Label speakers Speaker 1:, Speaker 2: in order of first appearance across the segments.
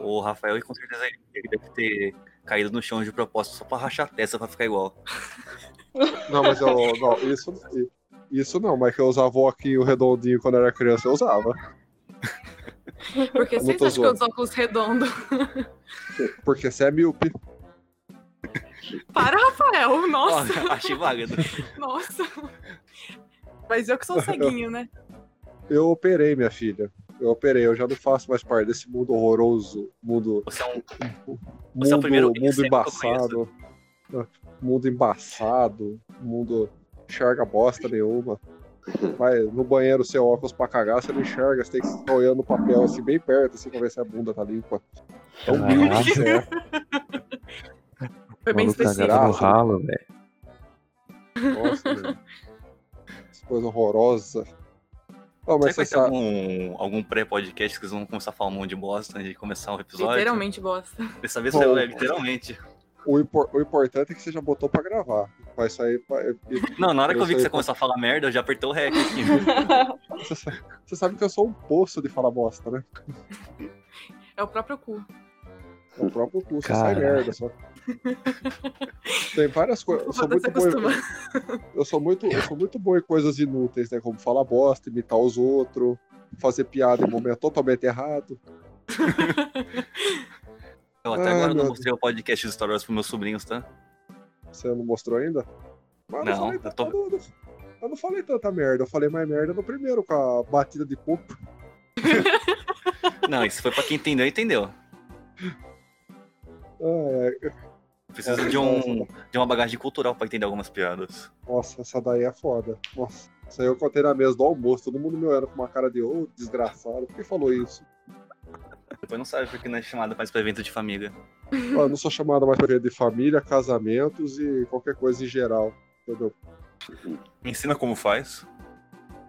Speaker 1: O Rafael, com certeza, ele deve ter caído no chão de propósito só pra rachar a testa pra ficar igual.
Speaker 2: Não, mas eu. Não, isso, isso não, mas que eu usava o aqui o redondinho quando era criança, eu usava.
Speaker 3: Porque
Speaker 2: Eu
Speaker 3: vocês
Speaker 2: tô
Speaker 3: acham que
Speaker 2: zoando.
Speaker 3: eu uso óculos redondos?
Speaker 2: Porque você é míope.
Speaker 3: Para, Rafael!
Speaker 1: Ó,
Speaker 3: Nossa,
Speaker 1: achei válido.
Speaker 3: nossa! Mas eu que sou ceguinho, né?
Speaker 2: Eu operei, minha filha. Eu operei, eu já não faço mais parte desse mundo horroroso, mundo.
Speaker 1: Você é um Você é o
Speaker 2: Mundo,
Speaker 1: primeiro
Speaker 2: mundo
Speaker 1: cego que eu
Speaker 2: embaçado. É, Mundo embaçado. Mundo enxerga bosta nenhuma. Vai no banheiro sem óculos pra cagar, você não enxerga, você tem que ficar olhando o papel assim bem perto, assim, pra ver se a bunda tá limpa. Tão humilde que você é.
Speaker 3: Foi bem
Speaker 4: Maluco
Speaker 1: né?
Speaker 3: específico.
Speaker 4: cagado no
Speaker 2: Graça.
Speaker 4: tá ralo, velho.
Speaker 2: Nossa, meu. Que coisa horrorosa.
Speaker 1: Será
Speaker 2: Não, mas
Speaker 1: que vai
Speaker 2: você
Speaker 1: ter
Speaker 2: sabe.
Speaker 1: algum, algum pré-podcast que vocês vão começar a falar um monte de bosta antes de começar o episódio?
Speaker 3: Literalmente bosta.
Speaker 1: Dessa vez saiu, é, literalmente.
Speaker 2: O, impor- o importante é que você já botou pra gravar. Vai sair. pra- é, e- e-
Speaker 1: Não, na hora que eu vi que
Speaker 2: Eu
Speaker 1: você
Speaker 2: sei.
Speaker 1: começou a falar merda, eu já apertei o rec aqui.
Speaker 2: Você sa- você sabe que eu sou um poço de falar bosta, né?
Speaker 3: É o próprio cu.
Speaker 2: É o próprio curso, sai
Speaker 4: Cara.
Speaker 2: merda. Só. Tem várias coisas. Eu sou
Speaker 3: Foda-se
Speaker 2: muito bom.
Speaker 3: acostuma.
Speaker 2: Eu sou muito, eu sou muito bom em coisas inúteis, né? Como falar bosta, imitar os outros, fazer piada em momento totalmente errado.
Speaker 1: Eu até
Speaker 2: Ah,
Speaker 1: agora não
Speaker 2: meu
Speaker 1: mostrei o podcast do Star Wars pros meus sobrinhos, tá?
Speaker 2: Você não mostrou ainda? Mas
Speaker 1: Não,
Speaker 2: falei
Speaker 1: eu
Speaker 2: tanta-
Speaker 1: tô-
Speaker 2: eu não- eu não falei tanta merda, eu falei mais merda no primeiro com a batida de coco.
Speaker 1: Não, isso foi pra quem entendeu, entendeu.
Speaker 2: Ah, é.
Speaker 1: Precisa
Speaker 2: É,
Speaker 1: de, um,
Speaker 2: nossa.
Speaker 1: de uma bagagem cultural pra entender algumas piadas.
Speaker 2: Nossa, essa daí é foda. Nossa, isso aí eu contei na mesa do almoço, todo mundo me olhando com uma cara de ô, desgraçado, por que falou isso?
Speaker 1: Depois não sabe porque não é chamada mais pra evento de família.
Speaker 2: Ah, Eu não sou chamado mais pra de família, casamentos e qualquer coisa em geral, entendeu?
Speaker 1: Ensina como faz.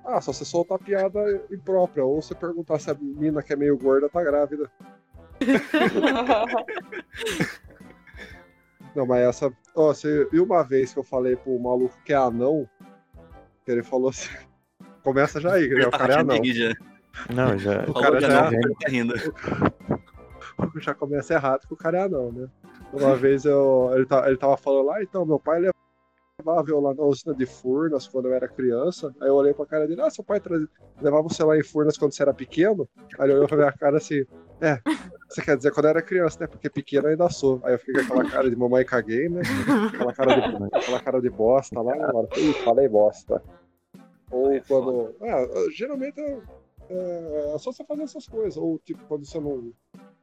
Speaker 2: Ah, só você soltar piada imprópria, ou você perguntar se a menina que é meio gorda tá grávida. Não, mas essa. Ó, você viu uma vez que eu falei pro maluco que é anão? Que ele falou assim. Começa já aí, né? O
Speaker 1: tá
Speaker 2: cara é
Speaker 1: rachando
Speaker 2: anão.
Speaker 1: de já.
Speaker 4: Não, já.
Speaker 2: O
Speaker 1: Falou
Speaker 2: cara
Speaker 1: de
Speaker 2: já-
Speaker 1: anão, ele tá rindo.
Speaker 2: Já começa errado que o cara é anão, né? Uma vez eu, ele, ta- ele tava falando lá, então, meu pai levava eu lá na usina de Furnas quando eu era criança. Aí eu olhei pra cara dele, ah, seu pai trazia- levava você lá em Furnas quando você era pequeno? Aí ele olhou pra minha cara assim, é, você quer dizer quando eu era criança, né? Porque pequeno eu ainda sou. Aí eu fiquei com aquela cara de mamãe caguei, né? Aquela cara de aquela cara de bosta lá, na hora. Ih, falei bosta. Ou
Speaker 1: Aí é
Speaker 2: quando. Ah, geralmente é, é, é só você fazer essas coisas. Ou tipo, quando você não,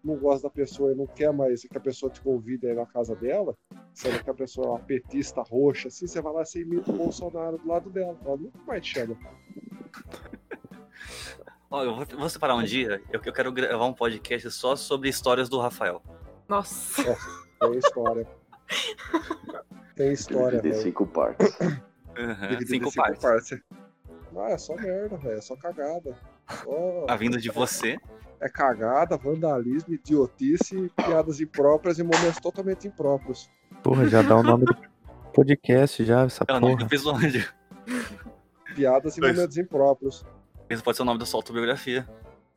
Speaker 2: não gosta da pessoa e não quer mais que a pessoa te convide aí na casa dela, você não quer a pessoa é uma petista roxa, assim, você vai lá e você imita o Bolsonaro do lado dela. Ela nunca mais te chama.
Speaker 1: Ó, eu vou, vou separar um dia, eu, eu quero gravar um podcast só sobre histórias do Rafael.
Speaker 3: Nossa.
Speaker 2: Tem história. Tem história,
Speaker 5: de
Speaker 2: velho.
Speaker 5: cinco partes.
Speaker 1: Aham,
Speaker 2: Dividido em
Speaker 1: né? Cinco partes.
Speaker 2: Ah, é só merda, velho. É só cagada. Só...
Speaker 1: A vinda de você.
Speaker 2: é cagada, vandalismo, idiotice, piadas impróprias e momentos totalmente impróprios.
Speaker 4: Porra, já dá o nome do podcast já, essa
Speaker 1: É o nome do
Speaker 4: porra.
Speaker 1: episódio.
Speaker 2: Piadas e
Speaker 1: Pois.
Speaker 2: momentos impróprios.
Speaker 1: Esse pode ser o nome da sua autobiografia.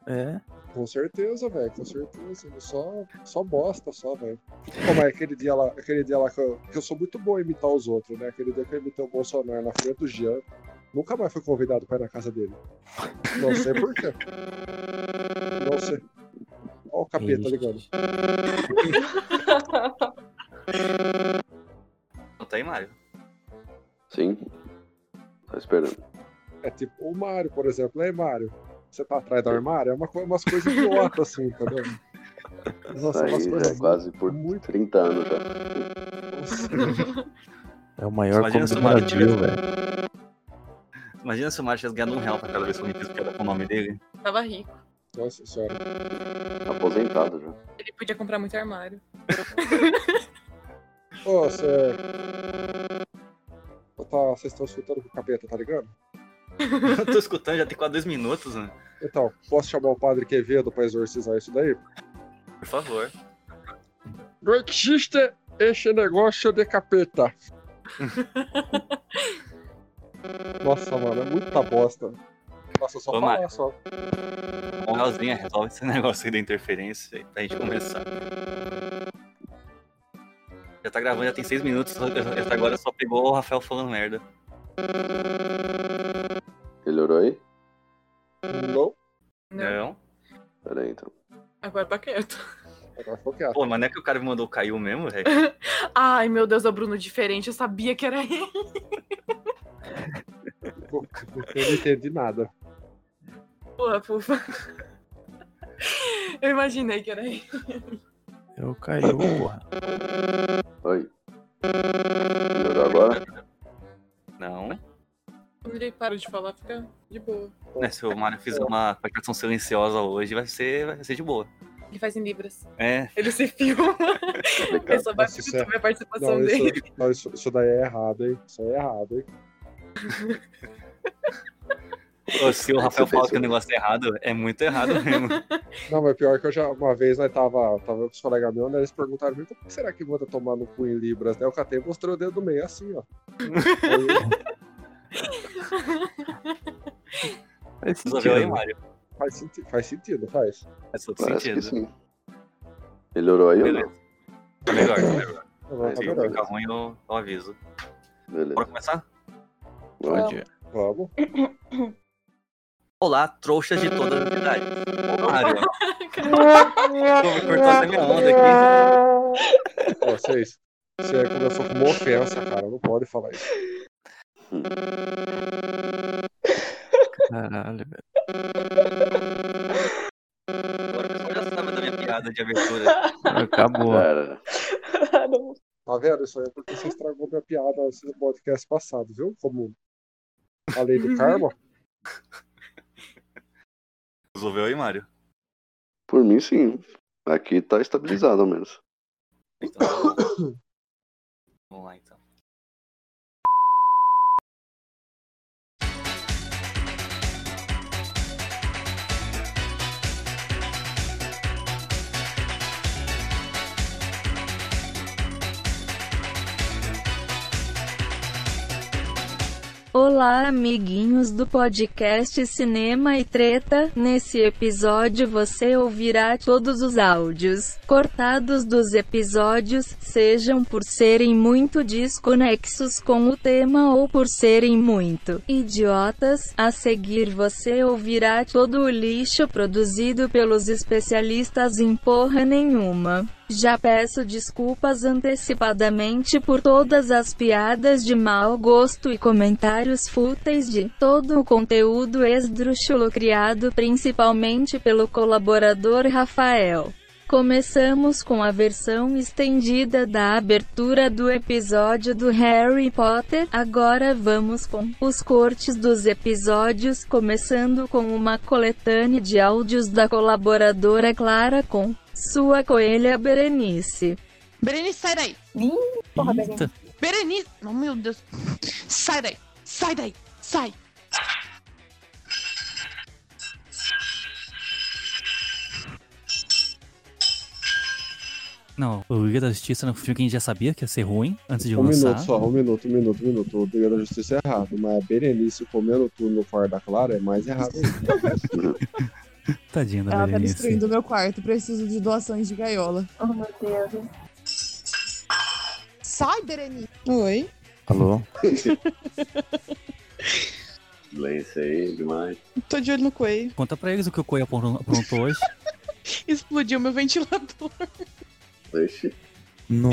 Speaker 4: É.
Speaker 2: Com certeza, velho, com certeza. Só, só bosta, só, velho. Pô, mas aquele dia lá, aquele dia lá que eu, que eu sou muito bom em imitar os outros, né? Aquele dia que eu imitei o Bolsonaro na frente do Jean, nunca mais fui convidado pra ir na casa dele. Não sei porquê. Não sei. Ó o capeta tá
Speaker 4: Ixi.
Speaker 2: ligando.
Speaker 1: Não tá aí, Mário.
Speaker 5: Sim. Tô esperando.
Speaker 2: É tipo o Mário, por exemplo. Aí, Mário, você tá atrás do armário? É uma co umas coisas idiotas, assim, entendeu? Nossa,
Speaker 5: Aí
Speaker 2: umas
Speaker 5: já é
Speaker 2: coisas
Speaker 5: quase por
Speaker 2: muito.
Speaker 5: 30 anos tá? já.
Speaker 4: É o maior
Speaker 1: Imagina
Speaker 4: como
Speaker 1: se
Speaker 4: do
Speaker 1: o Mario
Speaker 4: Brasil,
Speaker 1: tivesse-
Speaker 4: velho.
Speaker 1: Imagina se o Mário tivesse ganhado um real pra cada vez que eu me fiz piada com o nome dele.
Speaker 3: Tava rico.
Speaker 2: Nossa senhora.
Speaker 5: Tá aposentado já.
Speaker 3: Ele podia comprar muito armário.
Speaker 2: Ô, você. Ô, Tá, vocês estão escutando que o capeta tá ligando?
Speaker 1: Eu tô escutando, já tem quase dois minutos, né?
Speaker 2: Então, posso chamar o padre Quevedo pra exorcizar isso daí?
Speaker 1: Por favor.
Speaker 2: Não existe este negócio é de capeta. Nossa, mano, é muita bosta. Nossa, só
Speaker 1: Ô,
Speaker 2: falar só.
Speaker 1: Na moralzinha, Um resolve esse negócio aí da interferência aí pra gente começar. Já tá gravando, já tem seis minutos, só- até agora só pegou o Rafael falando merda.
Speaker 5: Melhorou aí?
Speaker 2: Não,
Speaker 3: Não.
Speaker 1: Não?
Speaker 5: Pera aí, então.
Speaker 3: né? Agora tá quieto.
Speaker 2: agora ficou quieto.
Speaker 1: Pô, mas não é que o cara me mandou caiu mesmo, velho?
Speaker 3: Ai, meu Deus, é o Bruno diferente. Eu sabia que era ele.
Speaker 2: Eu não entendi nada.
Speaker 3: Porra, pufa. Eu imaginei que era ele.
Speaker 4: Eu caiu, porra.
Speaker 5: Oi. Melhorou agora?
Speaker 1: Não.
Speaker 3: Quando ele parou de falar, fica de boa.
Speaker 1: Né, se o Mário fizer uma participação silenciosa hoje, vai ser, vai ser de boa.
Speaker 3: Ele faz em Libras.
Speaker 1: É,
Speaker 3: Ele se filma. Ele só vai
Speaker 2: Nossa,
Speaker 3: pro
Speaker 2: isso é-
Speaker 3: YouTube a participação
Speaker 2: Não,
Speaker 3: dele.
Speaker 2: isso, não, isso, isso daí é errado, hein? Isso aí é errado, hein?
Speaker 1: Pô, se o Rafael fala que o negócio é errado, é muito errado mesmo.
Speaker 2: Não, mas pior que eu já, uma vez, nós tava, tava com os colegas meus, né, eles perguntaram, "Vitor, por que será que manda tomar no cu em libras? Daí eu catei e mostrei o dedo do meio, assim, ó. Aí,
Speaker 4: Faz
Speaker 1: Resolveu aí,
Speaker 4: sentido, né?
Speaker 1: Mário.
Speaker 2: faz, senti faz sentido, faz.
Speaker 1: Faz todo
Speaker 5: Parece que
Speaker 1: sentido.
Speaker 5: sim. Melhorou aí ou não?
Speaker 1: Beleza. Tá melhor, tá melhor.
Speaker 2: Agora tá
Speaker 1: Se
Speaker 2: melhor.
Speaker 1: ficar ruim, eu, eu aviso. Bora
Speaker 5: Beleza.
Speaker 1: começar?
Speaker 5: Vamos.
Speaker 2: Vamos.
Speaker 1: Olá, trouxas de todas as idades. Ô, Mário. Pô, cortou até minha onda aqui.
Speaker 2: Ó, vocês, você começou com uma ofensa, cara, não pode falar isso.
Speaker 4: Caralho, velho.
Speaker 1: Agora o pessoal já sabe da minha piada de abertura.
Speaker 4: Acabou.
Speaker 5: Cara,
Speaker 6: Caramba.
Speaker 2: Tá vendo? Isso aí é porque você estragou minha piada assim, no podcast passado, viu? Como a lei do karma.
Speaker 1: Resolveu aí, Mário?
Speaker 5: por mim sim. Aqui tá estabilizado ao menos.
Speaker 1: Então, tá bom. vamos lá, então.
Speaker 6: Olá, amiguinhos do podcast Cinema e Treta. Nesse episódio você ouvirá todos os áudios cortados dos episódios, sejam por serem muito desconexos com o tema ou por serem muito idiotas. A seguir você ouvirá todo o lixo produzido pelos especialistas em porra nenhuma. Já peço desculpas antecipadamente por todas as piadas de mau gosto e comentários fúteis de todo o conteúdo esdrúxulo criado principalmente pelo colaborador Rafael. Começamos com a versão estendida da abertura do episódio do Harry Potter. Agora vamos com os cortes dos episódios, começando com uma coletânea de áudios da colaboradora Clara com sua coelha Berenice.
Speaker 7: Berenice, sai daí!
Speaker 8: Porra, Eita.
Speaker 7: Berenice! Oh, meu Deus! Sai daí! Sai daí! Sai!
Speaker 8: Não, o Liga da Justiça não filme que a gente já sabia que ia ser ruim antes de
Speaker 2: Um
Speaker 8: lançar.
Speaker 2: minuto só, um minuto, um minuto, um minuto. O Liga da Justiça é errado, mas a Berenice comendo tudo no quarto da Clara é mais errado. ainda.
Speaker 8: Tadinha da
Speaker 9: Ela tá
Speaker 8: Berenice.
Speaker 9: destruindo o meu quarto. Preciso de doações de gaiola.
Speaker 8: Oh,
Speaker 9: meu Deus. Sai, Berenice. Oi.
Speaker 4: Alô?
Speaker 5: Silêncio aí, demais.
Speaker 7: Tô de olho no coelho.
Speaker 8: assim. Conta pra eles o que o Coelho apron- aprontou hoje.
Speaker 7: Explodiu meu ventilador.
Speaker 5: Oxi.
Speaker 4: Não.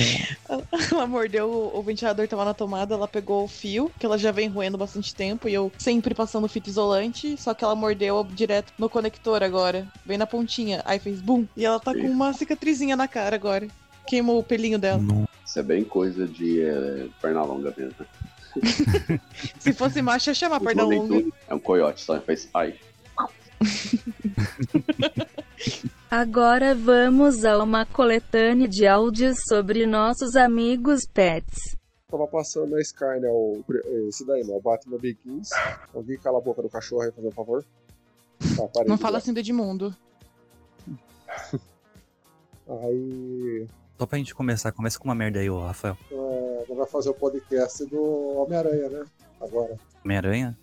Speaker 7: Ela mordeu o, o ventilador, tava na tomada, ela pegou o fio, que ela já vem roendo bastante tempo, e eu sempre passando fita isolante, só que ela mordeu direto no conector agora, bem na pontinha. Aí fez bum! E ela tá com uma cicatrizinha na cara agora. Queimou o pelinho dela.
Speaker 8: Hum.
Speaker 4: não.
Speaker 5: Isso é bem coisa de é, perna longa mesmo. né?
Speaker 7: Se fosse macho, ia
Speaker 10: Ah,
Speaker 7: chamar perna
Speaker 5: Mandei
Speaker 7: longa.
Speaker 5: tudo. É um coiote, só faz ai.
Speaker 6: Agora vamos a uma coletânea de áudios sobre nossos amigos pets.
Speaker 2: Tava passando na Sky, né? O, esse daí, né? O Batman Begins. Alguém cala a boca do cachorro aí, fazer um favor. Tá, parei
Speaker 7: Não
Speaker 2: de
Speaker 7: fala assim do Edmundo.
Speaker 2: falar. Aí.
Speaker 8: Só pra gente começar, começa com uma merda aí, ô Rafael.
Speaker 2: é, vai fazer o podcast do Homem-Aranha, né? Agora.
Speaker 8: Homem-Aranha?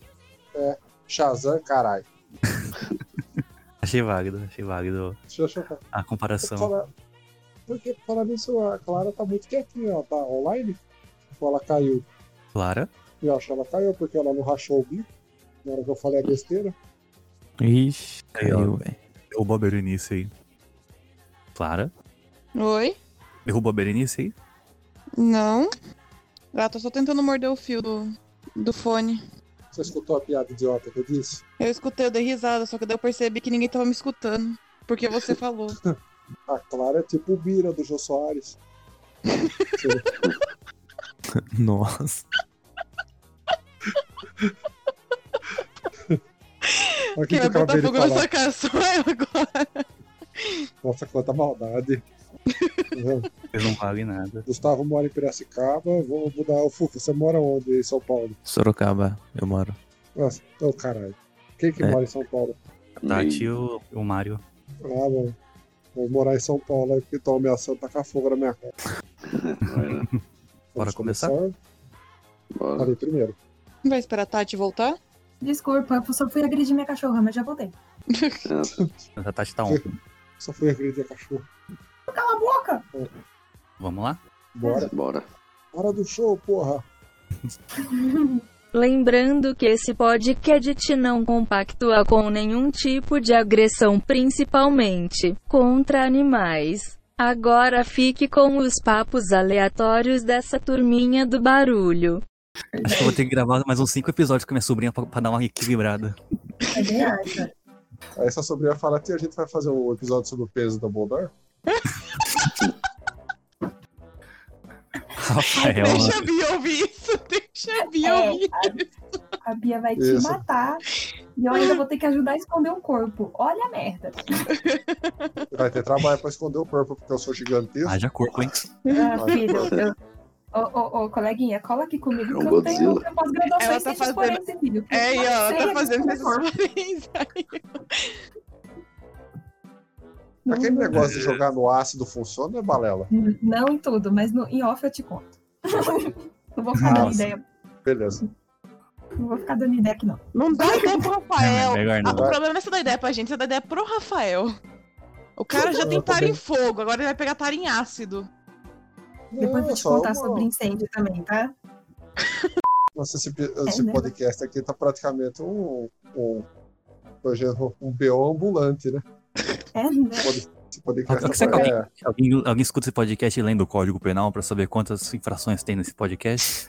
Speaker 2: Shazam, caralho.
Speaker 8: A achei válido, achei válido
Speaker 2: Deixa eu achar.
Speaker 8: a comparação.
Speaker 2: Falar... Porque falar nisso, a Clara tá muito quietinha, ela tá online. Ou ela caiu?
Speaker 8: Clara?
Speaker 2: Eu acho que ela caiu porque ela não rachou o bico na hora que eu falei a besteira.
Speaker 4: Ixi,
Speaker 8: Aí, ó.
Speaker 4: caiu, velho.
Speaker 8: Derruba a Berenice aí. Clara?
Speaker 7: Oi?
Speaker 8: Derruba a Berenice aí?
Speaker 7: Não. Ah, tô só tentando morder o fio do, do fone.
Speaker 2: Você escutou a piada idiota que eu disse?
Speaker 7: Eu escutei, eu dei risada, só que daí eu percebi que ninguém tava me escutando. Porque você falou.
Speaker 2: A Clara é tipo o Bira do Jô Soares.
Speaker 4: Nossa.
Speaker 7: Quem
Speaker 2: Olha que
Speaker 7: vai
Speaker 2: eu acabei
Speaker 7: botar
Speaker 2: de
Speaker 7: fogo
Speaker 2: falar.
Speaker 7: nessa casa sou eu agora.
Speaker 2: Nossa, quanta maldade. É,
Speaker 8: Vocês não valem nada.
Speaker 2: Gustavo mora em Piracicaba, vou mudar. O Fuca, você mora onde em São Paulo?
Speaker 4: Sorocaba, eu moro.
Speaker 2: Nossa, ô caralho. Quem que
Speaker 4: É.
Speaker 2: mora em São Paulo?
Speaker 8: Tati e o, o Mário.
Speaker 2: Ah, mano. Vou morar em São Paulo aí porque estão ameaçando tacar fogo na minha casa.
Speaker 5: É,
Speaker 8: Bora
Speaker 2: Vamos
Speaker 8: começar?
Speaker 5: bora.
Speaker 2: Falei primeiro.
Speaker 7: Vai esperar a Tati voltar?
Speaker 10: Desculpa, eu só fui agredir minha cachorra, mas já voltei.
Speaker 5: É,
Speaker 8: A Tati tá on.
Speaker 2: Só fui agredir a cachorro.
Speaker 10: Cala a boca!
Speaker 8: Vamos lá?
Speaker 2: Bora.
Speaker 5: bora.
Speaker 2: Hora do show, porra.
Speaker 6: Lembrando que esse podcast não compactua com nenhum tipo de agressão, principalmente contra animais. Agora fique com os papos aleatórios dessa turminha do barulho.
Speaker 8: Acho que eu vou ter que gravar mais uns cinco episódios com minha sobrinha pra, pra dar uma equilibrada.
Speaker 10: É bem essa.
Speaker 2: Aí sua sobrinha fala, tia, a gente vai fazer um episódio sobre o peso da Boldar?
Speaker 8: Rafael,
Speaker 7: deixa a Bia ouvir isso, deixa a Bia
Speaker 10: É,
Speaker 7: ouvir.
Speaker 10: A Bia vai te
Speaker 2: Isso.
Speaker 10: matar e eu ainda vou ter que ajudar a esconder um corpo. Olha a merda.
Speaker 2: Vai ter trabalho pra esconder o corpo porque eu sou gigantesco.
Speaker 8: haja corpo, hein?
Speaker 10: Ah, filho, eu... Ô, ô, ô, coleguinha, cola aqui comigo
Speaker 5: É um
Speaker 10: que eu tenho
Speaker 5: Godzilla.
Speaker 10: eu posso graduação
Speaker 7: Ela
Speaker 10: em
Speaker 7: tá
Speaker 10: ciências
Speaker 7: fazendo-
Speaker 10: forenses, filho.
Speaker 7: É, aí, ó,
Speaker 10: Eu
Speaker 7: ela tá
Speaker 10: sei
Speaker 7: fazendo
Speaker 10: esconder
Speaker 7: esses
Speaker 10: corpo.
Speaker 7: parênteses aí.
Speaker 10: Não-
Speaker 2: Aquele
Speaker 10: não-
Speaker 2: negócio de jogar no ácido funciona, é balela?
Speaker 10: Não em tudo, mas no, em off eu te conto. não vou ficar dando
Speaker 8: Nossa.
Speaker 10: ideia.
Speaker 2: Beleza.
Speaker 10: Não vou ficar dando ideia aqui, não.
Speaker 7: Não dá ideia pro Rafael.
Speaker 8: Não, melhor não.
Speaker 7: Ah, o problema não é você dar ideia pra gente, você dá ideia pro Rafael. O cara já
Speaker 2: Eu
Speaker 7: tem
Speaker 2: tô bem.
Speaker 7: tara em fogo, agora ele vai pegar tara em ácido.
Speaker 10: Depois vou
Speaker 2: Não,
Speaker 10: te
Speaker 2: só
Speaker 10: contar
Speaker 2: uma-
Speaker 10: sobre incêndio também, tá?
Speaker 2: Nossa, esse, pe- esse
Speaker 10: né?
Speaker 2: podcast aqui tá praticamente um, um, por exemplo, um BO ambulante, né?
Speaker 10: É, né?
Speaker 2: Esse podcast
Speaker 8: O que você
Speaker 2: tá-
Speaker 8: quer? Alguém, alguém escuta esse podcast e lendo o código penal pra saber quantas infrações tem nesse podcast?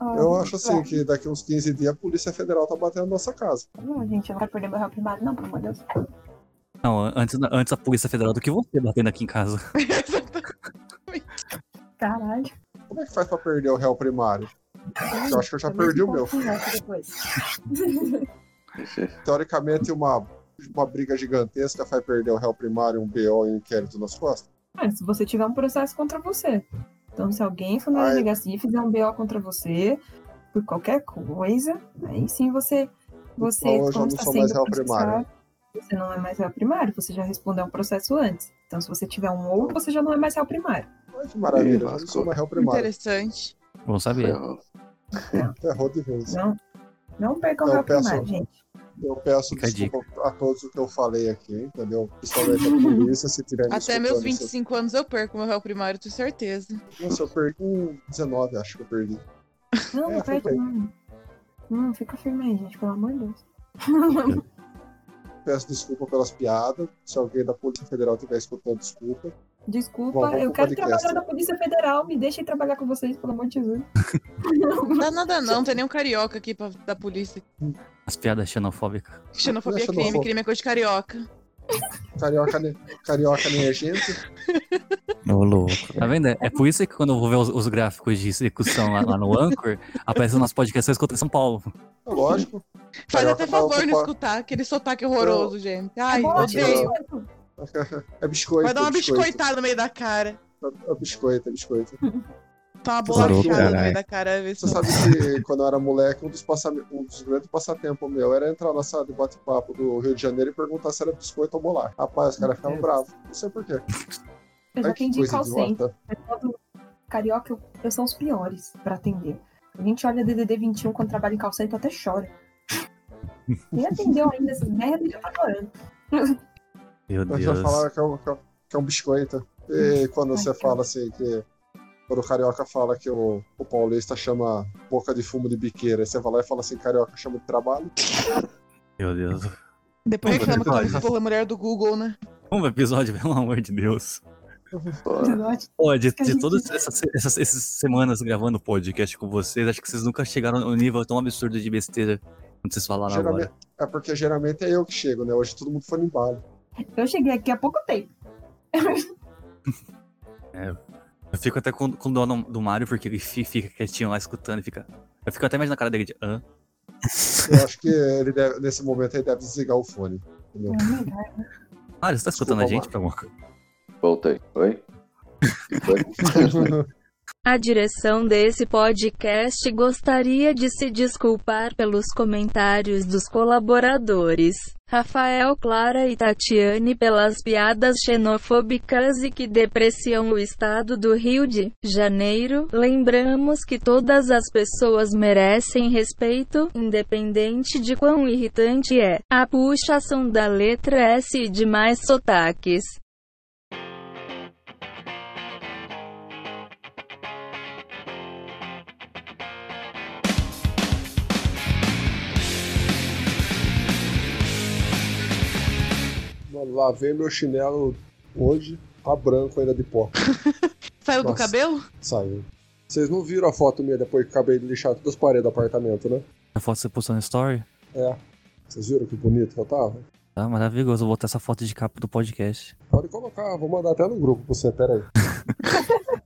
Speaker 10: Ó,
Speaker 2: Eu acho
Speaker 10: É.
Speaker 2: assim que daqui uns 15 dias a Polícia Federal tá batendo na nossa casa.
Speaker 10: Não, gente, eu não quero perder meu réu primário, não, pelo amor de Deus.
Speaker 8: Não, antes, antes a Polícia Federal do que você batendo aqui em casa.
Speaker 10: Caralho.
Speaker 2: Como é que faz pra perder o réu primário? Eu acho que eu
Speaker 10: É,
Speaker 2: já perdi o meu. Teoricamente, uma, uma briga gigantesca faz perder o réu primário, um BO e um inquérito nas costas.
Speaker 10: Mas se você tiver um processo contra você. Então, se alguém for na
Speaker 2: Ai.
Speaker 10: delegacia e fizer um BO contra você, por qualquer coisa, aí sim você. você
Speaker 2: Então, eu já
Speaker 10: como
Speaker 2: não
Speaker 10: está
Speaker 2: sou mais
Speaker 10: sendo
Speaker 2: réu primário.
Speaker 10: processado, Você não é mais réu primário, você já respondeu um processo antes. Então, se você tiver um outro, você já não é mais réu primário.
Speaker 2: Ai, que maravilha,
Speaker 5: Ih,
Speaker 2: eu não
Speaker 5: lascou.
Speaker 2: sou mais réu primário.
Speaker 7: Interessante.
Speaker 8: Vamos saber.
Speaker 5: Ferrou.
Speaker 2: Ferrou de vez.
Speaker 10: Não, não perca o
Speaker 2: Não,
Speaker 10: réu
Speaker 2: peço-
Speaker 10: primário, gente.
Speaker 2: Eu peço
Speaker 8: Fica a
Speaker 2: desculpa a todos o que eu falei aqui, entendeu? Principalmente a polícia, se tiver me
Speaker 7: Até meus
Speaker 2: escutando,
Speaker 7: 25 anos eu perco meu réu primário, tenho certeza.
Speaker 2: se- Nossa, eu perdi um 19, acho que eu perdi.
Speaker 10: Não, não
Speaker 2: É,
Speaker 10: perde,
Speaker 2: tudo
Speaker 10: não. Não, fica firme aí, gente, pelo amor de Deus.
Speaker 2: Peço desculpa pelas piadas. Se alguém da Polícia Federal estiver escutando, desculpa.
Speaker 10: Desculpa,
Speaker 2: Bom, vamos
Speaker 10: eu
Speaker 2: pro
Speaker 10: quero
Speaker 2: podcast.
Speaker 10: trabalhar na Polícia Federal, me deixem trabalhar com vocês, pelo amor de Jesus.
Speaker 7: Não dá nada não, não tem nenhum carioca aqui pra, da polícia.
Speaker 8: As piadas xenofóbicas.
Speaker 7: Xenofobia é
Speaker 2: Xenofobia.
Speaker 7: crime, crime é coisa de carioca.
Speaker 2: Carioca, ne... Carioca nem é gente.
Speaker 4: Ô, louco.
Speaker 8: Tá vendo? É por isso que quando eu vou ver os, os gráficos de execução lá, lá no Anchor, aparecem nas podcasts contra São Paulo.
Speaker 2: É Lógico.
Speaker 7: Faz
Speaker 2: Carioca
Speaker 7: até
Speaker 2: vai
Speaker 7: favor não
Speaker 2: ocupar-
Speaker 7: escutar aquele sotaque horroroso,
Speaker 2: É
Speaker 7: gente. Ai,
Speaker 10: Bom,
Speaker 2: ótimo.
Speaker 7: odeio.
Speaker 10: biscoito.
Speaker 2: É biscoito.
Speaker 7: Vai dar uma
Speaker 2: é biscoito.
Speaker 7: biscoitada no meio da cara.
Speaker 2: É biscoito, é biscoito.
Speaker 7: Tá uma bolachada
Speaker 4: Parou,
Speaker 7: no
Speaker 4: caralho.
Speaker 7: meio da cara. vê se-
Speaker 2: Você sabe que quando eu era moleque, um dos, passa... um dos grandes passatempos meu era entrar na sala de bate-papo do Rio de Janeiro e perguntar se era biscoito ou bolacha. Rapaz, os caras ficavam bravos. Não sei porquê.
Speaker 10: Eu já atendi call center.
Speaker 2: idiota.
Speaker 10: Todo carioca eu, eu são os piores pra atender. A gente olha DDD 21 quando trabalha em call center até chora. Quem atendeu ainda essas merdas já tá chorando.
Speaker 8: Meu
Speaker 2: Mas
Speaker 8: Deus.
Speaker 2: já falaram que é um, que é um- que é um biscoito. E quando você fala assim que. Quando o carioca fala que o, o paulista chama boca de fumo de biqueira, aí você vai lá e fala assim, carioca chama de trabalho.
Speaker 8: Meu Deus.
Speaker 7: Depois
Speaker 8: Puta
Speaker 7: reclama que
Speaker 8: que
Speaker 7: ela
Speaker 8: pariu.
Speaker 7: esposa a mulher do Google, né?
Speaker 8: Um episódio, pelo amor de Deus.
Speaker 10: Negócio.
Speaker 8: Ó, de, de todas essas, essas- essas semanas gravando podcast com vocês, acho que vocês nunca chegaram no nível tão absurdo de besteira quando vocês falaram
Speaker 2: Geralmente,
Speaker 8: agora.
Speaker 2: é porque geralmente é eu que chego, né? Hoje todo mundo foi no embalo.
Speaker 10: Eu cheguei aqui há pouco tempo.
Speaker 8: Eu fico até com, com dó no- do Mário, porque ele fi- fica quietinho lá escutando e fica. Eu fico até mais na cara dele de. Hã?
Speaker 2: Eu acho que ele deve- nesse momento ele deve desligar o fone. entendeu?
Speaker 8: Mário, você tá escutando a
Speaker 2: Desculpa,
Speaker 8: gente, Pamon?
Speaker 5: Voltei. Oi? Que foi?
Speaker 6: A direção desse podcast gostaria de se desculpar pelos comentários dos colaboradores, Rafael Clara e Tatiane, pelas piadas xenofóbicas e que depreciam o estado do Rio de Janeiro. Lembramos que todas as pessoas merecem respeito, independente de quão irritante é a puxação da letra é S e demais sotaques.
Speaker 2: Mano, lavei meu chinelo hoje, tá branco ainda de pó.
Speaker 7: Saiu do
Speaker 2: Nossa.
Speaker 7: cabelo?
Speaker 10: Tá
Speaker 2: Saiu. Vocês não viram a foto minha depois que acabei de lixar todas as paredes do apartamento, né?
Speaker 8: A foto que você postou na story?
Speaker 2: É. Vocês viram que bonito que eu tava?
Speaker 8: Tá maravilhoso. Vou botar essa foto de capa do podcast.
Speaker 2: Pode colocar, vou mandar até no grupo pra você, pera aí.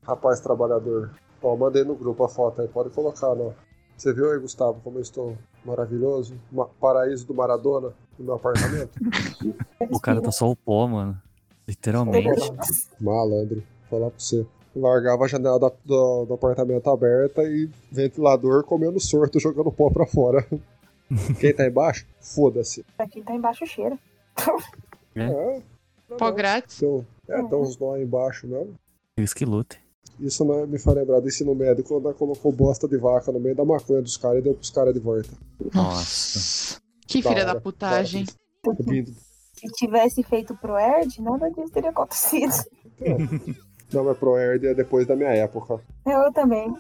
Speaker 2: Rapaz trabalhador. Ó, mandei no grupo a foto aí, pode colocar, né? Você viu aí, Gustavo, como eu estou maravilhoso? Ma- paraíso do Maradona no meu apartamento?
Speaker 8: O cara tá só o pó, mano. Literalmente.
Speaker 2: Malandro, falar pra você. Largava a janela da- do, do apartamento aberta e ventilador comendo sorto, jogando pó pra fora. Quem tá embaixo? Foda-se.
Speaker 10: Pra quem tá embaixo cheira.
Speaker 2: É,
Speaker 7: Pó grátis.
Speaker 2: então, é, tem uns nó aí embaixo mesmo.
Speaker 8: Eles que lutem.
Speaker 2: Isso não é- me faz lembrar do ensino médio quando nós colocou bosta de vaca no meio da maconha dos caras e deu pros caras de volta.
Speaker 8: Nossa.
Speaker 7: Que
Speaker 2: Da
Speaker 7: filha
Speaker 2: hora, Tá
Speaker 7: da putagem.
Speaker 2: Lindo.
Speaker 10: Se tivesse feito pro Erd, nada disso teria acontecido.
Speaker 2: É. Não, mas pro Erd é depois da minha época.
Speaker 10: Eu também.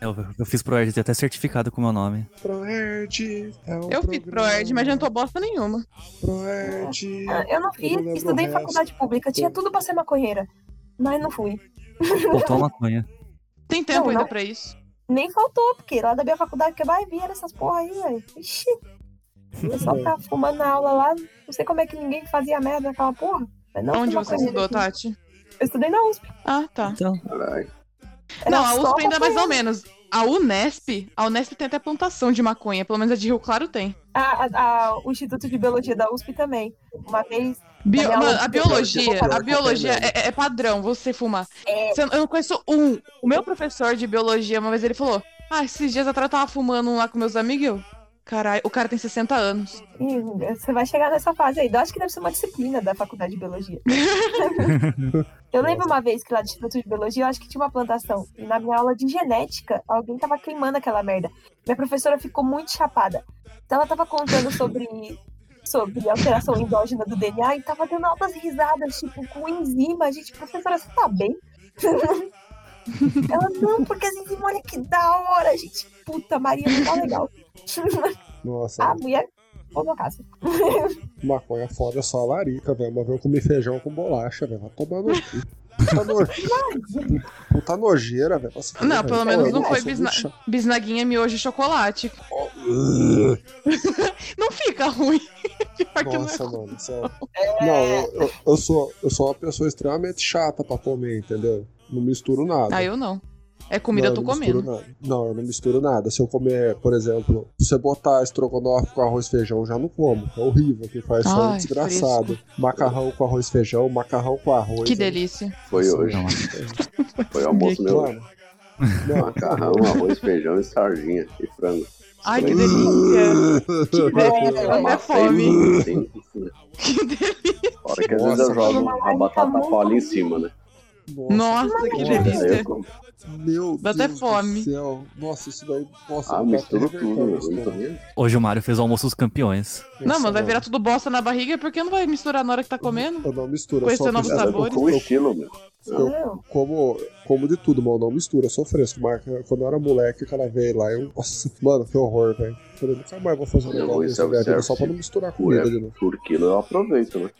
Speaker 8: É, Eu, eu fiz pro Ed, tem até certificado com o meu nome.
Speaker 2: Pro Erd é um
Speaker 7: Eu fiz pro Erd, mas não tô bosta nenhuma.
Speaker 2: Proerd.
Speaker 10: Ah, Eu não fiz,
Speaker 2: Eu não lembro
Speaker 10: estudei
Speaker 2: o
Speaker 10: em
Speaker 2: resto.
Speaker 10: faculdade pública, tinha tudo pra ser maconheira. Mas não fui.
Speaker 8: Botou a maconha.
Speaker 7: Tem tempo
Speaker 10: Não,
Speaker 7: ainda
Speaker 10: não.
Speaker 7: pra isso.
Speaker 10: Nem faltou, porque lá da minha faculdade que vai vir essas porra aí, velho. Ixi. Eu só tava fumando na aula lá, não sei como é que ninguém fazia merda naquela porra. Mas não,
Speaker 7: Onde
Speaker 10: fui
Speaker 7: você
Speaker 10: maconheira
Speaker 7: estudou,
Speaker 10: aqui.
Speaker 7: Tati?
Speaker 10: né? Eu estudei na USP.
Speaker 7: Ah, tá.
Speaker 8: Então,
Speaker 5: Caralho.
Speaker 10: Era
Speaker 7: Não, a
Speaker 10: só
Speaker 7: USP ainda é mais ou
Speaker 10: maconheira.
Speaker 7: menos. A Unesp, a Unesp tem até plantação de maconha, pelo menos a de Rio Claro tem.
Speaker 10: A- a- a- o Instituto de Biologia da USP também. Uma vez.
Speaker 7: Bio-
Speaker 10: Olha,
Speaker 7: mano, a
Speaker 10: eu-
Speaker 7: biologia,
Speaker 2: eu- eu-
Speaker 7: a biologia
Speaker 2: eu-
Speaker 7: é, é padrão você fumar.
Speaker 10: É.
Speaker 7: Você- eu não conheço um. O meu professor de biologia, uma vez ele falou: Ah, esses dias atrás eu tava fumando um lá com meus amigos. e eu, Caralho, o cara tem 60 anos.
Speaker 10: Ih, Você vai chegar nessa fase aí. Eu acho que deve ser uma disciplina da faculdade de biologia. eu lembro uma vez que lá no Instituto de Biologia, eu acho que tinha uma plantação. E na minha aula de genética, alguém tava queimando aquela merda. Minha professora ficou muito chapada. Então ela tava contando sobre, sobre alteração endógena do DNA e tava dando altas risadas, tipo, com enzima. Gente, professora, você tá bem? ela, não, porque as enzimas, olha que da hora, gente. Puta, Maria, não tá legal.
Speaker 2: Nossa,
Speaker 10: A mulher foi pra casa.
Speaker 2: maconha foda é só a larica, velho. Uma vez eu comi feijão com bolacha, velho. Vai tomar no cu. Puta, no... Puta nojeira, velho. Nossa,
Speaker 7: Não,
Speaker 2: velho.
Speaker 7: pelo menos
Speaker 2: Eu
Speaker 7: não foi
Speaker 2: sou muito
Speaker 7: bisna-
Speaker 2: chato.
Speaker 7: bisnaguinha, miojo e chocolate. Não fica ruim. Pior que não é
Speaker 2: Nossa, mano. sério. Não, eu, eu- eu sou, eu sou uma pessoa extremamente chata pra comer, entendeu? Não misturo nada.
Speaker 7: Ah, eu não. É comida,
Speaker 2: não,
Speaker 7: eu tô
Speaker 2: não misturo
Speaker 7: comendo.
Speaker 2: nada. Não, eu não misturo nada. Se eu comer, por exemplo, se você botar estrogonofe com arroz e feijão, eu já não como. É horrível, que faz só
Speaker 7: Ai,
Speaker 2: um desgraçado. Macarrão com arroz e feijão, macarrão com arroz.
Speaker 7: Que
Speaker 2: né?
Speaker 7: delícia.
Speaker 5: Foi hoje.
Speaker 8: Não.
Speaker 5: Foi almoço meu. hoje.
Speaker 2: Mano. Não,
Speaker 5: Macarrão, arroz, feijão e sardinha e frango.
Speaker 7: Ai, que é?
Speaker 5: Também.
Speaker 7: delícia.
Speaker 10: Que
Speaker 5: Eu
Speaker 10: merda.
Speaker 5: amassei
Speaker 7: fome.
Speaker 5: muito, assim, assim, né?
Speaker 7: Que delícia.
Speaker 5: Hora que às vezes eu
Speaker 2: Nossa.
Speaker 5: jogo uma batata palha em cima, né?
Speaker 7: Nossa, que delícia.
Speaker 2: Meu
Speaker 7: Dá
Speaker 2: Deus
Speaker 7: até fome.
Speaker 2: do céu. Nossa, isso daí. Nossa,
Speaker 5: Ah,
Speaker 2: eu
Speaker 5: misturou
Speaker 2: tô
Speaker 5: tudo.
Speaker 2: revertendo isso,
Speaker 5: então.
Speaker 2: cara.
Speaker 8: Hoje o Mario fez o almoço dos campeões.
Speaker 7: Não,
Speaker 2: Nossa,
Speaker 7: mas vai
Speaker 2: mano.
Speaker 7: virar tudo bosta na barriga porque não vai misturar na hora que tá comendo.
Speaker 2: Eu não misturo, eu
Speaker 7: Conhecer
Speaker 2: só
Speaker 7: novos
Speaker 2: fiz-
Speaker 5: Cara,
Speaker 7: sabores.
Speaker 5: com o estilo, meu.
Speaker 2: Eu-
Speaker 10: Não.
Speaker 2: como, como de tudo, mano. Não mistura, eu sou fresco. Mas quando eu era moleque, o cara veio lá, eu. Nossa, mano, que horror, velho. Falei, nunca mais vou fazer um
Speaker 5: Eu
Speaker 2: negócio
Speaker 5: vou
Speaker 2: desse na minha vida,
Speaker 5: self-service.
Speaker 2: só pra não misturar comida
Speaker 5: Ué.
Speaker 2: de novo.
Speaker 5: Por quilo eu aproveito, né?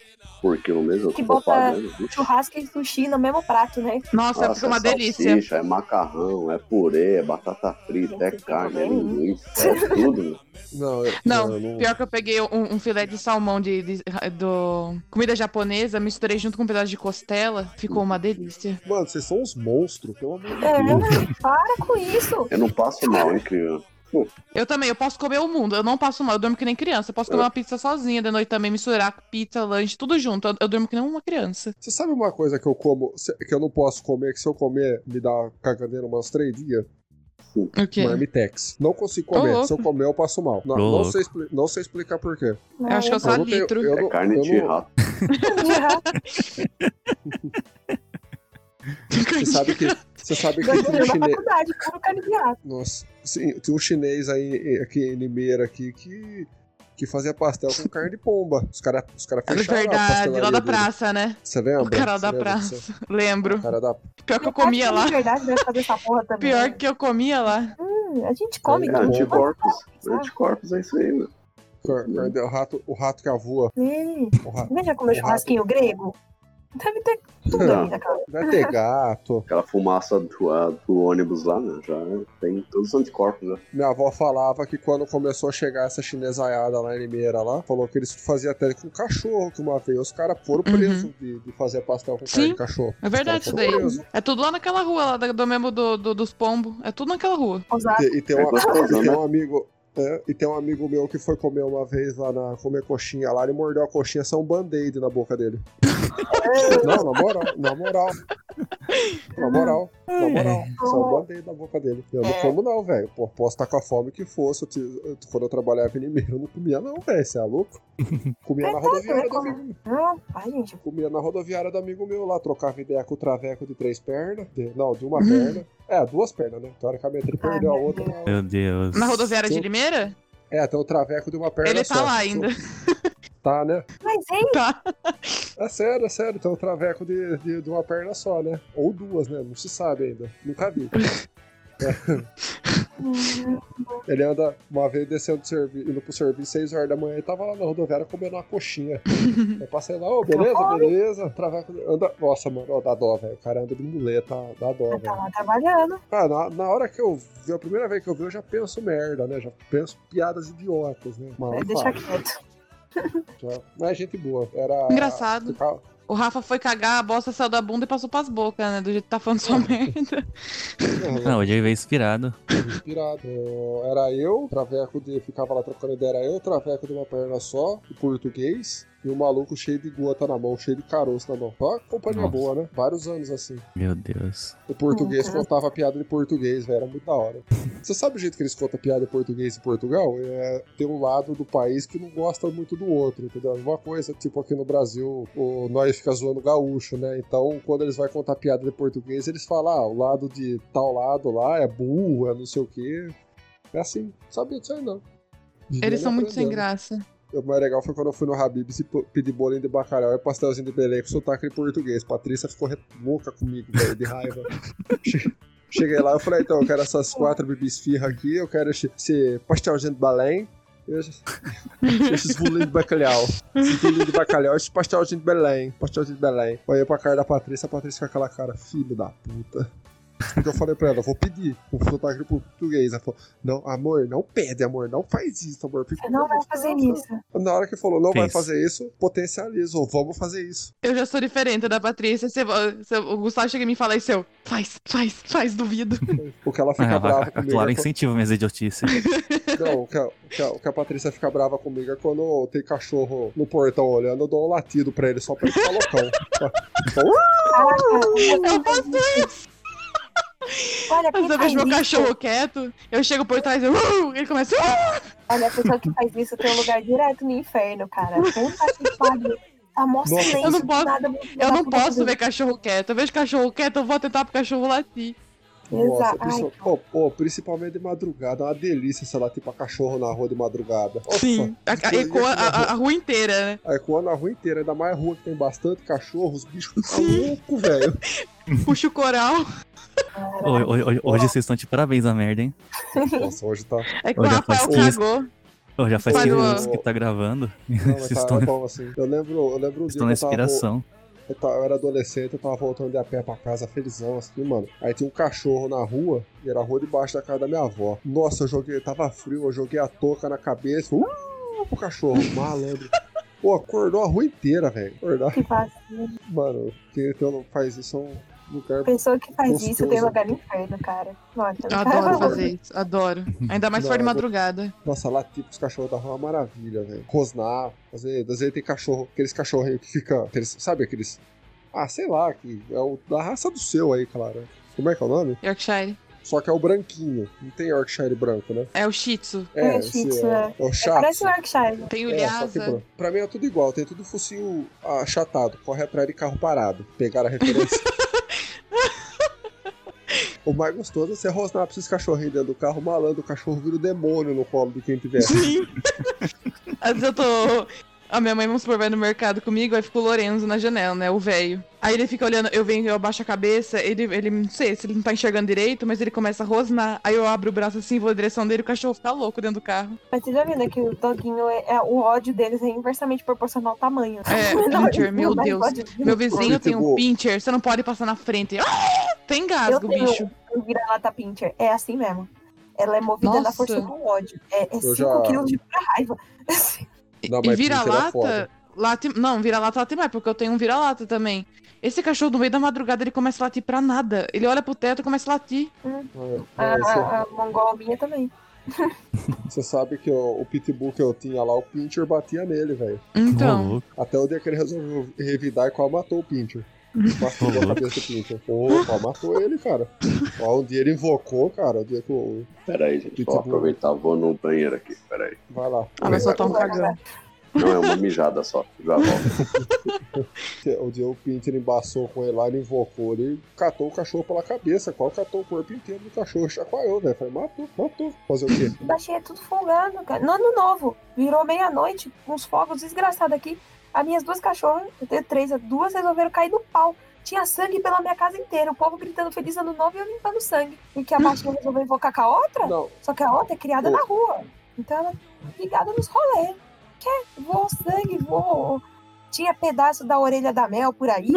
Speaker 5: Por quilo mesmo, eu
Speaker 10: Que
Speaker 5: tô
Speaker 10: bota-
Speaker 5: pagando. viu?
Speaker 10: Churrasco e sushi no mesmo prato, né?
Speaker 7: Nossa,
Speaker 5: Nossa,
Speaker 7: é. fica uma
Speaker 5: é
Speaker 7: delícia.
Speaker 5: salsicha, É macarrão, é purê, é batata frita, é carne, é linguiça, é tudo. meu.
Speaker 2: Não, eu,
Speaker 7: Não,
Speaker 2: eu
Speaker 7: Pior que eu peguei um, um filé de salmão de, de- do comida japonesa, misturei junto com um pedaço de costela, ficou uma delícia.
Speaker 2: Mano, vocês são uns monstros, pelo amor de Deus.
Speaker 10: É, mano, para com isso.
Speaker 5: Eu não passo mal, incrível.
Speaker 7: Eu também, eu posso comer o mundo, eu não passo mal, eu durmo que nem criança. Eu posso comer uma pizza sozinha de noite também, misturar com pizza, lanche, tudo junto. Eu, eu durmo que nem uma criança.
Speaker 2: Você sabe uma coisa que eu como, se- que eu não posso comer, que se eu comer me dá caganeira umas três dias?
Speaker 7: O quê?
Speaker 2: Marmitex. Não consigo
Speaker 7: Ô,
Speaker 2: comer.
Speaker 7: louco.
Speaker 2: se eu comer, eu passo mal. Não, não
Speaker 8: louco.
Speaker 2: sei, expli- não sei explicar por quê.
Speaker 10: Não,
Speaker 7: Eu acho que eu sou a
Speaker 2: não tenho-
Speaker 7: litro.
Speaker 2: eu
Speaker 5: É
Speaker 2: não-
Speaker 5: carne de
Speaker 2: eu não-
Speaker 5: rato.
Speaker 2: Você sabe que, você sabe que tem um
Speaker 10: Ganhei na
Speaker 2: chinês...
Speaker 10: faculdade, é puro carne
Speaker 2: Nossa, sim, tem um chinês aí, aqui em Limeira, aqui, que, que fazia pastel com carne de pomba. Os caras os cara
Speaker 7: É
Speaker 2: fecharam a
Speaker 7: verdade,
Speaker 2: pastelaria
Speaker 7: lá da
Speaker 2: dele.
Speaker 7: praça, né?
Speaker 2: Você lembra?
Speaker 7: O cara
Speaker 2: Você
Speaker 7: da
Speaker 2: lembra
Speaker 7: praça.
Speaker 2: disso?
Speaker 7: Lembro.
Speaker 2: O cara da...
Speaker 7: Pior que eu comia lá.
Speaker 10: Na verdade, deve fazer essa porra também. né?
Speaker 7: Pior que eu comia lá.
Speaker 10: Hum, A gente come,
Speaker 5: É
Speaker 10: cara.
Speaker 2: né?
Speaker 5: anticorpos. Anticorpos é isso aí, meu.
Speaker 2: car- carne- O rato, o rato que avua.
Speaker 10: Hum,
Speaker 2: O rato.
Speaker 10: Veja como é churrasquinho grego. Deve ter tudo
Speaker 5: Não.
Speaker 10: ali naquela.
Speaker 2: Vai ter gato.
Speaker 5: É. Aquela fumaça do, a- do ônibus lá, né? Já tem todos os anticorpos, né?
Speaker 2: Minha avó falava que quando começou a chegar essa chinesaiada lá em Limeira, lá, falou que eles faziam até com cachorro, que uma vez os caras foram presos de, de fazer pastel com carne
Speaker 7: Uhum. Sim.
Speaker 2: de cachorro.
Speaker 7: É verdade isso daí. É tudo lá naquela rua, lá da- do mesmo do, do- dos pombos. É tudo naquela rua.
Speaker 10: Osasco.
Speaker 2: E, e tem,
Speaker 5: É
Speaker 2: uma-
Speaker 5: gostoso,
Speaker 2: e tem
Speaker 5: né?
Speaker 2: um amigo. é, e tem um amigo meu que foi comer uma vez lá na. comer coxinha lá, ele mordeu a coxinha, saiu um band-aid na boca dele. Não, na moral, na moral. Na moral, na moral. Saiu um band-aid na boca dele. Eu
Speaker 10: É.
Speaker 2: não como, não, velho. Pô, Posso estar com a fome que fosse. Eu te- eu- quando eu trabalhava em Limeira, eu não comia, não, velho. Você é louco? Comia na
Speaker 10: é
Speaker 2: rodoviária do amigo meu.
Speaker 10: Não, ai, gente.
Speaker 2: Comia na rodoviária do amigo meu lá, trocava ideia com o traveco de três pernas. de- não, de uma perna. É, duas pernas, né? Teoricamente ele perdeu a
Speaker 10: Ah, meu
Speaker 2: outra. na-
Speaker 8: Meu Deus.
Speaker 7: Na rodoviária de
Speaker 2: Sim.
Speaker 7: Limeira?
Speaker 2: é, tem o traveco de uma perna
Speaker 7: Ele
Speaker 2: só.
Speaker 7: tá lá ainda.
Speaker 2: Tá, né?
Speaker 10: Mas, hein?
Speaker 7: Tá.
Speaker 2: É sério, é sério. Tem o traveco de, de, de uma perna só, né? Ou duas, né? Não se sabe ainda. Nunca vi. Ele anda uma vez descendo do servi indo pro serviço 6 horas da manhã e tava lá na rodoviária comendo uma coxinha. Eu passei lá, ô, beleza, beleza. Traveco anda. Nossa, mano, ó, dá dó, velho. O cara anda de muleta, dá dó,
Speaker 10: Tá
Speaker 2: velho.
Speaker 10: lá trabalhando.
Speaker 2: Ah, na, na hora que eu vi, a primeira vez que eu vi, eu já penso merda, né? Já penso piadas idiotas, né? Mas,
Speaker 10: Vai deixar quieto.
Speaker 2: já- mas é gente boa. Era.
Speaker 7: Engraçado.
Speaker 2: Ficava-
Speaker 7: O Rafa foi cagar, a bosta saiu da bunda e passou pras bocas, né? Do jeito que tá falando sua merda.
Speaker 8: Não, hoje ele veio inspirado.
Speaker 2: Inspirado. Eu- É, Era eu, o traveco de. Ficava lá trocando ideia, era eu, o traveco de uma perna só, o português, e o maluco cheio de gota na mão, cheio de caroço na mão. Ó, companhia
Speaker 8: Nossa.
Speaker 2: boa, né? Vários anos assim.
Speaker 8: Meu Deus.
Speaker 2: O português
Speaker 10: Uhum.
Speaker 2: contava piada de português, velho. Era muito da hora. Você sabe o jeito que eles contam piada de português em Portugal? É, tem um lado do país que não gosta muito do outro, entendeu? Uma coisa, tipo aqui no Brasil, o, nós fica zoando gaúcho, né? Então, quando eles vão contar piada de português, eles falam, ah, o lado de tal lado lá é burro, é não sei o quê. É assim, sabia disso aí não. Vivendo
Speaker 7: Eles são
Speaker 2: e
Speaker 7: muito sem
Speaker 2: aprendendo.
Speaker 7: graça.
Speaker 2: O mais legal foi quando eu fui no Habib's e p- pedi bolinho de bacalhau e pastelzinho de Belém com sotaque em português. Patrícia ficou re- louca comigo, velho, de raiva. Che- Cheguei lá, eu falei, então, eu quero essas quatro bibisfirras aqui, eu quero esse- esse pastelzinho de Belém e esses esses bolinhos de bacalhau. Esses bolinhos de bacalhau, esse pastelzinho de Belém, pastelzinho de Belém. Olhei pra cara da Patrícia, a Patrícia com aquela cara, filho da puta. Então eu falei pra ela, eu vou pedir com sotaque em português. Ela falou, não, amor, não pede, amor, não faz isso, amor. Fica
Speaker 10: Não vai fazer isso.
Speaker 2: na hora que falou, não vai
Speaker 8: Fez.
Speaker 2: fazer isso, potencializou, vamos fazer isso.
Speaker 7: Eu já sou diferente da Patrícia. Se, se o Gustavo chega em mim e fala isso, eu faz, faz, faz, duvido.
Speaker 2: Porque ela fica
Speaker 8: Ah, a,
Speaker 2: brava
Speaker 8: a
Speaker 2: comigo.
Speaker 8: Clara
Speaker 2: é
Speaker 8: incentiva minhas idiotices.
Speaker 2: quando- Não, o que, a, o que a- o que a Patrícia fica brava comigo é quando tem cachorro no portão olhando, eu dou um latido pra ele só pra ele ficar loucão.
Speaker 10: Ah,
Speaker 7: Eu
Speaker 10: Caraca,
Speaker 7: faço isso.
Speaker 10: olha, quem
Speaker 7: Mas eu vejo meu
Speaker 10: faz isso?
Speaker 7: cachorro quieto, eu chego por trás e eu, "Uh", ele começa. "Uh".
Speaker 10: Olha, a pessoa que faz isso tem um lugar direto no inferno, cara. Puta que pariu.
Speaker 6: A moça
Speaker 2: Nossa.
Speaker 6: nem
Speaker 10: Eu não
Speaker 6: do
Speaker 10: posso-
Speaker 6: nada-
Speaker 10: Eu não
Speaker 6: nada-
Speaker 10: posso ver cachorro quieto. Eu vejo cachorro quieto, eu vou atentar pro cachorro latir.
Speaker 2: Nossa,
Speaker 6: Exato.
Speaker 2: principal- pô, pô, principalmente de madrugada, é uma delícia, sei lá, tipo a cachorro na rua de madrugada. Nossa,
Speaker 10: Sim. A, a- ecoa a- a- a rua inteira, né?
Speaker 2: Aí coando a rua inteira, ainda mais rua que tem bastante cachorro, os bichos ficam loucos, velho.
Speaker 10: um Puxa o coral.
Speaker 8: Hoje, hoje- hoje vocês estão de parabéns na merda, hein?
Speaker 2: Nossa, hoje tá.
Speaker 10: É que o
Speaker 8: Olha,
Speaker 10: Rafael
Speaker 8: faz isso.
Speaker 10: cagou.
Speaker 8: Ô, já faz
Speaker 10: Mas o-
Speaker 8: tempo que tá gravando.
Speaker 2: Não, mas
Speaker 8: vocês
Speaker 2: tá,
Speaker 8: estão,
Speaker 2: tá bom, assim. Eu lembro, eu lembro um dia que
Speaker 8: estão na
Speaker 2: eu tava vo-
Speaker 8: é inspiração.
Speaker 2: eu, tava- eu era adolescente, eu tava voltando de a pé pra casa, felizão, assim, mano. Aí tinha um cachorro na rua, e era a rua debaixo da casa da minha avó. Nossa, eu joguei, tava frio, eu joguei a touca na cabeça, uh, pro cachorro, malandro. Pô, acordou a rua inteira, velho. Acordar,
Speaker 6: Que vacilo.
Speaker 2: mano, quem quem não faz isso é um lugar
Speaker 6: Pessoa que faz
Speaker 2: Gostoso.
Speaker 6: isso tem lugar no inferno, cara. Nossa,
Speaker 10: Eu adoro fazer isso, adoro. Ainda mais se for de
Speaker 2: Não, eu-
Speaker 10: madrugada.
Speaker 2: Nossa, lá tipo os cachorros da rua é uma maravilha, velho. Rosnar, às vezes, às vezes tem cachorro, aqueles cachorrinhos que fica. Aqueles, sabe aqueles. Ah, sei lá, que é o da raça do seu aí, Clara. Como é que é o nome?
Speaker 10: Yorkshire.
Speaker 2: Só que é o branquinho. Não tem Yorkshire branco, né?
Speaker 10: É o Shih Tzu.
Speaker 6: É,
Speaker 2: esse
Speaker 6: Shih Tzu, é.
Speaker 2: é o
Speaker 6: É,
Speaker 2: chato.
Speaker 6: parece um Yorkshire.
Speaker 10: Tem o
Speaker 2: É, só que,
Speaker 10: Lhasa.
Speaker 2: bran- pra mim é tudo igual, tem tudo focinho achatado, corre atrás de carro parado. Pegaram a referência. o mais gostoso é você rosnar pra esses cachorrinhos dentro do carro, malandro, o cachorro vira o demônio no colo de quem tiver.
Speaker 10: Sim. Às vezes eu tô. A minha mãe, vamos supor, vai no mercado comigo, aí fica o Lorenzo na janela, né? O velho. Aí ele fica olhando, eu venho, eu abaixo a cabeça, ele, ele, não sei se ele não tá enxergando direito, mas ele começa a rosnar. Aí eu abro o braço assim, vou na direção dele, o cachorro fica louco dentro do carro.
Speaker 6: Mas vocês já viram né, que o doguinho, é, é- o ódio deles é inversamente proporcional ao tamanho.
Speaker 10: É,
Speaker 6: Não,
Speaker 10: Pinter, meu
Speaker 6: mas
Speaker 10: Deus.
Speaker 6: ódio.
Speaker 10: Meu vizinho
Speaker 2: Ele
Speaker 10: tem um
Speaker 2: pegou.
Speaker 10: pincher, você não pode passar na frente. Ah! Tem gasgo,
Speaker 6: Eu tenho.
Speaker 10: bicho.
Speaker 6: O vira-lata Pinter é assim mesmo. Ela é movida
Speaker 10: Nossa.
Speaker 6: na força do ódio. É
Speaker 2: Eu
Speaker 6: 5
Speaker 2: já-
Speaker 6: quilos de pura raiva.
Speaker 2: Não,
Speaker 10: e
Speaker 2: mas Pinter é
Speaker 10: vira-lata.
Speaker 2: foda.
Speaker 10: Late... Não, vira-lata late mais, porque eu tenho um vira-lata também. Esse cachorro, no meio da madrugada, ele começa a latir pra nada. Ele olha pro teto e começa a latir.
Speaker 2: É,
Speaker 6: A, Ah, a, a mongol minha também.
Speaker 2: Você sabe que o, o pitbull que eu tinha lá, o Pincher batia nele, velho.
Speaker 10: Então.
Speaker 8: Ô, louco.
Speaker 2: Até o dia que ele resolveu revidar e qual matou o Pincher. Matou a cabeça do Pincher. Pô, qual matou ele, cara. Ó, um dia ele invocou, cara. O dia que o.
Speaker 5: Pera aí, gente.
Speaker 2: Pitbull.
Speaker 5: Vou
Speaker 8: tipo-
Speaker 5: aproveitar, vou no banheiro aqui. Pera aí.
Speaker 2: Vai lá.
Speaker 10: Ah, vai soltar um cagão.
Speaker 5: Não, é uma mijada só. Já volto.
Speaker 2: O dia o Pincher embaçou com ele lá, ele invocou, ele catou o cachorro pela cabeça. Qual catou o corpo inteiro do cachorro? Chacoalhou, velho. Falei, matou, matou. Fazer o quê?
Speaker 6: O baixinho é tudo folgado, cara. No ano novo, virou meia-noite, uns fogos desgraçados aqui. As minhas duas cachorras, eu tenho três, as duas resolveram cair do pau. Tinha sangue pela minha casa inteira. O povo gritando feliz ano novo e eu limpando sangue. Porque a baixinha resolveu invocar com a outra,
Speaker 2: Não,
Speaker 6: só que a outra é criada
Speaker 2: Ô.
Speaker 6: na rua. Então ela é ligada nos rolês. Quer? Voou sangue, voou. Tinha pedaço da orelha da Mel por aí.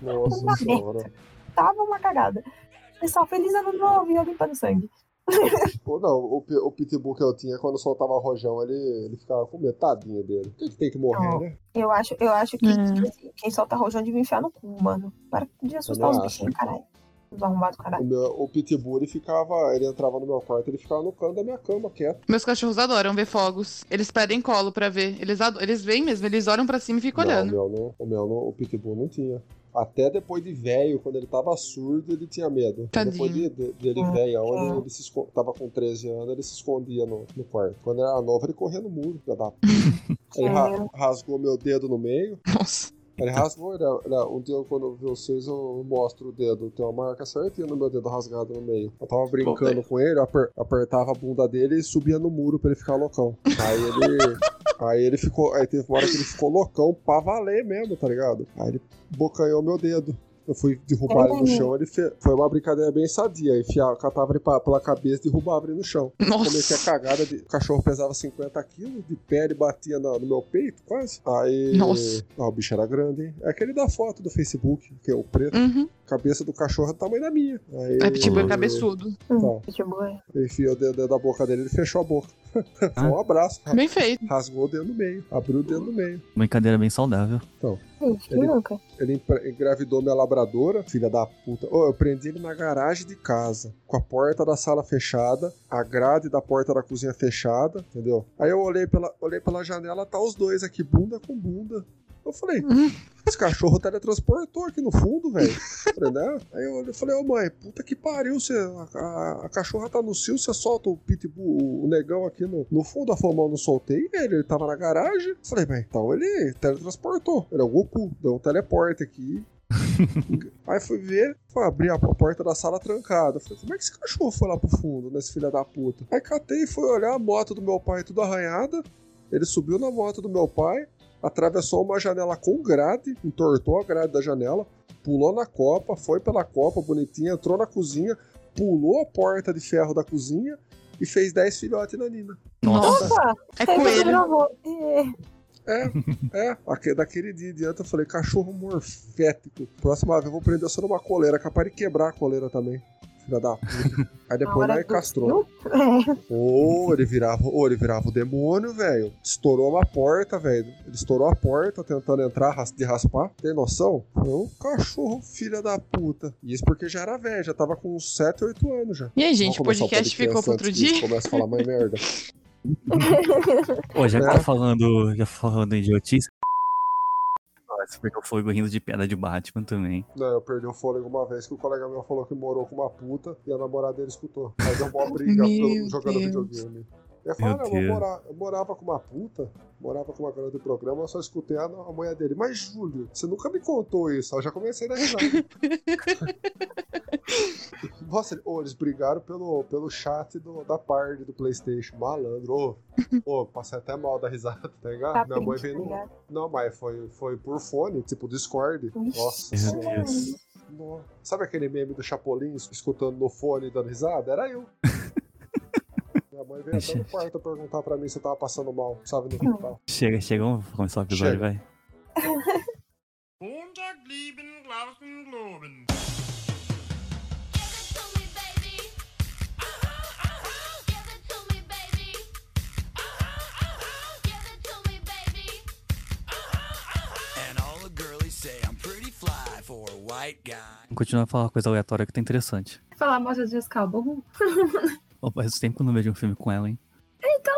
Speaker 2: nossa
Speaker 6: Uma
Speaker 2: senhora.
Speaker 6: Tava uma cagada. Pessoal, feliz ano novo e eu limpando sangue.
Speaker 2: Ou não, o, pi- o pitbull que eu tinha, quando soltava rojão, ele, ele ficava com metadinha dele. Por que, que tem que morrer,
Speaker 6: Não,
Speaker 2: né?
Speaker 6: Eu acho, eu acho que
Speaker 10: Hum.
Speaker 6: tipo assim, quem solta rojão devia enfiar no cu, mano. Para de assustar
Speaker 2: Também acho.
Speaker 6: os bichinhos, caralho. Os arrombados,
Speaker 2: O,
Speaker 6: caralho.
Speaker 2: meu, o pitbull, ele ficava, ele entrava no meu quarto, ele ficava no canto da minha cama, quieto.
Speaker 10: Meus cachorros adoram ver fogos. Eles pedem colo pra ver. Eles, ado- eles veem mesmo, eles olham pra cima e ficam
Speaker 2: não, o
Speaker 10: olhando.
Speaker 2: meu não, o meu não, o pitbull não tinha. Até depois de velho, quando ele tava surdo, ele tinha medo.
Speaker 10: Tadinho.
Speaker 2: Depois de, de, de ele
Speaker 6: Hum,
Speaker 2: velho,
Speaker 6: é.
Speaker 2: onde ele se esco- tava com 13 anos, ele se escondia no, no quarto. Quando ele era novo, ele corria no muro, filha da... Ele ra-
Speaker 6: É.
Speaker 2: rasgou meu dedo no meio.
Speaker 10: Nossa.
Speaker 2: Ele rasgou, ele, ele, um dia eu, quando eu vi vocês eu mostro o dedo, tem uma marca certinha no meu dedo rasgado no meio. Eu tava brincando
Speaker 5: Bom,
Speaker 2: com ele, eu aper- apertava a bunda dele e subia no muro pra ele ficar loucão. Aí ele. aí ele ficou. Aí teve uma hora que ele ficou loucão pra valer mesmo, tá ligado? Aí ele bocanhou meu dedo. Eu fui derrubar ele no chão, ele fe- foi uma brincadeira bem sadia. Enfiava, catava ele pa- pela cabeça e derrubava ele no chão. Comecei a
Speaker 10: Nossa.
Speaker 2: cagada de. O cachorro pesava 50 quilos de pele, batia na- no meu peito, quase. Aí.
Speaker 10: Nossa.
Speaker 2: Ah, o bicho era grande, hein? É aquele da foto do Facebook, que é o preto.
Speaker 10: Uhum.
Speaker 2: Cabeça do cachorro é do tamanho da minha. Aí.
Speaker 10: É tipo é
Speaker 8: Hum.
Speaker 10: cabeçudo.
Speaker 2: Tá.
Speaker 6: Pitbull é-
Speaker 2: Eu enfiei o dedo dentro da boca dele, ele fechou a boca. Foi
Speaker 10: Ah.
Speaker 2: um abraço. ra-
Speaker 10: Bem feito.
Speaker 2: Rasgou o dedo no meio. Abriu o dedo no meio.
Speaker 8: Brincadeira bem saudável.
Speaker 6: Gente, quem
Speaker 2: Ele-
Speaker 6: nunca?
Speaker 2: Ele empre- engravidou minha labradora, filha da puta. Ô, eu prendi ele na garagem de casa, com a porta da sala fechada, a grade da porta da cozinha fechada, entendeu? Aí eu olhei pela, olhei pela janela, tá os dois aqui, bunda com bunda. Eu falei, esse cachorro teletransportou aqui no fundo, velho. Eu Falei, né? Aí eu, olhei, eu falei, ô mãe, puta que pariu, você, a, a- a cachorra tá no cio, você solta o pitbull, o negão aqui no, no fundo, a formal não soltei ele, ele tava na garagem. Eu Falei, mas então ele teletransportou. Ele é o Goku, deu um teleporte aqui. Aí fui ver, fui abrir a porta da sala trancada. Eu Falei, como é que esse cachorro foi lá pro fundo, nesse filho da puta? Aí catei e fui olhar a moto do meu pai tudo arranhada. Ele subiu na moto do meu pai, atravessou uma janela com grade, entortou a grade da janela, pulou na copa, foi pela copa bonitinha, entrou na cozinha, pulou a porta de ferro da cozinha e fez 10 filhotes na Nina.
Speaker 7: Nossa.
Speaker 10: Opa,
Speaker 7: É
Speaker 10: aí você
Speaker 7: coelho.
Speaker 10: gravou. É.
Speaker 2: É, aque- daquele dia em diante eu falei, cachorro morfético. Próxima vez eu vou prender só numa coleira, é capaz de quebrar a coleira também. Filha da puta. Aí depois
Speaker 10: hora
Speaker 2: nós
Speaker 10: do é.
Speaker 2: castrou. Ô, ele virava, ô, ele virava o demônio, velho. Estourou uma porta, velho. Ele estourou a porta tentando entrar ras- de raspar. Tem noção? Não, cachorro, filha da puta. E isso porque já era velho, já tava com uns 7, 8 anos já.
Speaker 7: E aí,
Speaker 2: Vamos
Speaker 7: gente, o
Speaker 2: começar
Speaker 7: podcast ficou pro outro
Speaker 2: antes que isso
Speaker 7: dia?
Speaker 2: Começa a falar mais merda.
Speaker 8: Pô, já
Speaker 2: É.
Speaker 8: tá falando, já falando em idiotice. Nossa, porque eu fui rindo de pedra de Batman também.
Speaker 2: Não, eu perdi o fôlego uma vez que o colega meu falou que morou com uma puta e a namorada dele escutou. Aí deu uma briga
Speaker 7: Meu
Speaker 2: pelo- jogando
Speaker 7: Deus.
Speaker 2: videogame. Eu falei,
Speaker 8: Meu
Speaker 2: ah, não, eu,
Speaker 8: Deus.
Speaker 2: mora- eu morava com uma puta, morava com uma garota de programa, eu só escutei a, a mulher dele. Mas, Júlio, você nunca me contou isso. Eu já comecei a dar risada. Nossa, ele- ô, eles brigaram pelo, pelo chat do- da party do Playstation. Malandro, ô. Ô, passei até mal da risada, tá ligado?
Speaker 10: Tá
Speaker 2: Minha mãe
Speaker 10: print,
Speaker 2: veio no...
Speaker 10: tá ligado?
Speaker 2: Não, mas foi, foi por fone, tipo Discord.
Speaker 10: Ixi.
Speaker 2: Nossa
Speaker 8: Meu
Speaker 2: senhora.
Speaker 8: Deus.
Speaker 2: Nossa. Sabe aquele meme do Chapolin escutando no fone e dando risada? Era eu. Minha mãe veio até no quarto perguntar pra mim se eu tava passando mal, sabe, no hospital.
Speaker 8: Chega, chega, vamos começar o episódio,
Speaker 2: Chega.
Speaker 8: vai. Vamos continuar a falar coisa aleatória que tá interessante.
Speaker 10: Falar mal de Jessica Alba. Então,
Speaker 8: Ó, Faz tempo que eu não vejo um filme com ela, hein?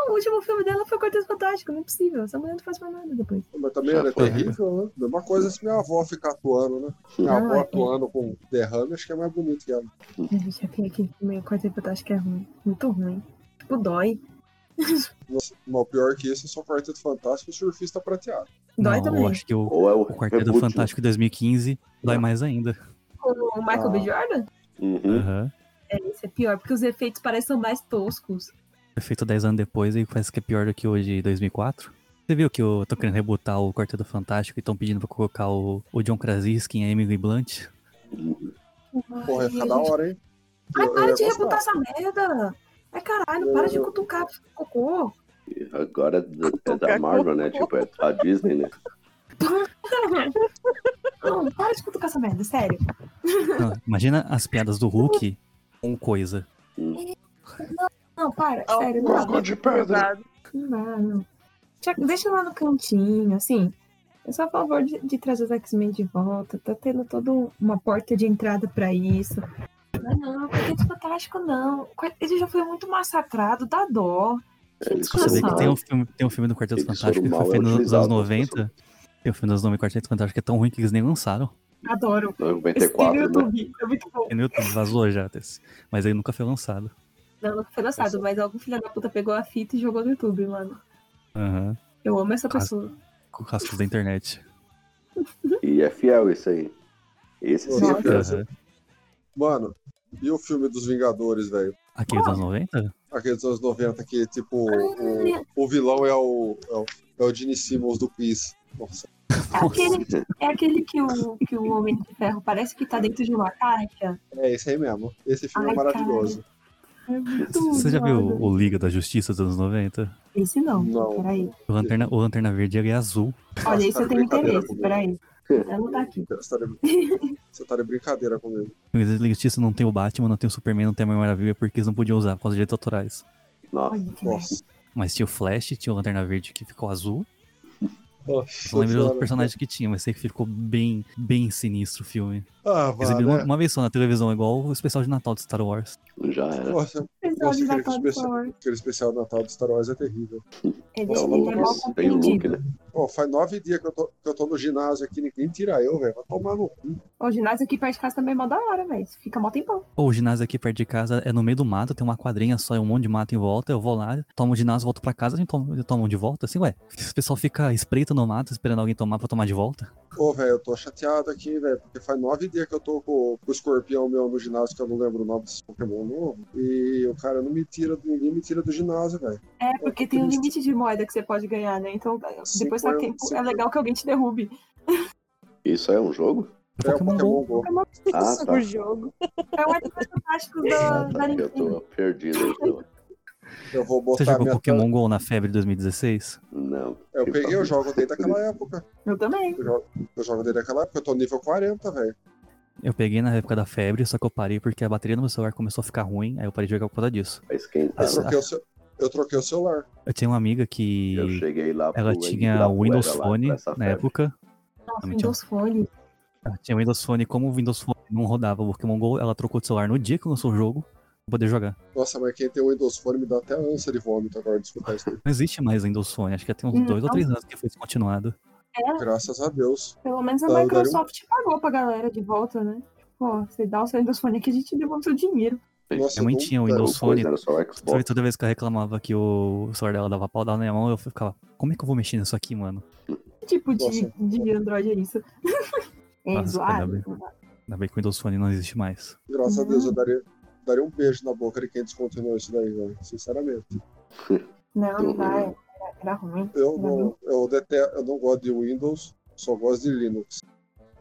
Speaker 10: o último filme dela foi Cortez Fantástico, não é possível. Essa mulher não faz mais nada depois.
Speaker 2: Mas também era terrível, né? Mesma coisa se minha avó ficar atuando, né? Minha
Speaker 10: Ah,
Speaker 2: avó
Speaker 10: é.
Speaker 2: atuando com derrame, acho que é mais bonito que ela.
Speaker 10: Gente, aquele, aquele filme Cortez Fantástico é ruim. Muito ruim. Tipo, dói.
Speaker 2: Nossa, Mas pior que isso, é só Quarteto Fantástico e Surfista Prateado.
Speaker 10: Dói
Speaker 8: não, eu
Speaker 10: também.
Speaker 8: acho que o,
Speaker 5: Ou é o,
Speaker 8: o Quarteto
Speaker 5: reboot, né?
Speaker 8: Fantástico 2015 dói mais ainda.
Speaker 10: Com o Michael B.
Speaker 2: Ah.
Speaker 10: Jordan,
Speaker 5: Uhum.
Speaker 8: Aham.
Speaker 10: é, isso é pior, porque os efeitos parecem mais toscos.
Speaker 8: Foi feito 10 anos depois e parece que é pior do que hoje, 2004. Você viu que eu tô querendo rebutar o Quarteto Fantástico e estão pedindo pra colocar o, o John Krasinski e a Emily Blunt?
Speaker 2: Porra, ia ficar da hora, hein?
Speaker 10: Ai,
Speaker 2: Eu- eu
Speaker 10: para
Speaker 2: ia
Speaker 10: de
Speaker 2: gostar.
Speaker 10: rebutar essa merda! Ai, caralho, para de cutucar cocô!
Speaker 5: E Agora é da- é da Marvel, né? Tipo, é da Disney, né?
Speaker 10: Não, para de cutucar essa merda, sério.
Speaker 8: Não, Ah, imagina as piadas do Hulk com coisa.
Speaker 10: Não, para,
Speaker 7: Ah,
Speaker 10: sério, não dá.
Speaker 5: Cocô de pedra.
Speaker 10: Não dá, não. Tinha- Deixa lá no cantinho, assim. Eu sou a favor de, de trazer os X-Men de volta. Tá tendo toda um- uma porta de entrada pra isso. Mas não, o Quarteto Fantástico não. O quart- Ele já foi muito massacrado, dá Tá dó. Que
Speaker 5: Eles
Speaker 8: Você vê que
Speaker 10: Nossa.
Speaker 8: tem um filme, tem um filme do Quarteto
Speaker 5: Tem que ser
Speaker 8: Fantástico que
Speaker 5: mal
Speaker 8: foi feito nos
Speaker 5: utilizado,
Speaker 8: anos 90. Tem um filme dos nomes Quarteto Fantástico que é tão ruim que eles nem lançaram.
Speaker 10: Adoro.
Speaker 8: um
Speaker 10: Esse vídeo
Speaker 5: 94,
Speaker 10: eu tô
Speaker 5: né?
Speaker 10: rindo, é muito bom.
Speaker 8: Tem no YouTube, vazou já, desse. mas ele nunca foi lançado.
Speaker 10: Não, não foi lançado, mas algum filho da puta pegou a fita e jogou no YouTube, mano.
Speaker 8: Aham.
Speaker 10: Eu amo essa
Speaker 8: Cara,
Speaker 10: pessoa.
Speaker 8: Com cascos da internet.
Speaker 5: E é fiel isso aí. Esse sim é
Speaker 2: Nossa.
Speaker 5: fiel.
Speaker 8: Aham.
Speaker 2: Mano, e o filme dos Vingadores, velho?
Speaker 8: Aquele dos anos 90?
Speaker 2: aqueles anos 90 que, tipo, o, o vilão é o, é o, é o Gene Simmons do Quiz. Nossa.
Speaker 10: É aquele, é aquele que, o, que o Homem de Ferro parece que tá dentro de uma caixa.
Speaker 2: É esse aí mesmo. Esse filme
Speaker 10: Ai,
Speaker 2: é maravilhoso.
Speaker 10: É muito
Speaker 8: Você já viu
Speaker 10: zoado.
Speaker 8: o Liga da Justiça dos anos 90?
Speaker 10: Esse não,
Speaker 2: Não.
Speaker 10: então, peraí.
Speaker 8: O Lanterna, o Lanterna Verde ele é azul.
Speaker 10: Olha, esse
Speaker 2: tá de
Speaker 10: eu tenho
Speaker 2: brincadeira
Speaker 10: interesse,
Speaker 2: comigo.
Speaker 10: peraí. Eu não tá aqui.
Speaker 2: Você tá de, você tá de brincadeira comigo.
Speaker 8: O Liga da Justiça não tem o Batman, não tem o Superman, não tem a Mulher Maravilha, porque eles não podiam usar por causa dos direitos autorais.
Speaker 5: Nossa.
Speaker 10: Olha que merda.
Speaker 2: Nossa.
Speaker 8: Mas tinha o Flash, tinha o Lanterna Verde que ficou azul.
Speaker 2: Nossa
Speaker 8: Não lembro do
Speaker 2: senhora.
Speaker 5: né?
Speaker 8: personagem que tinha, mas sei que ficou bem, bem sinistro o filme.
Speaker 2: Ah, vá,
Speaker 8: Exibiu uma,
Speaker 2: né?
Speaker 8: uma vez só na televisão, igual o especial de Natal de Star Wars.
Speaker 5: Já era.
Speaker 2: Nossa,
Speaker 10: Pessoal de
Speaker 2: Nossa,
Speaker 10: Natal
Speaker 2: que
Speaker 10: do Thor.
Speaker 2: aquele especial de Natal do Star Wars é terrível.
Speaker 10: Ele,
Speaker 5: É o
Speaker 10: ele é mal
Speaker 5: Lucas, tem o Luke,
Speaker 10: compreendido.
Speaker 5: né?
Speaker 2: Pô, faz nove dias que eu, tô, que eu tô no ginásio aqui, ninguém tira eu, velho. Vai tomar no cu.
Speaker 10: O ginásio aqui perto de casa também é mó da hora, velho. Fica mó tempão.
Speaker 8: Pô, o ginásio aqui perto de casa é no meio do mato, tem uma quadrinha só e um monte de mato em volta. Eu vou lá, tomo o ginásio, volto pra casa, a gente toma, eu tomo de volta. Assim, ué, o pessoal fica espreita no mato esperando alguém tomar pra tomar de volta.
Speaker 2: Pô, velho, eu tô chateado aqui, velho, porque faz nove dias que eu tô com, com o escorpião meu no ginásio, que eu não lembro o nome desse Pokémon novo, e o cara não me tira, ninguém me tira do ginásio, velho.
Speaker 10: É, porque tem um limite de moeda que você pode ganhar, né? Então,
Speaker 2: Cinco
Speaker 10: depois tá
Speaker 2: é-
Speaker 10: tempo,
Speaker 2: cinco
Speaker 10: é
Speaker 2: é-
Speaker 10: legal que alguém te derrube.
Speaker 5: Isso é um jogo?
Speaker 2: É o Pokémon Go.
Speaker 10: Pokémon
Speaker 5: Ah, tá.
Speaker 10: jogo. É um anime fantástico da,
Speaker 5: Ah,
Speaker 10: da
Speaker 5: tá. Eu
Speaker 10: Nintendo.
Speaker 5: tô perdido. então.
Speaker 2: Eu vou botar
Speaker 8: Você jogou
Speaker 2: minha.
Speaker 8: Pokémon GO na febre de 2016?
Speaker 5: Não.
Speaker 2: Eu peguei o jogo desde aquela época.
Speaker 10: Eu também.
Speaker 2: Eu jogo, eu jogo desde aquela época, eu tô nível 40, velho.
Speaker 8: Eu peguei na época da febre, só que eu parei porque a bateria do meu celular começou a ficar ruim, aí eu parei de jogar por causa disso.
Speaker 5: Pra esquentar.
Speaker 2: Eu, troquei o ce- eu troquei o celular.
Speaker 8: Eu tinho uma amiga que
Speaker 5: Eu cheguei lá pro
Speaker 8: ela tinha
Speaker 5: Ibirapuera
Speaker 8: Windows
Speaker 5: lá,
Speaker 8: Phone
Speaker 5: pra essa
Speaker 8: na
Speaker 5: febre.
Speaker 8: época.
Speaker 10: Nossa,
Speaker 8: Realmente, é um
Speaker 10: Windows Phone.
Speaker 8: Ela tinha Windows Phone, como o Windows Phone não rodava o Pokémon GO, ela trocou de celular no dia que lançou o jogo pra poder jogar.
Speaker 2: Nossa, mas quem tem o Windows Phone me dá até ânsia de vômito agora de escutar isso.
Speaker 8: Não existe mais Windows Phone, acho que já tem uns
Speaker 10: Não.
Speaker 8: dois ou três anos que foi descontinuado.
Speaker 10: É,
Speaker 2: Graças a Deus.
Speaker 10: pelo menos a
Speaker 2: Tá, eu daria um-
Speaker 10: Microsoft pagou pra galera de volta, né? Pô, você dá o seu Windows Phone aqui, a gente devolve seu dinheiro.
Speaker 2: Nossa,
Speaker 8: Minha mãe
Speaker 2: não-
Speaker 8: tinha o
Speaker 2: é,
Speaker 8: Windows
Speaker 5: Não, Então, coisa,
Speaker 8: Phone.
Speaker 5: Era só o
Speaker 8: Sabe,
Speaker 5: Xbox.
Speaker 8: toda vez que eu reclamava que o celular dela dava pau, dava na minha mão, eu ficava, como é que eu vou mexer nisso aqui, mano?
Speaker 10: Que tipo de, de Android é isso? É
Speaker 8: Nossa,
Speaker 10: zoado.
Speaker 8: ainda Ainda bem que o Windows Phone não existe mais.
Speaker 2: Graças a Deus, eu daria, daria um beijo na boca de quem descontinuou isso daí, velho. Sinceramente.
Speaker 10: Não, não vai. Era, era ruim.
Speaker 2: Eu
Speaker 8: Uhum.
Speaker 2: não, eu, dete, eu não gosto de Windows, só gosto de Linux.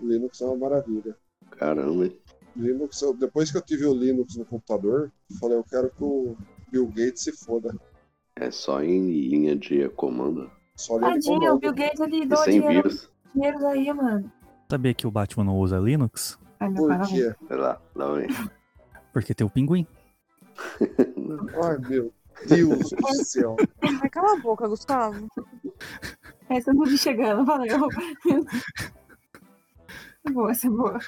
Speaker 2: Linux é uma maravilha.
Speaker 5: Caramba, hein?
Speaker 2: Linux, eu- depois que eu tive o Linux no computador, eu falei, eu quero que o Bill Gates se foda.
Speaker 5: É só em linha de comando.
Speaker 2: Só ele
Speaker 10: Tadinho, o Bill Gates ali
Speaker 5: E
Speaker 10: doa
Speaker 5: sem
Speaker 10: um dinheiro,
Speaker 5: vírus.
Speaker 10: dinheiro aí, mano.
Speaker 8: Sabia que o Batman não usa Linux?
Speaker 10: Ai, meu pai,
Speaker 2: Por
Speaker 10: vai
Speaker 2: quê?
Speaker 5: Sei lá, um lá vem.
Speaker 8: Porque tem o Pinguim.
Speaker 2: Ai, meu Deus do céu.
Speaker 9: Vai calar a boca, Gustavo.
Speaker 10: Essa eu não vi chegando, valeu. boa, essa é boa.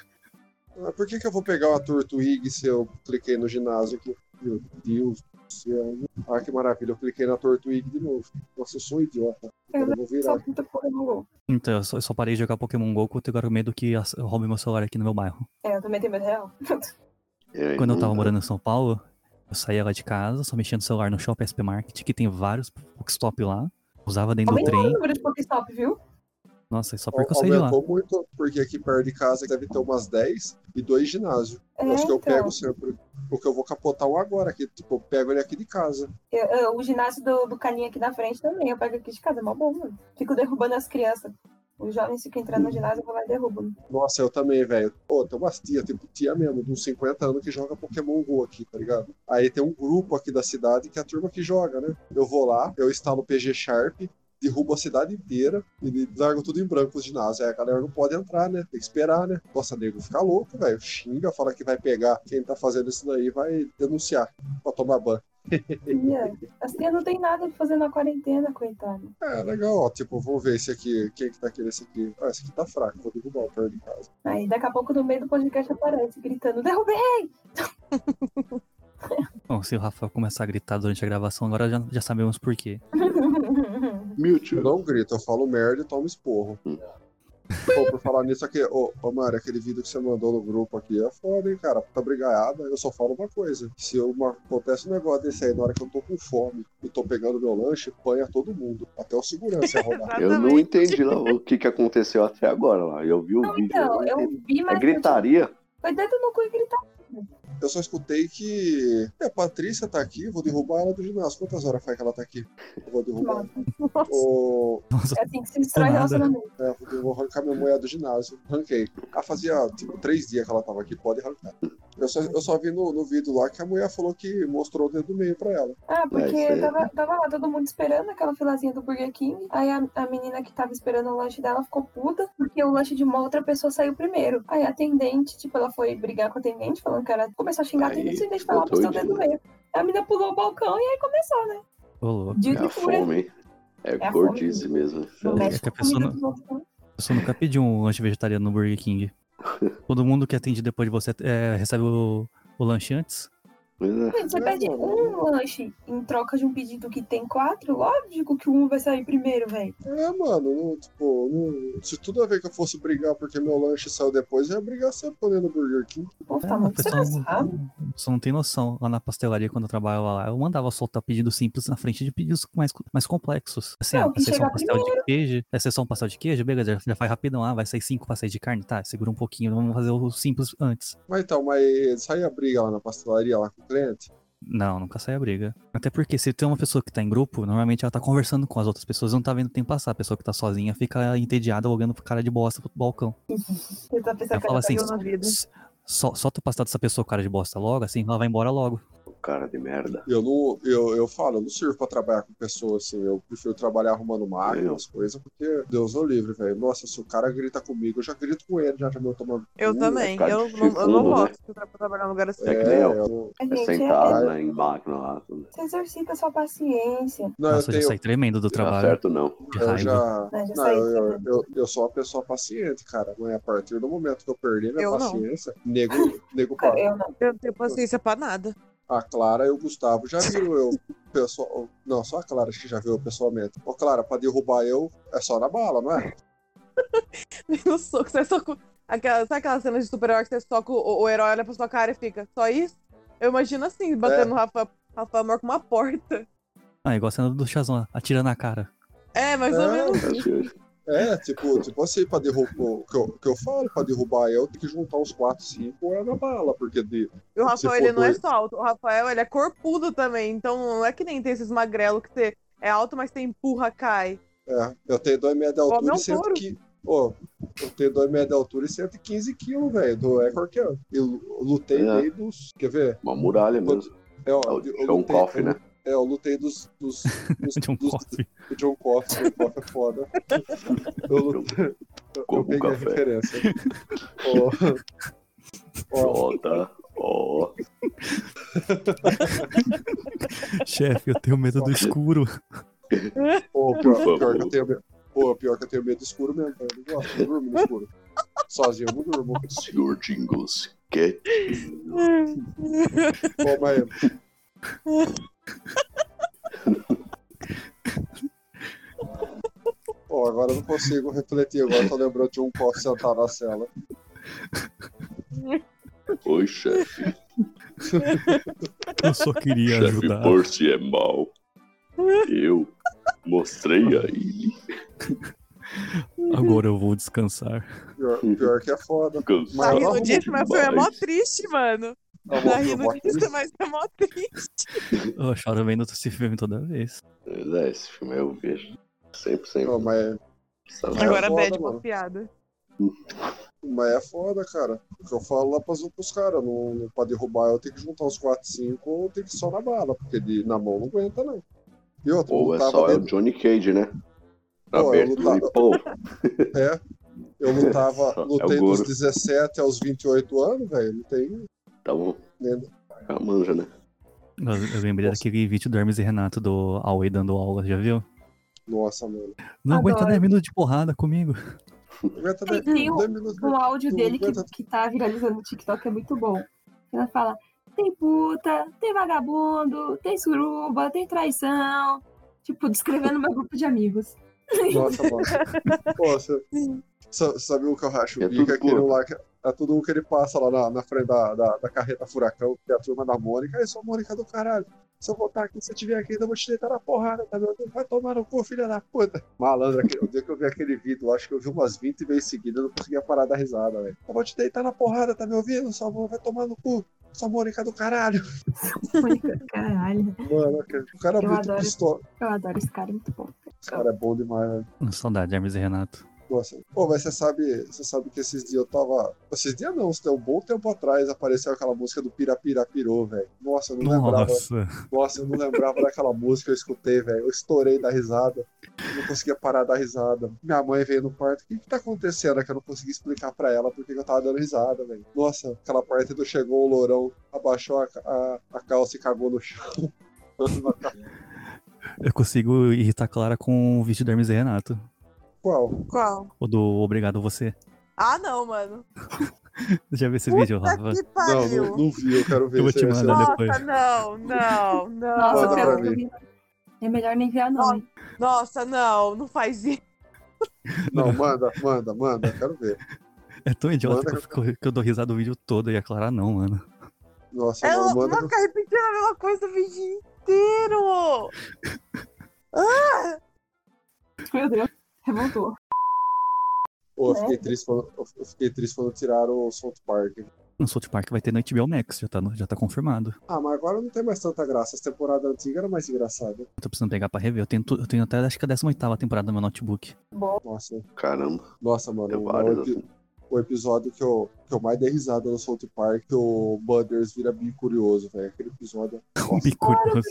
Speaker 2: Ah, Por que, que eu vou pegar uma Turtwig se eu cliquei no ginásio aqui? Meu Deus do céu. Ah, que maravilha, eu cliquei na Turtwig de novo. Nossa, eu sou um idiota. Agora eu vou
Speaker 10: Só
Speaker 2: virar.
Speaker 10: muita porra é no gol.
Speaker 8: Então, eu só, eu só parei de jogar Pokémon GO porque eu tenho agora medo que as- roube meu celular aqui no meu bairro.
Speaker 10: É, eu também tenho medo real.
Speaker 5: É,
Speaker 8: Quando eu tava
Speaker 5: não-
Speaker 8: morando em São Paulo, eu saía lá de casa, só mexia no celular no Shopping SP Market, que tem vários Pokestop lá. Usava dentro do
Speaker 10: Aumentou o
Speaker 8: trem.
Speaker 10: número de Pokestop, viu?
Speaker 8: Nossa, só porque eu saí de lá.
Speaker 2: Aumentou muito, porque aqui perto de casa deve ter umas 10 e dois ginásios.
Speaker 10: É,
Speaker 2: É, os que eu
Speaker 10: então.
Speaker 2: pego sempre. Porque eu vou capotar um agora, que tipo, eu pego ele aqui de casa.
Speaker 10: Eu- eu- o ginásio do, do caninha aqui na frente também, eu pego aqui de casa, é mó bom, mano. Fico derrubando as crianças. Os jovens ficam entrando
Speaker 5: Hum.
Speaker 10: no ginásio, eu vou lá e derrubo.
Speaker 2: Nossa, eu também, velho. Pô, tem umas tia, tipo tia mesmo, de uns 50 anos que joga Pokémon GO aqui, tá ligado? Aí tem um grupo aqui da cidade que é a turma que joga, né? Eu vou lá, eu instalo o PG Sharp, derrubo a cidade inteira e largo tudo em branco os ginásios. Aí a galera não pode entrar, né? Tem que esperar, né? Nossa, nego fica louco, velho. Xinga, fala que vai pegar. Quem tá fazendo isso daí vai denunciar pra tomar ban.
Speaker 10: Tia, as crianças não tem nada pra fazer na quarentena, coitada.
Speaker 2: É, legal, ó. Tipo, vou ver esse aqui. Quem que tá querendo esse aqui? Ah, esse aqui tá fraco, vou derrubar o perto de casa.
Speaker 10: Aí daqui a pouco no meio do podcast aparece gritando, derrubei!
Speaker 8: Bom, se o Rafa começar a gritar durante a gravação, agora já, já sabemos por quê.
Speaker 2: Eu não grito, eu falo merda e tomo esporro. Pô, por falar nisso aqui, ô, ô Mário, aquele vídeo que você mandou no grupo aqui é foda, hein, cara? Tá brigaiada, eu só falo uma coisa. Se eu- uma- acontece um negócio desse aí na hora que eu tô com fome e tô pegando meu lanche, apanha todo mundo. Até o segurança ia rodar.
Speaker 5: Eu não entendi lá o que, que aconteceu até agora lá. Eu vi o
Speaker 10: Não,
Speaker 5: vídeo.
Speaker 10: então,
Speaker 5: eu não
Speaker 10: eu
Speaker 5: entendi.
Speaker 10: vi, mas...
Speaker 5: É gritaria?
Speaker 10: Foi dentro no cu e gritar.
Speaker 2: Eu só escutei que. É, a Patrícia tá aqui, vou derrubar ela do ginásio. Quantas horas faz que ela tá aqui? Eu vou derrubar. Ô,
Speaker 8: Nossa,
Speaker 10: É assim que se destrói
Speaker 8: nada.
Speaker 10: relacionamento.
Speaker 2: É, eu vou- eu vou arrancar minha moeda do ginásio. Ranquei. Ela fazia, tipo, três dias que ela tava aqui, pode arrancar. Eu só, eu só vi no, no vídeo lá que a mulher falou que mostrou o dedo do meio pra ela.
Speaker 10: Ah, porque
Speaker 5: isso aí.
Speaker 10: tava, tava lá todo mundo esperando aquela filazinha do Burger King. Aí a, a menina que tava esperando o lanche dela ficou puta, porque o lanche de uma outra pessoa saiu primeiro. Aí a atendente, tipo, ela foi brigar com a atendente, falando que era. Começou a xingar a
Speaker 5: Aí,
Speaker 10: atendente, a atendente
Speaker 5: ficou
Speaker 10: falou, mostrou o dedo
Speaker 5: doidinha.
Speaker 10: do meio. A menina pulou o balcão e aí começou, né?
Speaker 8: ô louco.
Speaker 10: Dia
Speaker 5: É a
Speaker 10: de fúria.
Speaker 5: fome, hein?
Speaker 10: É
Speaker 5: É,
Speaker 10: a
Speaker 5: gordice mesmo.
Speaker 10: Não
Speaker 5: Então,
Speaker 10: mexe
Speaker 8: que a
Speaker 10: com comida
Speaker 8: pessoa
Speaker 10: dos outros, não.
Speaker 8: Eu só nunca pedi um lanche vegetariano no Burger King. Todo mundo que atende depois de você é, recebe o, o lanche antes.
Speaker 5: Pois é.
Speaker 10: Gente, você pede um lanche em troca de um pedido que tem quatro, lógico que um vai sair primeiro, velho.
Speaker 2: É, mano, não, tipo, não- se tudo a ver que eu fosse brigar porque meu lanche saiu depois, eu ia brigar sempre quando ia no Burger King.
Speaker 10: Pô,
Speaker 8: É,
Speaker 10: tá
Speaker 8: o
Speaker 10: muito
Speaker 8: pessoal
Speaker 10: estressado.
Speaker 8: não, o pessoal não tem noção. Lá na pastelaria, quando eu trabalhava lá, eu mandava soltar pedido simples na frente de pedidos mais, mais complexos. Assim,
Speaker 10: Não,
Speaker 8: ah,
Speaker 10: que
Speaker 8: essa é só um
Speaker 10: chega
Speaker 8: pastel de queijo, essa é só um pastel de queijo, beleza, já, já faz rapidão. Ah, vai sair cinco pastéis de carne, tá? Segura um pouquinho, vamos fazer o simples antes.
Speaker 2: Mas então, mas sai a briga lá na pastelaria lá com o cliente.
Speaker 8: Não, nunca sai a briga. Até porque se tem uma pessoa que tá em grupo, normalmente ela tá conversando com as outras pessoas, não tá vendo o tempo passar. A pessoa que tá sozinha fica entediada, olhando pro cara de bosta pro balcão.
Speaker 10: Você tá pensando
Speaker 8: Eu
Speaker 10: que
Speaker 8: falo
Speaker 10: ela
Speaker 8: assim,
Speaker 10: caiu na vida.
Speaker 8: S- Sol, solta o pastel dessa pessoa, cara de bosta, logo, assim, ela vai embora logo.
Speaker 5: Cara de merda.
Speaker 2: Eu não, eu, eu falo, eu não sirvo pra trabalhar com pessoas assim. Eu prefiro trabalhar arrumando máquina,
Speaker 5: Eu.
Speaker 2: as coisas, porque Deus é o livre, velho. Nossa, se o cara grita comigo, eu já grito com ele, já já meu tomando.
Speaker 9: Eu
Speaker 5: Hum,
Speaker 9: também.
Speaker 5: cara,
Speaker 9: Eu,
Speaker 5: de
Speaker 9: não, eu
Speaker 5: tudo,
Speaker 9: não
Speaker 5: né?
Speaker 9: gosto de tra- trabalhar num lugar assim.
Speaker 5: É que nem eu.
Speaker 2: não,
Speaker 10: A
Speaker 5: É
Speaker 10: gente é-
Speaker 5: sentado né, em máquina lá. Tudo.
Speaker 10: Você exercita a sua paciência.
Speaker 2: não
Speaker 8: Nossa,
Speaker 2: eu
Speaker 8: eu
Speaker 2: tenho.
Speaker 8: já saí tremendo do
Speaker 5: Não dá
Speaker 8: trabalho.
Speaker 5: certo, não.
Speaker 8: de
Speaker 2: Eu
Speaker 8: raiva.
Speaker 2: já.
Speaker 10: Né? Já
Speaker 2: Não,
Speaker 10: saiu
Speaker 2: eu, eu,
Speaker 10: sabendo.
Speaker 2: eu, eu sou uma pessoa paciente, cara. Mas a partir do momento que eu perdi minha
Speaker 9: Eu não.
Speaker 2: paciência, nego, nego
Speaker 10: Cara,
Speaker 2: para.
Speaker 10: eu não.
Speaker 9: Eu não tenho paciência pra nada.
Speaker 2: A Clara e o Gustavo já viram eu pessoal. Não, só a Clara acho que já viu eu pessoalmente. Ô, Clara, pra derrubar eu é só na bala, não é?
Speaker 9: Eu soco, você soco. Aquela, sabe aquela cena de super-herói que você soca o, o herói olha pra sua cara e fica, só isso? Eu imagino assim,
Speaker 2: É.
Speaker 9: batendo o Rafa, Rafa Amor com uma porta.
Speaker 8: Ah, igual a cena do Shazam, atira na cara.
Speaker 9: É, mais ou
Speaker 2: É.
Speaker 9: menos.
Speaker 5: É assim,
Speaker 2: É, tipo, tipo assim, pra derrubar. O que eu, o que eu falo, pra derrubar eu, tem que juntar uns 4, 5 é na bala, porque de.
Speaker 9: E o
Speaker 2: Se
Speaker 9: Rafael,
Speaker 2: for
Speaker 9: ele não é
Speaker 2: dois-
Speaker 9: só alto. O Rafael, ele é corpudo também. Então não é que nem tem esses magrelos que você é alto, mas você empurra, cai.
Speaker 2: É, eu tenho 2 metros de
Speaker 9: Ó,
Speaker 2: altura
Speaker 9: meu
Speaker 2: e 100
Speaker 9: couro.
Speaker 2: qui- Ó, eu tenho 2 metros de altura e 115 quilos, velho. do- É qualquer. Eu lutei
Speaker 5: É.
Speaker 2: desde os. Quer ver?
Speaker 5: Uma muralha mesmo.
Speaker 2: É, ó,
Speaker 5: É o
Speaker 2: eu
Speaker 5: John
Speaker 2: lutei-
Speaker 5: Coffey,
Speaker 2: eu-
Speaker 5: né?
Speaker 2: É, eu lutei dos. dos, dos,
Speaker 8: De um
Speaker 2: dos
Speaker 8: cofre.
Speaker 2: O John Coffey, John Coffey é foda. Eu lutei. Eu, eu
Speaker 5: Como
Speaker 2: peguei a
Speaker 5: café.
Speaker 2: referência. Ó, ó,
Speaker 5: Jota. Ó.
Speaker 8: Chefe, eu tenho medo do escuro.
Speaker 2: Pô, pior,
Speaker 5: favor.
Speaker 2: pior que eu tenho medo. Pô, pior que eu tenho medo do escuro mesmo, cara. Eu não gosto, eu durmo no escuro. Sozinho eu não durmo.
Speaker 5: Senhor Jingles. Que
Speaker 2: Bom, mas Pô, agora eu não consigo refletir, agora eu tô lembrando de um copo sentado na cela.
Speaker 5: Oi, chefe.
Speaker 8: Eu só queria
Speaker 5: Chefe
Speaker 8: ajudar.
Speaker 5: Percy é mau. Eu mostrei a ele.
Speaker 8: Agora eu vou descansar.
Speaker 2: Pior, pior que é foda.
Speaker 9: Tá
Speaker 2: Mas
Speaker 9: rindo
Speaker 2: arruma
Speaker 9: disso, mas foi é mó
Speaker 5: demais.
Speaker 9: triste, mano.
Speaker 2: Não,
Speaker 9: Tá
Speaker 2: eu
Speaker 9: rindo
Speaker 2: boto
Speaker 9: disso,
Speaker 2: isso.
Speaker 9: mas é mó triste.
Speaker 8: Eu choro vendo esse filme toda vez.
Speaker 5: Mas é, esse filme eu vejo. Sempre, sempre.
Speaker 2: Não, mas,
Speaker 5: Sabe?
Speaker 2: É
Speaker 9: Agora
Speaker 2: foda,
Speaker 9: pede uma
Speaker 2: mano.
Speaker 9: piada.
Speaker 2: mas é foda, cara. O que eu falo lá pros, pros caras, não, não, pra derrubar eu tenho que juntar uns 4, 5 ou tem que ir só na bala, porque de, na mão não aguenta, não. E outra, eu
Speaker 5: Ou é
Speaker 2: lutava
Speaker 5: só é o
Speaker 2: dentro-
Speaker 5: Johnny Cage, né? Na
Speaker 2: Pô, eu
Speaker 5: abertura
Speaker 2: lutava-
Speaker 5: e pô.
Speaker 2: É. Eu lutava,
Speaker 5: É o
Speaker 2: lutei
Speaker 5: Goro.
Speaker 2: dos 17 aos 28 anos, velho. Não tem.
Speaker 5: Tá bom.
Speaker 2: Lembra?
Speaker 5: Já manja, né?
Speaker 8: Eu, eu lembrei
Speaker 2: Nossa.
Speaker 8: daquele vídeo do Hermes e Renato do Aue dando aula, já viu?
Speaker 2: Nossa, mano.
Speaker 8: Não aguenta
Speaker 10: Adoro.
Speaker 8: 10 minutos de porrada comigo.
Speaker 2: Aguenta
Speaker 10: Tem-
Speaker 2: tá dez-
Speaker 10: tem um-
Speaker 2: dez minutos.
Speaker 10: Um áudio dele que, que tá viralizando no TikTok é muito bom. Ela fala: tem puta, tem vagabundo, tem suruba, tem traição. Tipo, descrevendo meu grupo de amigos.
Speaker 2: Nossa, mano. tá Pô, você- sa- sabe o que eu racho?
Speaker 5: É
Speaker 2: o bico?
Speaker 5: tudo
Speaker 2: É aquele
Speaker 5: puto.
Speaker 2: lá que. É tudo o que ele passa lá na, na frente da, da, da carreta furacão, que é a turma da Mônica. Aí, sua Mônica do caralho. Se eu voltar aqui, se eu tiver aqui, ainda vou te deitar na porrada, tá meu Deus? Vai tomar no cu, filha da puta. Malandro, aquele, o dia que eu vi aquele vídeo, eu acho que eu vi umas 20 vezes seguidas, eu não conseguia parar da risada, velho. Eu vou te deitar na porrada, tá me ouvindo? Sua mão vai tomar no cu. Sua Mônica do caralho.
Speaker 10: Mônica, caralho.
Speaker 2: Mano, cara, o cara é
Speaker 10: Eu
Speaker 2: muito
Speaker 10: adoro.
Speaker 2: pistola.
Speaker 10: Eu adoro esse cara, é muito bom.
Speaker 2: Esse cara é bom demais, né?
Speaker 8: Saudade de Hermes e Renato.
Speaker 2: Nossa. Pô, mas você sabe, você sabe que esses dias eu tava. Esses dias não, isso tem um bom tempo atrás apareceu aquela música do Pirapira Pirou, velho. Nossa, eu não lembrava.
Speaker 8: Nossa.
Speaker 2: Nossa, eu não lembrava daquela música, eu escutei, velho. Eu estourei da risada. Eu não conseguia parar da risada. Minha mãe veio no quarto. O que que tá acontecendo? É que eu não consegui explicar pra ela porque que eu tava dando risada, velho. Nossa, aquela parte do chegou o lourão, abaixou a, ca- a, a calça e cagou no chão.
Speaker 8: Eu consigo irritar a Clara com o vídeo do Hermes e Renato.
Speaker 2: Qual?
Speaker 9: Qual?
Speaker 8: O do Obrigado Você.
Speaker 9: Ah, não, mano.
Speaker 8: Já vi esse vídeo,
Speaker 9: Puta
Speaker 8: Rafa.
Speaker 9: que pariu.
Speaker 2: Não, não vi, eu quero ver.
Speaker 8: Eu vou
Speaker 2: isso
Speaker 8: te
Speaker 2: aí,
Speaker 8: mandar né?
Speaker 2: essa-
Speaker 9: Nossa,
Speaker 8: depois.
Speaker 9: não, não, não.
Speaker 2: Manda
Speaker 10: Nossa,
Speaker 2: pra
Speaker 10: cara,
Speaker 2: mim.
Speaker 10: é melhor nem enviar não.
Speaker 9: Nossa, não, não faz isso.
Speaker 2: Não, manda, manda, manda, eu quero ver.
Speaker 8: É tão idiota
Speaker 2: Manda,
Speaker 8: que eu, fico- que eu dou risada o vídeo todo e a Clara não, mano.
Speaker 2: Nossa,
Speaker 9: Ela
Speaker 2: não,
Speaker 9: vai
Speaker 2: manda.
Speaker 9: ficar repetindo a mesma coisa o vídeo inteiro.
Speaker 10: Meu Deus, revoltou.
Speaker 2: Pô, eu fiquei triste quando, eu fiquei triste quando tiraram o South Park.
Speaker 8: No South Park vai ter no HBO Max, já tá, no- já tá confirmado.
Speaker 2: Ah, mas agora não tem mais tanta graça. As temporadas antigas eram mais engraçadas.
Speaker 8: Eu tô precisando pegar pra rever. Eu tenho, tu- eu tenho até acho que a 18 temporada no meu notebook.
Speaker 10: Bom,
Speaker 2: Nossa,
Speaker 5: Caramba,
Speaker 2: nossa,
Speaker 5: tem
Speaker 2: mano.
Speaker 5: vários
Speaker 2: o epi-
Speaker 5: assim.
Speaker 2: o episódio que eu, que eu mais dei risada no South Park, o Butters vira bem curioso, velho. Aquele episódio.
Speaker 8: Um bico curioso.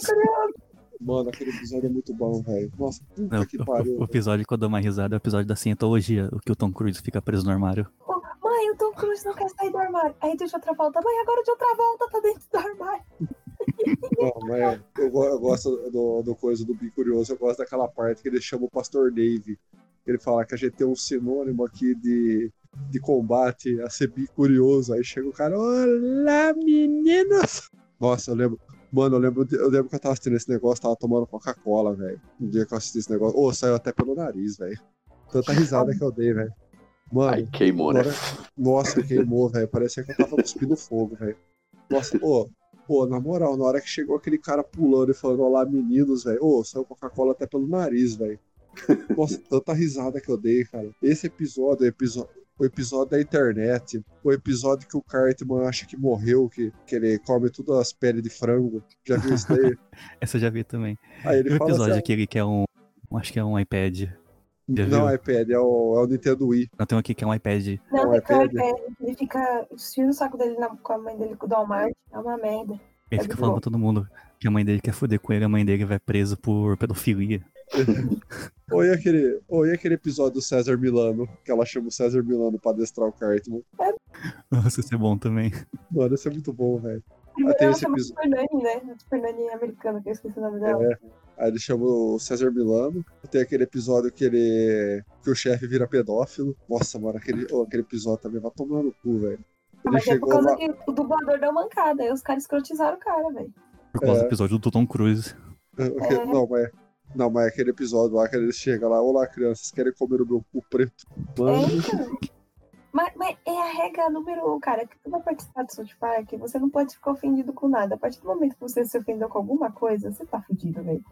Speaker 2: Mano, aquele episódio é muito bom, velho. Nossa, puta
Speaker 8: Não,
Speaker 2: que
Speaker 8: É, o-
Speaker 2: pariu.
Speaker 8: o, o episódio que eu dou mais risada é o episódio da cientologia, o que o Tom Cruise fica preso no armário.
Speaker 10: Ô, mãe, o Tom Cruise não quer sair do armário. Aí deixa outra volta. Mãe, agora de outra volta tá dentro do armário.
Speaker 2: Não, mas eu, go- eu gosto do, do coisa do Bem Curioso, eu gosto daquela parte que ele chama o Pastor Dave. Ele fala que a gente tem um sinônimo aqui de, de combate a ser bicurioso. Aí chega o cara, olá meninos! Nossa, eu lembro. Mano, eu lembro, de- eu lembro que eu tava assistindo esse negócio, tava tomando Coca-Cola, velho. Um dia que eu assisti esse negócio. Ô, saiu até pelo nariz, velho. Tanta risada que eu dei, velho. Mano.
Speaker 5: Ai, queimou, né?
Speaker 2: Agora- Nossa, queimou, velho. Parecia que eu tava cuspindo fogo, velho. Nossa, ô, ô, na moral, na hora que chegou aquele cara pulando e falando, olá, meninos, velho. Ô, saiu Coca-Cola até pelo nariz, velho. Nossa, tanta risada que eu dei, cara. Esse episódio, é episódio. O episódio da internet, o episódio que o Cartman acha que morreu, que, que ele come todas as peles de frango. Já viu isso daí?
Speaker 8: Essa eu já vi também.
Speaker 2: Aí
Speaker 8: E
Speaker 2: ele
Speaker 8: o
Speaker 2: fala
Speaker 8: episódio
Speaker 2: assim,
Speaker 8: que ele quer um. um- Acho que é um iPad. já
Speaker 2: não,
Speaker 8: viu?
Speaker 2: iPad, é o, é o Nintendo Wii.
Speaker 8: Não, tem um aqui que é um iPad.
Speaker 10: Não,
Speaker 2: Não, é
Speaker 10: tem que
Speaker 2: perde.
Speaker 10: Ele fica desfiando o saco dele na- com a mãe dele com o Walmart. É uma merda.
Speaker 8: Ele
Speaker 10: É
Speaker 8: fica
Speaker 10: muito
Speaker 8: falando
Speaker 10: bom.
Speaker 8: pra todo mundo que a mãe dele quer foder com ele, a mãe dele vai preso por pedofilia.
Speaker 2: Ou e aquele, ou e aquele episódio do César Milano, que ela chama o César Milano pra destrar o Cartman.
Speaker 8: Nossa, isso é bom também.
Speaker 2: Mano, isso é muito bom, velho.
Speaker 10: Primeiro
Speaker 2: tem
Speaker 10: ela
Speaker 2: esse
Speaker 10: chama
Speaker 2: episo-
Speaker 10: Super Nani, né? Super Nani americana, que eu esqueci o nome dela.
Speaker 2: É. Aí ele chama o César Milano. Tem aquele episódio que ele. que o chefe vira pedófilo. Nossa, mano, aquele, ô, aquele episódio também vai tomar no cu, velho. Ele
Speaker 10: Mas é por
Speaker 2: chegou
Speaker 10: causa
Speaker 2: lá.
Speaker 10: que o dublador deu mancada. Aí os caras escrotizaram o cara, velho.
Speaker 8: Por causa
Speaker 2: É.
Speaker 8: do episódio do Tom Cruise.
Speaker 10: É.
Speaker 2: Não, mas. Não, mas é aquele episódio lá que ele chega lá, olá, crianças, querem comer o meu cu preto.
Speaker 10: É,
Speaker 2: Mano,
Speaker 10: então. Mas, mas é a regra número um, cara. Que tu vai participar do South Park, você não pode ficar ofendido com nada. A partir do momento que você se ofendeu com alguma coisa, você tá fudido, velho.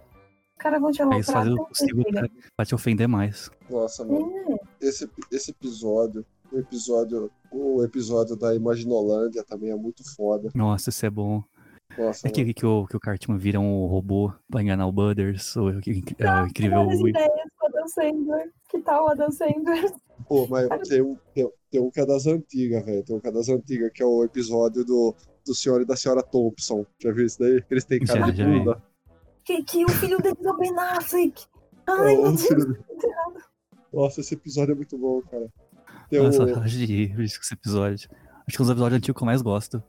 Speaker 10: Os caras vão te
Speaker 8: Aí eles
Speaker 10: aloprar.
Speaker 8: fazem o
Speaker 10: até um
Speaker 8: possível
Speaker 10: você, né?
Speaker 8: pra,
Speaker 10: velho.
Speaker 8: pra te ofender mais.
Speaker 2: nossa, mano.
Speaker 10: É,
Speaker 2: esse, esse episódio, o episódio, o episódio da Imaginolândia também é muito foda.
Speaker 8: Nossa, isso é bom.
Speaker 2: Nossa,
Speaker 8: É
Speaker 2: mano.
Speaker 8: aquele que o, que o Cartman vira um robô pra enganar o Butters, ou o inc- é, o incrível
Speaker 10: várias
Speaker 8: Will.
Speaker 10: ideias com o Adam Sandler. um Que tal um o Adam Sandler?
Speaker 2: Pô, mas tem um, tem, tem um que é das antigas, velho. Tem um que é das antigas, que é o episódio do, do senhor e da senhora Thompson. Já viu isso daí? Eles têm cara
Speaker 8: Já,
Speaker 2: de
Speaker 8: já vi.
Speaker 2: bunda.
Speaker 10: Que, que o filho deles é o Ben Affleck. Ai,
Speaker 2: Ô,
Speaker 10: meu
Speaker 2: ô,
Speaker 10: Deus.
Speaker 2: filho do- É um Nossa, esse episódio é muito bom, cara. Tem um- o-
Speaker 8: Nossa, tá eu acho de rir com esse episódio. Acho que é um dos episódios antigos que eu mais gosto.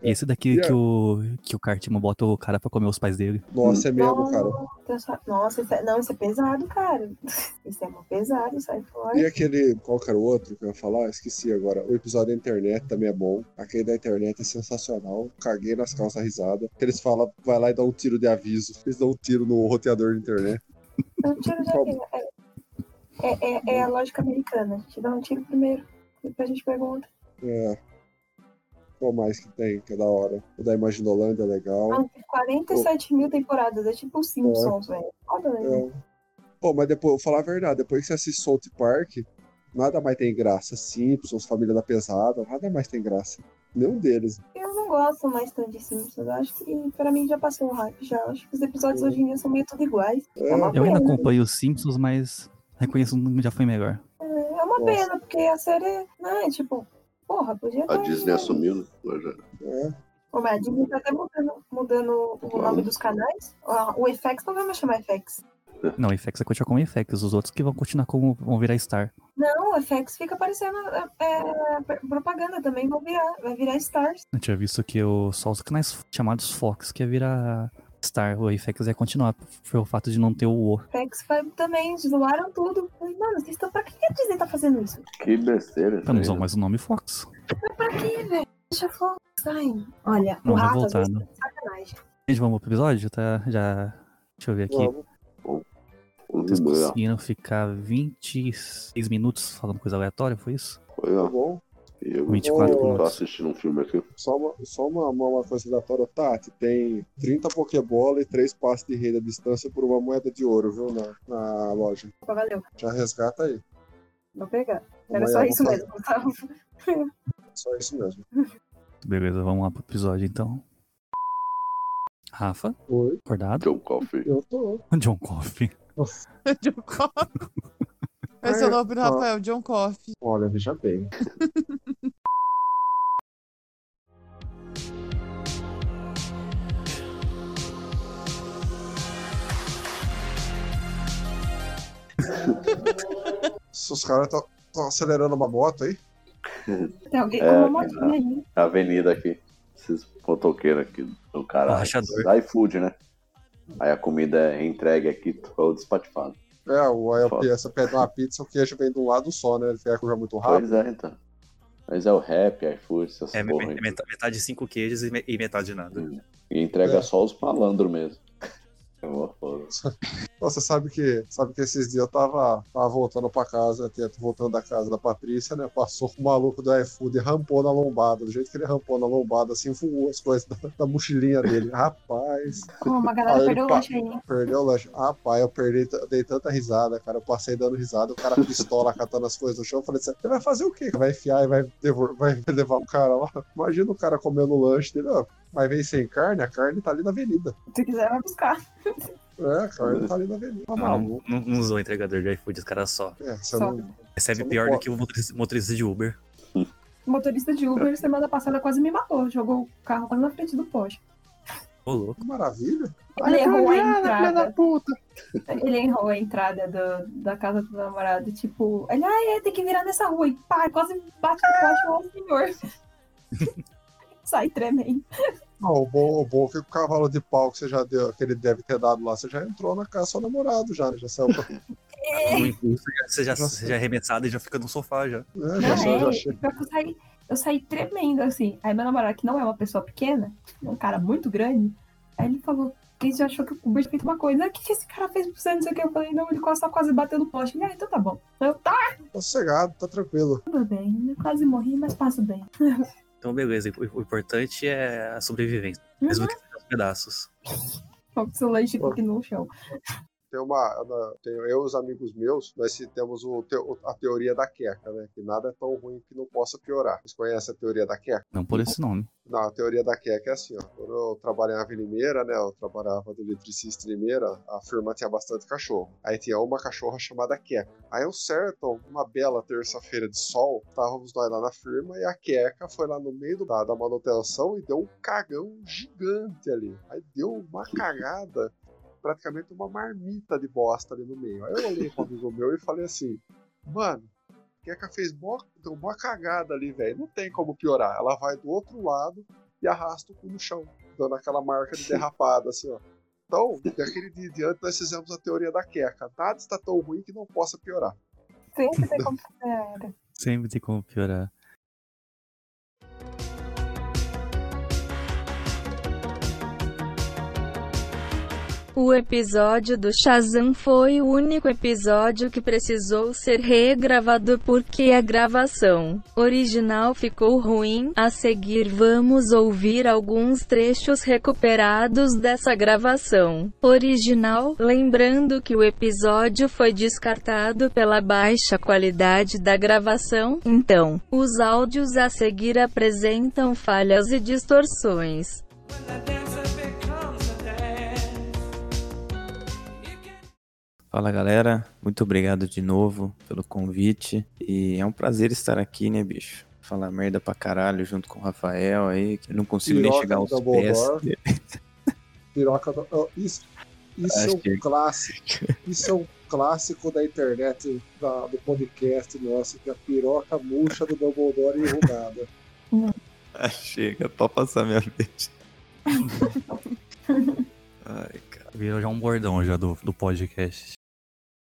Speaker 8: E esse daqui
Speaker 2: Yeah.
Speaker 8: que, o, que o Cartman bota o cara pra comer os pais dele.
Speaker 2: Nossa, é mesmo, cara.
Speaker 10: Nossa, nossa, isso é, não, isso é pesado, cara. Isso é mó pesado, sai fora.
Speaker 2: E aquele, qual que era o outro que eu ia falar? Esqueci agora. O episódio da internet também é bom. Aquele da internet é sensacional. Caguei nas calças risada. Que eles falam, vai lá e dá um tiro de aviso. Eles dão um tiro no roteador de internet.
Speaker 10: Dá um tiro já aqui. É, é, é- é a lógica americana. Te dá um tiro primeiro, depois a gente pergunta.
Speaker 2: É. Qual mais que tem? Que é da hora. O da Imaginolândia é legal.
Speaker 10: Ah, tem 47 mil temporadas, é tipo os Simpsons, velho. Foda, né?
Speaker 2: É. Pô, mas depois, vou falar a verdade, depois que você assiste South Park, nada mais tem graça. Simpsons, Família da Pesada, nada mais tem graça. Nenhum deles.
Speaker 10: Eu não gosto mais tanto de Simpsons. Eu acho que pra mim já passou o hype já. Eu Acho que os episódios
Speaker 2: É.
Speaker 5: Uhum.
Speaker 10: hoje em dia são meio tudo iguais.
Speaker 2: É,
Speaker 10: É uma
Speaker 8: Eu ainda
Speaker 10: pena.
Speaker 8: acompanho os Simpsons, mas reconheço que já foi melhor.
Speaker 10: É uma
Speaker 2: Nossa.
Speaker 10: pena, porque a série, né, tipo, porra, podia
Speaker 5: A
Speaker 10: ter-
Speaker 5: Disney assumiu, né? Agora já-
Speaker 2: é.
Speaker 10: Ô, mas a Disney tá até mudando, mudando o nome dos canais. Ah, O FX não vai mais chamar FX.
Speaker 8: Não, o FX vai continuar como FX. Os outros que vão continuar como vão virar Star.
Speaker 10: Não, o FX fica aparecendo é, é, pr- propaganda também, vai virar, vai virar Stars.
Speaker 8: Eu tinha visto que o, só os canais chamados Fox que ia virar Star. O FX ia continuar. Foi o fato de não ter o O.
Speaker 10: FX vai também, zoaram tudo. Mas, Mano, vocês estão pra que que a Disney tá fazendo isso?
Speaker 5: Que besteira. isso
Speaker 8: Pra não
Speaker 5: aí,
Speaker 8: usar
Speaker 5: né?
Speaker 8: mais o nome Fox.
Speaker 10: Mas pra quê, velho? Deixa fogo. Sai. Olha,
Speaker 8: Não,
Speaker 10: o
Speaker 8: vai
Speaker 10: rato É, às
Speaker 8: voltar,
Speaker 10: vezes
Speaker 8: né?
Speaker 10: tá de sacanagem.
Speaker 8: Gente, vamos pro episódio? Tá, já... Deixa eu ver aqui.
Speaker 2: Vamos.
Speaker 8: Vocês conseguiram ficar 26 minutos falando coisa aleatória, foi isso?
Speaker 5: Foi,
Speaker 2: Tá
Speaker 5: ó.
Speaker 2: bom?
Speaker 5: Eu
Speaker 8: 24
Speaker 5: tô
Speaker 8: minutos.
Speaker 5: assistindo um filme aqui.
Speaker 2: Só uma, só uma, uma, uma coisa aleatória, Tati. Tem 30 Pokébola e 3 passes de rede à distância por uma moeda de ouro, viu? Na, na loja.
Speaker 10: Opa, valeu.
Speaker 2: Já resgata aí.
Speaker 10: Vou pegar.
Speaker 2: Amanhã
Speaker 10: Era só
Speaker 2: eu vou
Speaker 10: isso
Speaker 2: fazer.
Speaker 10: mesmo, Gustavo.
Speaker 2: Só isso mesmo.
Speaker 8: Beleza, vamos lá pro episódio então. Rafa,
Speaker 2: Oi,
Speaker 8: acordado.
Speaker 5: John Coffee.
Speaker 2: eu tô.
Speaker 8: John Coffey.
Speaker 7: John Coffey. Esse é o nome do
Speaker 2: Ah.
Speaker 7: Rafael, John Coffey.
Speaker 2: Olha, veja bem. Se os caras estão acelerando uma moto aí.
Speaker 10: Tem alguém
Speaker 5: É,
Speaker 10: com uma motinha
Speaker 5: cara.
Speaker 10: aí.
Speaker 5: A avenida aqui. Esses motoqueiros aqui do cara.
Speaker 8: Rachador.
Speaker 5: Da iFood, né? Aí a comida é entregue aqui, todo despatifado.
Speaker 2: É, o
Speaker 5: Foda.
Speaker 2: essa pede uma pizza, o queijo vem de um lado só, né? Ele quer comer muito rápido.
Speaker 5: Pois é, então. Mas é o rap, iFood, essas
Speaker 1: É,
Speaker 5: porra aí.
Speaker 1: me- meta- metade cinco queijos e, me- e metade nada.
Speaker 5: E entrega
Speaker 2: É.
Speaker 5: só os malandros mesmo. Eu vou foda.
Speaker 2: Nossa, sabe que, sabe que esses dias eu tava, tava voltando pra casa, tinha- voltando da casa da Patrícia, né? Passou com o maluco do iFood e rampou na lombada. Do jeito que ele rampou na lombada, assim, voou as coisas da, da mochilinha dele. Rapaz,
Speaker 10: Ó, uma galera
Speaker 2: Aí ele
Speaker 10: perdeu o
Speaker 2: pa-
Speaker 10: lanche aí.
Speaker 2: perdeu o lanche. Rapaz, eu perdi, t- dei tanta risada, cara. Eu passei dando risada, o cara pistola catando as coisas no chão. Eu falei assim: você vai fazer o quê? Vai enfiar e vai, devor- vai levar o cara lá? Imagina o cara comendo o lanche dele, ó. Vai vir sem carne, a carne tá ali na avenida.
Speaker 10: Se quiser, vai buscar.
Speaker 2: É, a carne tá ali na avenida.
Speaker 8: Ah,
Speaker 2: Tá
Speaker 1: Não,
Speaker 2: maluco.
Speaker 1: não, não usou entregador de iFood, os caras só.
Speaker 2: É, você
Speaker 10: Só.
Speaker 2: não.
Speaker 1: Recebe
Speaker 2: Só não
Speaker 1: pior do
Speaker 2: pode.
Speaker 1: que o motorista, motorista de Uber.
Speaker 10: Motorista de Uber, semana passada quase me matou. Jogou o carro quase na frente do poste.
Speaker 1: Ô, louco.
Speaker 2: Que maravilha.
Speaker 10: Ele errou a entrada.
Speaker 2: puta.
Speaker 10: Ele errou a entrada do- da casa do namorado. Tipo, ele, ah, é, tem que virar nessa rua. E pá, quase bate no poste. Ó, senhor. Sai tremendo.
Speaker 2: Não, o bom, o bom é que o cavalo de pau que você já deu, que ele deve ter dado lá, você já entrou na casa do seu namorado, já, né? já saiu pra.
Speaker 10: É.
Speaker 1: No impulso, já- você já, você já é arremessado e já fica no sofá já.
Speaker 2: É,
Speaker 10: Não,
Speaker 2: já, saiu- já
Speaker 10: é,
Speaker 2: che-
Speaker 10: pior que eu saí, eu saí tremendo, assim. Aí meu namorado, que não é uma pessoa pequena, é um cara muito grande, aí ele falou, quem já achou que o Uber tinha feito uma coisa? "Ah, O que, que esse cara fez pra você? Não sei o que. Eu falei, não, ele quase só quase bateu no poste. Ele, ah, então tá bom. Eu, tá
Speaker 2: tá sossegado, tá tranquilo.
Speaker 10: tudo bem, eu quase morri, mas passo bem.
Speaker 1: Então, beleza. O o importante é a sobrevivência. Mesmo que seja aos pedaços.
Speaker 10: Uhum. Seu lanche fique no chão.
Speaker 2: Tem uma. na- tem eu e os amigos meus, nós se- temos o teo- o- a teoria da queca, né? Que nada é tão ruim que não possa piorar. Vocês conhecem a teoria da queca?
Speaker 8: Não por esse nome.
Speaker 2: Não, a teoria da queca é assim, ó. Quando eu trabalhava em Limeira, né? Eu trabalhava de eletricista em Limeira, a firma tinha bastante cachorro. Aí tinha uma cachorra chamada Queca. Aí um certo, uma bela terça-feira de sol, estávamos nós lá na firma e a Queca foi lá no meio do- da, da manutenção e deu um cagão gigante ali. Aí deu uma cagada, praticamente uma marmita de bosta ali no meio. Aí eu olhei pro amigo meu e falei assim, mano, Queca fez mó, deu uma cagada ali, velho. Não tem como piorar. Ela vai do outro lado e arrasta o cu no chão, dando aquela marca de derrapada, assim, ó. Então, daquele dia em diante, nós fizemos a teoria da queca. Nada está tão ruim que não possa piorar.
Speaker 10: Sempre tem como fazer.
Speaker 8: Sempre tem como piorar.
Speaker 6: O episódio do Shazam foi o único episódio que precisou ser regravado porque a gravação original ficou ruim. A seguir, vamos ouvir alguns trechos recuperados dessa gravação original. Lembrando que o episódio foi descartado pela baixa qualidade da gravação, então, os áudios a seguir apresentam falhas e distorções.
Speaker 4: Fala galera, muito obrigado de novo pelo convite. E é um prazer estar aqui, né, bicho? Falar merda pra caralho junto com o Rafael aí, que eu não consigo nem
Speaker 2: Piroca
Speaker 4: chegar
Speaker 2: do
Speaker 4: aos
Speaker 2: Dumbledore.
Speaker 4: pés.
Speaker 2: Piroca do... oh, Isso, isso é
Speaker 4: Acho
Speaker 2: um
Speaker 4: que-
Speaker 2: clássico. Isso é um clássico da internet, da- do podcast nosso, que é a piroca murcha do Dumbledore enrugada.
Speaker 4: Ah, chega, pode passar minha vez. Ai, cara.
Speaker 8: Virou já um bordão já do, do podcast.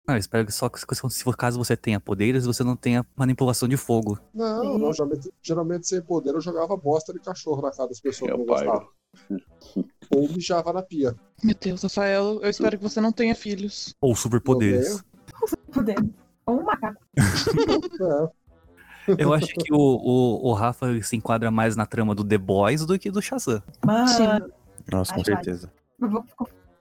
Speaker 8: Não, eu espero que só que se- se for caso você tenha poderes, você não tenha manipulação de fogo.
Speaker 2: Não, não, geralmente, geralmente sem poder eu jogava bosta de cachorro na cara das pessoas que não
Speaker 8: Meu pai.
Speaker 2: gostavam. Ou mijava na pia.
Speaker 7: Meu Deus, Rafael, eu espero que você não tenha filhos.
Speaker 8: Ou superpoderes.
Speaker 10: Poder. Ou um macaco.
Speaker 8: Eu acho que o, o, o Rafa se enquadra mais na trama do The Boys do que do Shazam.
Speaker 10: Mano,
Speaker 4: Nossa, com
Speaker 10: Ai, vai.
Speaker 4: certeza.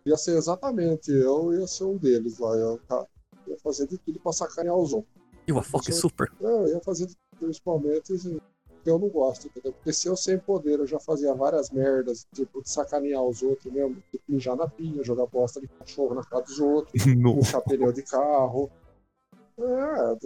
Speaker 2: Ia ser exatamente, eu ia ser um deles lá. Eu ca- ia fazer de tudo pra sacanear os outros.
Speaker 8: E o Afoque Super.
Speaker 2: Eu ia fazer de tudo, principalmente assim, que eu não gosto, entendeu? Porque se eu sem poder eu já fazia várias merdas, tipo, de sacanear os outros mesmo, tipo, mijar na pinha, jogar bosta de cachorro na cara dos outros, puxar pneu de carro. É,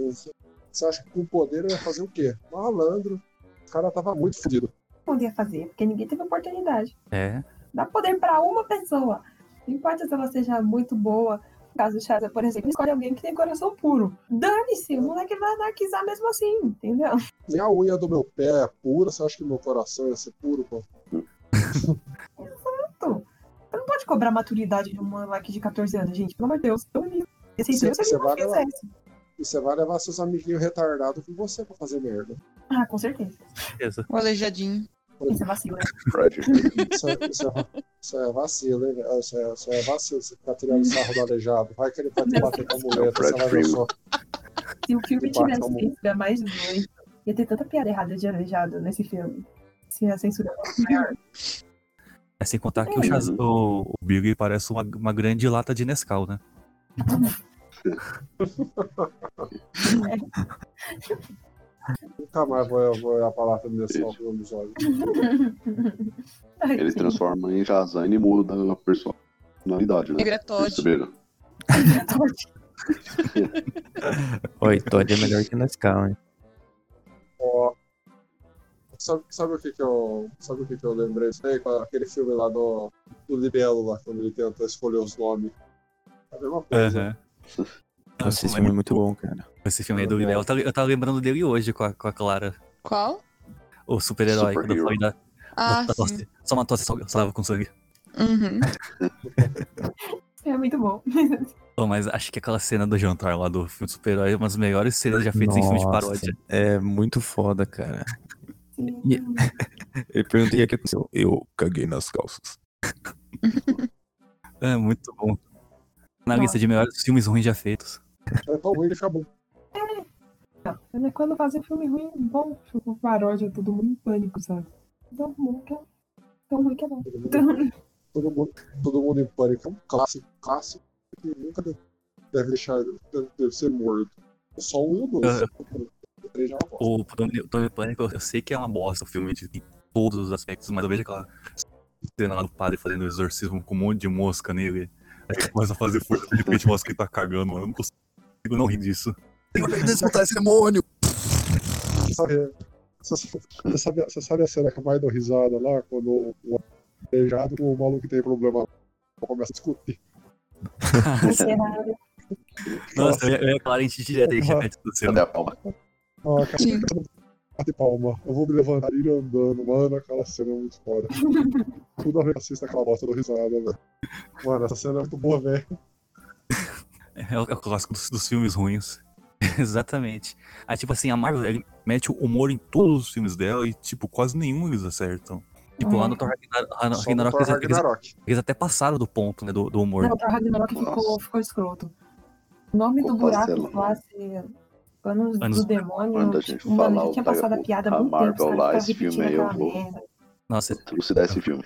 Speaker 2: você acha que com poder eu ia fazer o quê? Malandro. O cara tava muito fudido.
Speaker 10: podia fazer, porque ninguém teve oportunidade.
Speaker 8: É.
Speaker 10: Dá poder pra uma pessoa. Não importa se ela seja muito boa. No caso do Shazam, por exemplo, escolhe alguém que tem coração puro. Dane-se, o moleque vai anarquizar mesmo assim, entendeu?
Speaker 2: Nem a unha do meu pé é pura, você acha que meu coração ia ser puro, pô?
Speaker 10: Exato. Você não pode cobrar maturidade de um moleque de 14 anos, gente. Pelo amor de Deus. Eu li. Esse
Speaker 2: Você-
Speaker 10: filme
Speaker 2: você
Speaker 10: você não
Speaker 2: vai levar.
Speaker 10: fizesse.
Speaker 2: E você vai levar seus amiguinhos retardados com você pra fazer merda.
Speaker 10: Ah, com certeza.
Speaker 7: O aleijadinho.
Speaker 10: Isso é vacilo.
Speaker 2: Isso é, isso é- isso é vacilo, hein? velho? Isso é, isso é vacilo você ficar tirando sarro do aleijado. Vai que ele vai te bater com a muleta, você vai ver só.
Speaker 10: Se o filme
Speaker 2: Igual
Speaker 10: tivesse
Speaker 2: como-
Speaker 10: censura mais dois, ia ter tanta piada errada de aleijado nesse filme. Se a censura fosse maior.
Speaker 8: É sem contar que o, Shaz- o, o Big parece uma, uma grande lata de Nescau, né?
Speaker 2: Nunca mais vou, vou olhar pra lata desse salto nos olhos.
Speaker 5: Ele transforma em Jazane e muda a personalidade, né?
Speaker 7: Ele é Todd.
Speaker 5: Perceberam?
Speaker 4: Oi, Todd é melhor que Nescau, hein?
Speaker 2: Ó, Sabe, sabe o que que eu sabe o que que eu lembrei disso aí? Com aquele filme lá do, do Libelo lá, quando ele tenta escolher os nomes. É a mesma coisa.
Speaker 4: Nossa, esse filme é muito bom, cara.
Speaker 8: Esse filme aí do Libel. Eu tava, eu tava lembrando dele hoje com a, com a Clara,
Speaker 7: Qual?
Speaker 8: o super-herói, quando eu
Speaker 5: Superhero.
Speaker 8: falei da.
Speaker 7: Ah,
Speaker 8: da tosse. Só uma tosse só salava com sangue.
Speaker 7: Uhum.
Speaker 10: É muito bom.
Speaker 8: Pô, mas acho que aquela cena do jantar lá do filme do super-herói é uma das melhores cenas já feitas em filme de
Speaker 4: Nossa,
Speaker 8: paródia.
Speaker 4: É muito foda, cara. E- Eu perguntei o que aconteceu. Eu caguei nas calças.
Speaker 8: É muito bom. Na lista de melhores filmes ruins já feitos.
Speaker 2: É tão ruim que fica bom.
Speaker 10: Mas é quando fazer filme ruim, bom, tipo, paródia, todo mundo em pânico, sabe? Tão bom que é tão ruim que é bom.
Speaker 7: Então,
Speaker 2: Todo mundo, todo mundo em pânico. É um clássico, clássico que nunca deve, deve deixar, deve, deve ser morto. Só um e o dois. O três já é uma bosta.
Speaker 8: O Tony, o Tony Pânico, eu sei que é uma bosta o filme de, em todos os aspectos, mas eu vejo aquela cena lá do padre fazendo exorcismo com um monte de mosca nele. Aí ele começa a fazer força de repente mosca que tá cagando, mano. Eu não consigo não rir disso. Eu tenho que escutar esse é demônio!
Speaker 2: Você sabe, você, sabe, você sabe a cena que mais dou risada lá? Quando o- o aleijado com o maluco que tem problema começa a discutir.
Speaker 8: Nossa, eu ia- eu ia falar a gente direto aí que repete tudo cena.
Speaker 5: Cadê a palma?
Speaker 2: Ah, cara, bate palma. Eu vou me levantar e ir andando. Mano, aquela cena é muito foda. Toda vez que assisto aquela bosta, eu dou risada, velho. Mano, essa cena é muito boa, velho.
Speaker 8: É o, é o clássico dos, dos filmes ruins. Exatamente. Aí, tipo assim, a Marvel ele mete o humor em todos os filmes dela e, tipo, quase nenhum eles acertam. Tipo, lá no Thor Ragnar- Ragnar-
Speaker 2: Só no
Speaker 8: Ragnarok, é
Speaker 2: Thor
Speaker 8: eles, eles-
Speaker 2: Ragnarok.
Speaker 8: eles até passaram do ponto, né, do, do humor.
Speaker 10: Não, o Ragnarok ficou, ficou escroto. O nome do
Speaker 5: Opa, sei lá.
Speaker 10: buraco lá, se... Anos,
Speaker 8: Anos-
Speaker 10: do Demônio,
Speaker 5: Quando a gente
Speaker 10: mano,
Speaker 5: falar
Speaker 10: já
Speaker 5: o
Speaker 10: tinha
Speaker 5: da-
Speaker 10: passado a
Speaker 5: o-
Speaker 10: piada há
Speaker 5: a
Speaker 10: muito
Speaker 5: Marvel
Speaker 10: tempo, os
Speaker 5: lá,
Speaker 10: caras
Speaker 5: esse filme
Speaker 10: repetindo
Speaker 5: aí, eu
Speaker 10: aquela
Speaker 5: vou-
Speaker 10: merda.
Speaker 8: Nossa,
Speaker 5: Elucidar esse filme.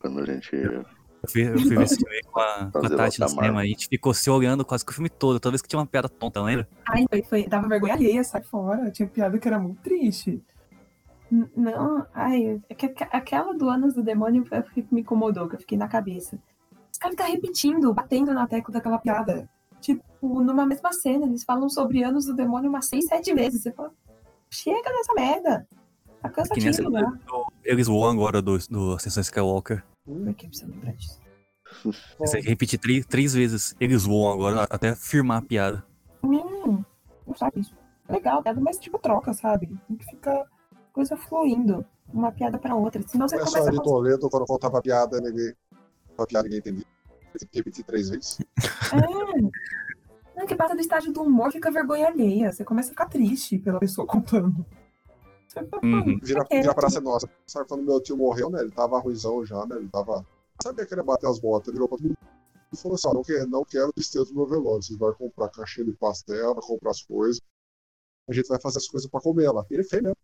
Speaker 5: Quando a gente.
Speaker 8: eu fui, eu fui ver esse filme com a, com a
Speaker 5: Fazer
Speaker 8: Tati
Speaker 5: outra
Speaker 8: no cinema
Speaker 5: Marvel.
Speaker 8: e a gente ficou se olhando quase que o filme todo, toda vez que tinha uma piada tonta, lembra?
Speaker 10: Ai, foi, foi, dava vergonha alheia, sai fora. Tinha piada que era muito triste. N- Não, ai, é que aque- aquela do Anos do Demônio foi- foi que me incomodou, que eu fiquei na cabeça. Os caras ficam repetindo, batendo na tecla daquela piada. Tipo, numa mesma cena, eles falam sobre Anos do Demônio umas seis, sete vezes. Você fala, chega dessa merda. Tá
Speaker 8: Que nem essa
Speaker 10: cansativo, né?
Speaker 8: do, eles voam agora do, do Ascensão Skywalker.
Speaker 10: Por é que precisa lembrar disso?
Speaker 8: Você tem que repetir tri- três vezes. Eles voam agora até firmar a piada.
Speaker 10: Hum, não sabe isso. Legal, piada, mas tipo, troca, sabe? Tem que ficar coisa fluindo. Uma piada pra outra. Senão você
Speaker 2: Não é
Speaker 10: começa
Speaker 2: só
Speaker 10: a
Speaker 2: de Toledo, quando contava piada, ninguém. Uma piada ninguém entendia. Tem que repetir três vezes.
Speaker 10: É. Não,
Speaker 11: que passa do estágio do humor fica vergonha alheia. Você começa a ficar triste pela pessoa contando.
Speaker 2: Uhum. Vira,
Speaker 10: É.
Speaker 2: vira praça nossa. Sabe quando meu tio morreu, né? Ele tava ruizão já, né? Ele tava. Sabe aquele bater as botas? Ele virou pra todo mundo e falou assim: ó, não, quero, não quero tristeza do meu velório. Você vai comprar caixinha de pastel, vai comprar as coisas. A gente vai fazer as coisas pra comer lá. E ele fez mesmo.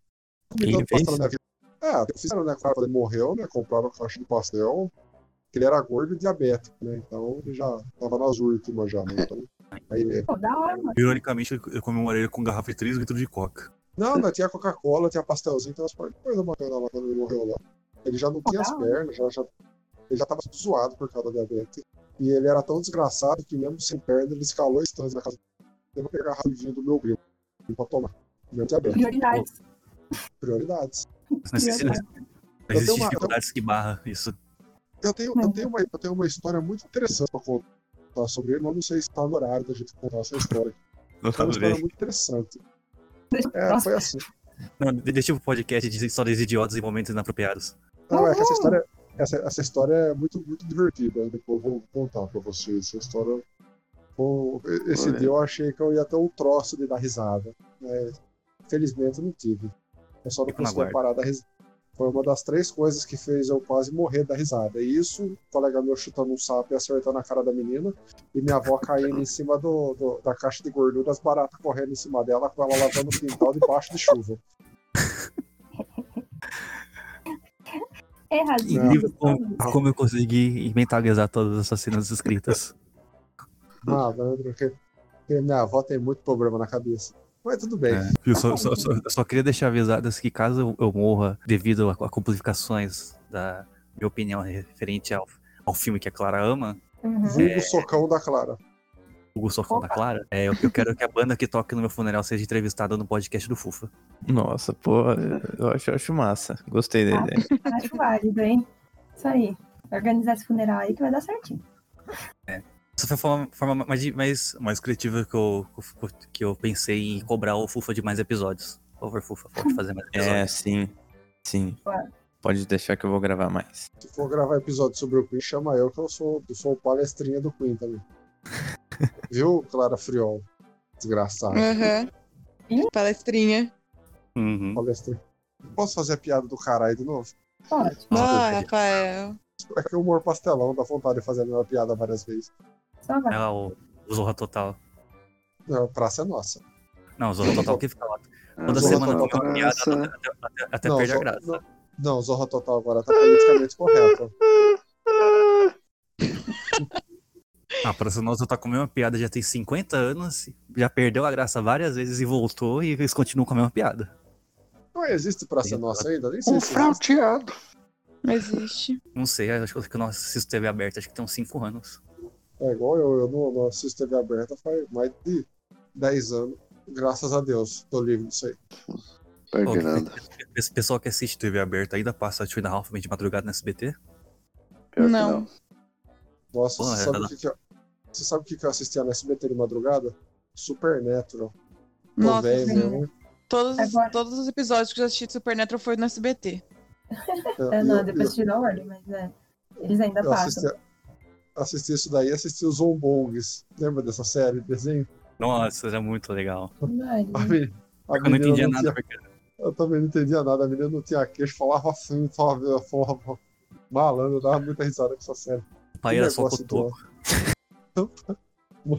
Speaker 2: Comi
Speaker 12: Ele
Speaker 2: tanto pastel
Speaker 12: fez?
Speaker 2: na minha vida. Ah, fizeram, né? Cara, ele morreu, né? Compraram a caixa de pastel. Que ele era gordo e diabético, né? Então ele já tava nas últimas já, né? Então, aí,
Speaker 10: Pô, da hora, mano.
Speaker 8: Ironicamente, eu comemorei ele com garrafa de 3 litros de coca.
Speaker 2: Não, mas tinha Coca-Cola, tinha pastelzinho, então tinha umas par- coisa bacana lá quando ele morreu lá. Ele já não tinha as pernas, já, já- ele já tava zoado por causa da diabetes. E ele era tão desgraçado que mesmo sem perna, ele escalou a estante na casa. Eu vou pegar a vinho do meu primo pra tomar. Meu diabetes.
Speaker 10: Prioridades.
Speaker 2: Prioridades.
Speaker 8: Mas existe-
Speaker 2: Eu tenho
Speaker 8: Existem
Speaker 2: uma-
Speaker 8: dificuldades que barra isso.
Speaker 2: Eu tenho, eu, tenho uma, eu tenho uma história muito interessante pra contar sobre ele, mas não sei se tá no horário da gente contar essa história.
Speaker 8: Não
Speaker 4: Tá
Speaker 2: é uma
Speaker 8: tudo bem.
Speaker 2: história muito interessante. É, foi assim.
Speaker 8: Não, de- deixa o podcast de histórias idiotas e momentos inapropriados.
Speaker 2: Não, é que essa história, essa, essa história é muito, muito divertida. Depois eu vou contar pra vocês. Essa história. Pô, Esse
Speaker 8: Olha.
Speaker 2: dia eu achei que eu ia ter um troço de dar risada. né? Felizmente eu não tive. Eu só não
Speaker 8: Fico na
Speaker 2: consegui
Speaker 8: guarda.
Speaker 2: parar da risada. Foi uma das três coisas que fez eu quase morrer da risada. E isso, o colega meu chutando um sapo e acertando a cara da menina, e minha avó caindo em cima do, do- da caixa de gordura, as baratas correndo em cima dela, com ela lavando o quintal debaixo de chuva.
Speaker 10: Erradinho.
Speaker 8: Incrível como, como eu consegui mentalizar todas essas cenas escritas.
Speaker 2: Ah, Leandro, porque, porque minha avó tem muito problema na cabeça. Mas tudo bem.
Speaker 8: Eu só, só- só- eu só queria deixar avisadas que caso eu- eu morra devido a, a complicações da minha opinião referente ao, ao filme que a Clara ama,
Speaker 2: Vulgo socão da Clara.
Speaker 8: o Gusto da Clara, é, eu, eu quero que a banda que toque no meu funeral seja entrevistada no podcast do Fufa.
Speaker 4: Nossa, pô, eu acho, eu acho massa. Gostei da ideia.
Speaker 10: Acho válido, hein? Isso aí. Organizar esse funeral aí que vai dar certinho.
Speaker 8: Essa foi a forma, forma mais, de- mais, mais criativa que eu, que eu pensei em cobrar o Fufa de mais episódios. Por favor, Fufa, pode fazer mais episódios.
Speaker 4: É, sim. Sim.
Speaker 10: Claro.
Speaker 4: Pode deixar que eu vou gravar mais.
Speaker 2: Se for gravar episódio sobre o Queen, chama eu, que eu sou, eu sou o palestrinha do Queen também. Viu, Clara Friol? Desgraçada.
Speaker 10: Uhum.
Speaker 7: Aham. Palestrinha.
Speaker 8: Uhum.
Speaker 2: Palestrinha. Posso fazer a piada do caralho de novo?
Speaker 10: Pode.
Speaker 7: Ah, Rafael.
Speaker 2: É que o humor pastelão dá vontade de fazer a mesma piada várias vezes.
Speaker 8: É lá o, o Zorra Total.
Speaker 2: Não, a praça é nossa.
Speaker 8: Não, o Zorra Total que fica lá.
Speaker 2: Ah,
Speaker 8: Toda
Speaker 2: Zorra
Speaker 8: semana tem
Speaker 2: Total
Speaker 8: uma
Speaker 2: é
Speaker 8: piada né?
Speaker 2: essa.
Speaker 8: até, até- até
Speaker 2: Não,
Speaker 8: perder a
Speaker 2: Zorra-
Speaker 8: graça.
Speaker 2: Não, Zorra Total agora tá politicamente correto.
Speaker 8: Ah, pra nós tá com a mesma piada já tem 50 anos, já perdeu a graça várias vezes e voltou e eles continuam com a mesma piada.
Speaker 2: Não existe praça nossa ainda? Nem
Speaker 5: um
Speaker 2: sei se
Speaker 7: Confronteado. Existe.
Speaker 8: Não sei, acho que eu não assisto TV aberta, acho que tem uns 5 anos.
Speaker 2: É igual eu, eu não, não assisto TV aberta faz mais de 10 anos. Graças a Deus, tô livre disso aí.
Speaker 8: Pô, Esse pessoal que assiste TV aberta ainda passa a Two and a Half Men de madrugada no SBT?
Speaker 7: Não.
Speaker 2: Nossa,
Speaker 8: Pô,
Speaker 2: você
Speaker 8: é,
Speaker 2: sabe
Speaker 8: ela-
Speaker 2: o que, que eu. Você sabe o que, que eu assistia no SBT de madrugada? Supernatural. Tô
Speaker 7: Nossa,
Speaker 2: velho,
Speaker 7: sim.
Speaker 2: né?
Speaker 7: Todos, todos os episódios que eu já assisti de Supernatural foi no SBT.
Speaker 10: É, não, depois tirou ordem, mas é. Eles ainda
Speaker 2: Eu assisti,
Speaker 10: passam.
Speaker 2: assisti isso daí e assisti os Zombongs. Lembra dessa série, desenho?
Speaker 8: Nossa, era muito legal.
Speaker 10: né? Hum.
Speaker 2: A me-
Speaker 5: Tá
Speaker 2: a
Speaker 8: Eu não
Speaker 2: menina
Speaker 8: entendia nada,
Speaker 2: tinha- Eu também não entendia nada. A menina não tinha queixo, falava assim, falava, falava malandro, dava muita risada com essa série.
Speaker 8: O pai
Speaker 2: Que
Speaker 8: era só
Speaker 2: negócio
Speaker 8: cotoco.
Speaker 2: bom.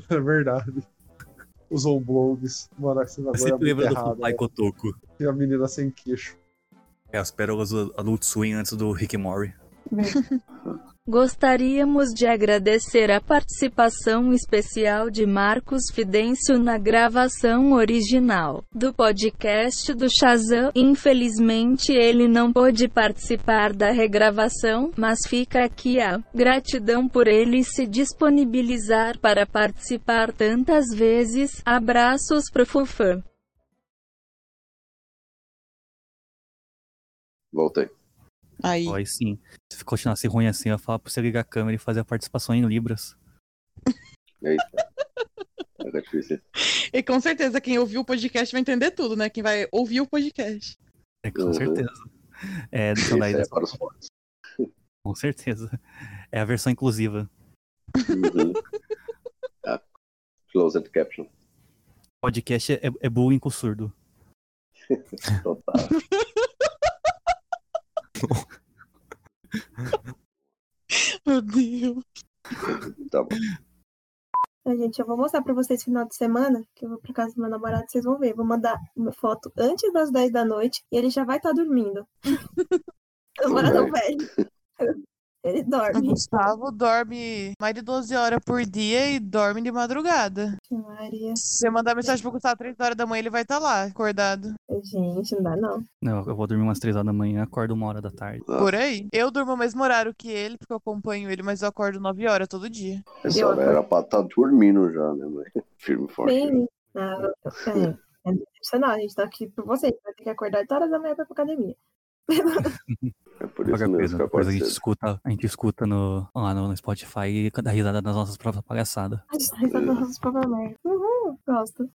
Speaker 2: É verdade. Os Zombongs. Mano, esse
Speaker 8: Eu
Speaker 2: negócio é muito
Speaker 8: sempre lembro do
Speaker 2: errado.
Speaker 8: Pai
Speaker 2: né?
Speaker 8: Cotoco.
Speaker 2: E a menina sem queixo.
Speaker 8: É, as pérolas do Adult Swim antes do Rick Mori.
Speaker 6: Gostaríamos de agradecer a participação especial de Marcos Fidêncio na gravação original do podcast do Shazam. Infelizmente, ele não pôde participar da regravação, mas fica aqui a gratidão por ele se disponibilizar para participar tantas vezes. Abraços pro Fufã.
Speaker 5: Voltei.
Speaker 7: Aí.
Speaker 8: Aí sim. Se continuasse ruim assim, eu ia falar pra você ligar a câmera e fazer a participação em Libras.
Speaker 5: Eita. Era É difícil.
Speaker 7: E com certeza quem ouviu o podcast vai entender tudo, né? Quem vai ouvir o podcast.
Speaker 8: É, com
Speaker 5: Uhum.
Speaker 8: certeza. É, então daí
Speaker 5: Esse é
Speaker 8: dessa-
Speaker 5: para os fortes.
Speaker 8: Com certeza. É a versão inclusiva.
Speaker 5: Uhum. Ah, Closed caption.
Speaker 8: Podcast é, é bullying com surdo.
Speaker 5: Total.
Speaker 13: Meu Deus.
Speaker 5: Tá bom.
Speaker 10: Então, gente, eu vou mostrar pra vocês no final de semana, que eu vou pra casa do meu namorado, vocês vão ver. Vou mandar uma foto antes das 10 da noite e ele já vai estar dormindo. Meu namorado velho. Ele
Speaker 13: O
Speaker 10: dorme.
Speaker 13: Gustavo dorme mais de 12 horas por dia e dorme de madrugada. Se você mandar mensagem pro Gustavo às 3 horas da manhã, ele vai estar lá, acordado.
Speaker 10: Gente, não dá não.
Speaker 8: Não, eu vou dormir umas três horas da manhã, acordo uma hora da tarde.
Speaker 13: Por aí. Eu durmo o mesmo horário que ele, porque eu acompanho ele, mas eu acordo 9 horas todo dia.
Speaker 5: Essa hora era pra estar dormindo já, né, mãe? Firme e forte. né?
Speaker 10: Bem, ah, é, é decepcional, a gente tá aqui por vocês. Vai ter que acordar 8 horas da manhã pra ir pra academia.
Speaker 5: É Por isso
Speaker 8: Qualquer
Speaker 5: mesmo
Speaker 8: coisa,
Speaker 5: que eu
Speaker 8: coisa a gente
Speaker 5: aconselho.
Speaker 8: escuta, a gente escuta no, lá no, no Spotify e dá risada nas nossas próprias palhaçadas.
Speaker 10: A gente tá risando as nossas próprias merdas. Uhul, gosto.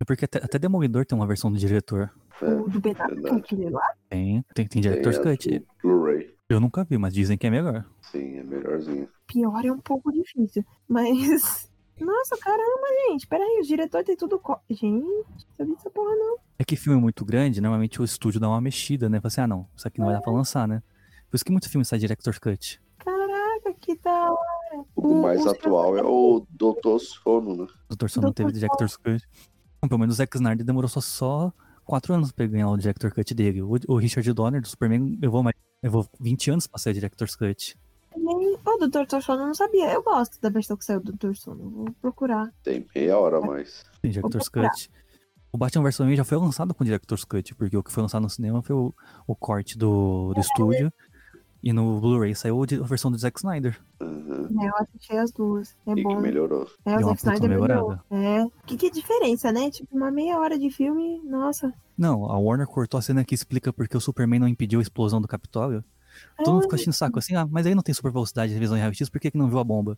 Speaker 8: É porque até, até Demolidor tem uma versão do diretor.
Speaker 10: O do Bernardo que aquele lá?
Speaker 8: Tem, tem, tem diretor
Speaker 5: Tem,
Speaker 8: cut.
Speaker 5: Blu-ray.
Speaker 8: Eu nunca vi, mas dizem que é melhor.
Speaker 5: Sim, é melhorzinho.
Speaker 10: Pior é um pouco difícil. Mas. Nossa, caramba, gente. Peraí, o diretor tem tudo. Co... Gente, não sabia dessa porra, não.
Speaker 8: É que filme muito grande, normalmente o estúdio dá uma mexida, né? Fala assim, ah não, isso aqui não vai dar pra lançar, né? Por isso que muito filme sai director's cut.
Speaker 10: Caraca, que da hora.
Speaker 5: O mais atual é o Doutor Sono, né?
Speaker 8: O Doutor Sono não teve director's cut. Não, Pelo menos o Zack Snyder demorou só, só quatro anos pra ele ganhar o director's cut dele. O, o Richard Donner do Superman levou, mais, levou 20 anos pra ser director's cut.
Speaker 10: Nem... Ô, Doutor Toshono, eu não sabia. Eu gosto da versão que saiu do Doutor Sono. Vou procurar.
Speaker 5: Tem meia hora a mais.
Speaker 8: Tem Director's
Speaker 10: procurar.
Speaker 8: Cut. O Batman vs Superman já foi lançado com Director's Cut, porque o que foi lançado no cinema foi o, o corte
Speaker 10: É,
Speaker 8: do, do estúdio. E no Blu-ray saiu a versão do Zack Snyder.
Speaker 10: Né, eu assisti as duas. É
Speaker 5: Uhum. E que
Speaker 10: bom.
Speaker 5: melhorou.
Speaker 10: É, o
Speaker 8: Deu uma
Speaker 10: Zack
Speaker 8: puta
Speaker 10: Snyder melhorou.
Speaker 8: melhorada.
Speaker 10: É. Que, que diferença, né? Tipo, uma meia hora de filme, nossa.
Speaker 8: Não, a Warner cortou a cena que explica porque o Superman não impediu a explosão do Capitólio. Todo mundo ficou achando saco assim, ah, mas aí não tem super velocidade de revisão em raio-x, por que, que não viu a bomba?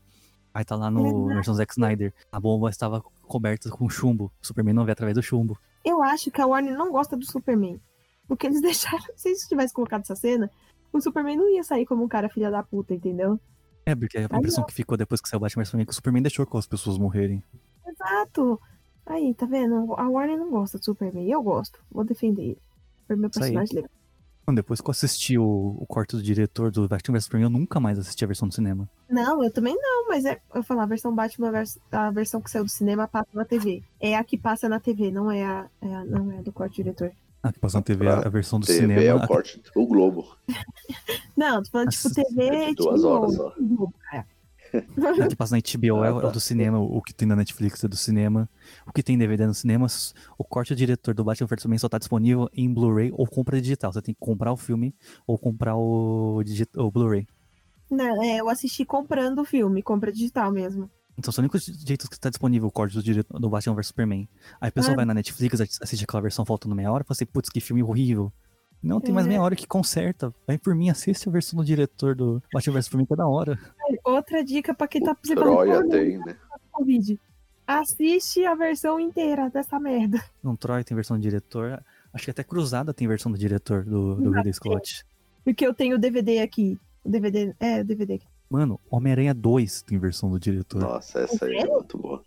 Speaker 8: Aí tá lá no
Speaker 10: Verdade.
Speaker 8: versão Zack Snyder. A bomba estava coberta com chumbo. O Superman não vê através do chumbo.
Speaker 10: Eu acho que a Warner não gosta do Superman. Porque eles deixaram. Se eles tivessem colocado essa cena, o Superman não ia sair como um cara filha da puta, entendeu?
Speaker 8: É, porque a
Speaker 10: Aí
Speaker 8: impressão
Speaker 10: não.
Speaker 8: que ficou depois que saiu o Batman vs Superman é que o Superman deixou com as pessoas morrerem.
Speaker 10: Exato. Aí, tá vendo? A Warner não gosta do Superman. Eu gosto. Vou defender ele. Foi meu
Speaker 8: Isso aí.
Speaker 10: personagem legal.
Speaker 8: Não, depois que eu assisti o, o corte do diretor do Batman vs Superman, eu nunca mais assisti a versão do cinema.
Speaker 10: Não, eu também não, mas é, eu falar, a versão Batman, vers- a versão que saiu do cinema passa na TV. É a que passa na TV, não é a, é a- não é a do corte diretor.
Speaker 8: Ah, que passou na TV a, a versão do
Speaker 5: TV
Speaker 8: cinema.
Speaker 5: é o
Speaker 8: a-
Speaker 5: corte do Globo.
Speaker 10: Não, tô falando tipo TV.
Speaker 5: é de
Speaker 10: tipo,
Speaker 5: duas horas
Speaker 10: novo. É.
Speaker 8: a que passa na HBO é, o- é o do cinema, o que tem na Netflix é do cinema, o que tem em DVD é no cinema, s- o corte do diretor do Batman vs Superman só tá disponível em Blu-ray ou compra digital. Você tem que comprar o filme ou comprar o, digi- o Blu-ray.
Speaker 10: Não, é, eu assisti comprando o filme, compra digital mesmo.
Speaker 8: Então são os únicos jeitos que tá disponível o corte do, diretor, do Batman vs Superman. Aí a pessoa
Speaker 10: Ah.
Speaker 8: vai na Netflix, assiste aquela versão faltando meia hora e fala assim, putz, que filme horrível. Não, tem mais
Speaker 10: É.
Speaker 8: meia hora que conserta. Vai por mim, assiste a versão do diretor do Batman vs Superman que é da hora.
Speaker 10: Outra dica pra quem tá precisando
Speaker 8: Troia tem,
Speaker 5: né?
Speaker 10: Covid. Assiste a versão inteira dessa merda.
Speaker 8: Não, Troy tem versão do diretor. Acho que até Cruzada tem versão do diretor do, do Ridley Scott.
Speaker 10: Porque eu tenho o DVD aqui. O DVD. É, o DVD aqui.
Speaker 8: Mano, Homem-Aranha 2 tem versão do diretor.
Speaker 5: Nossa, essa aí é muito boa.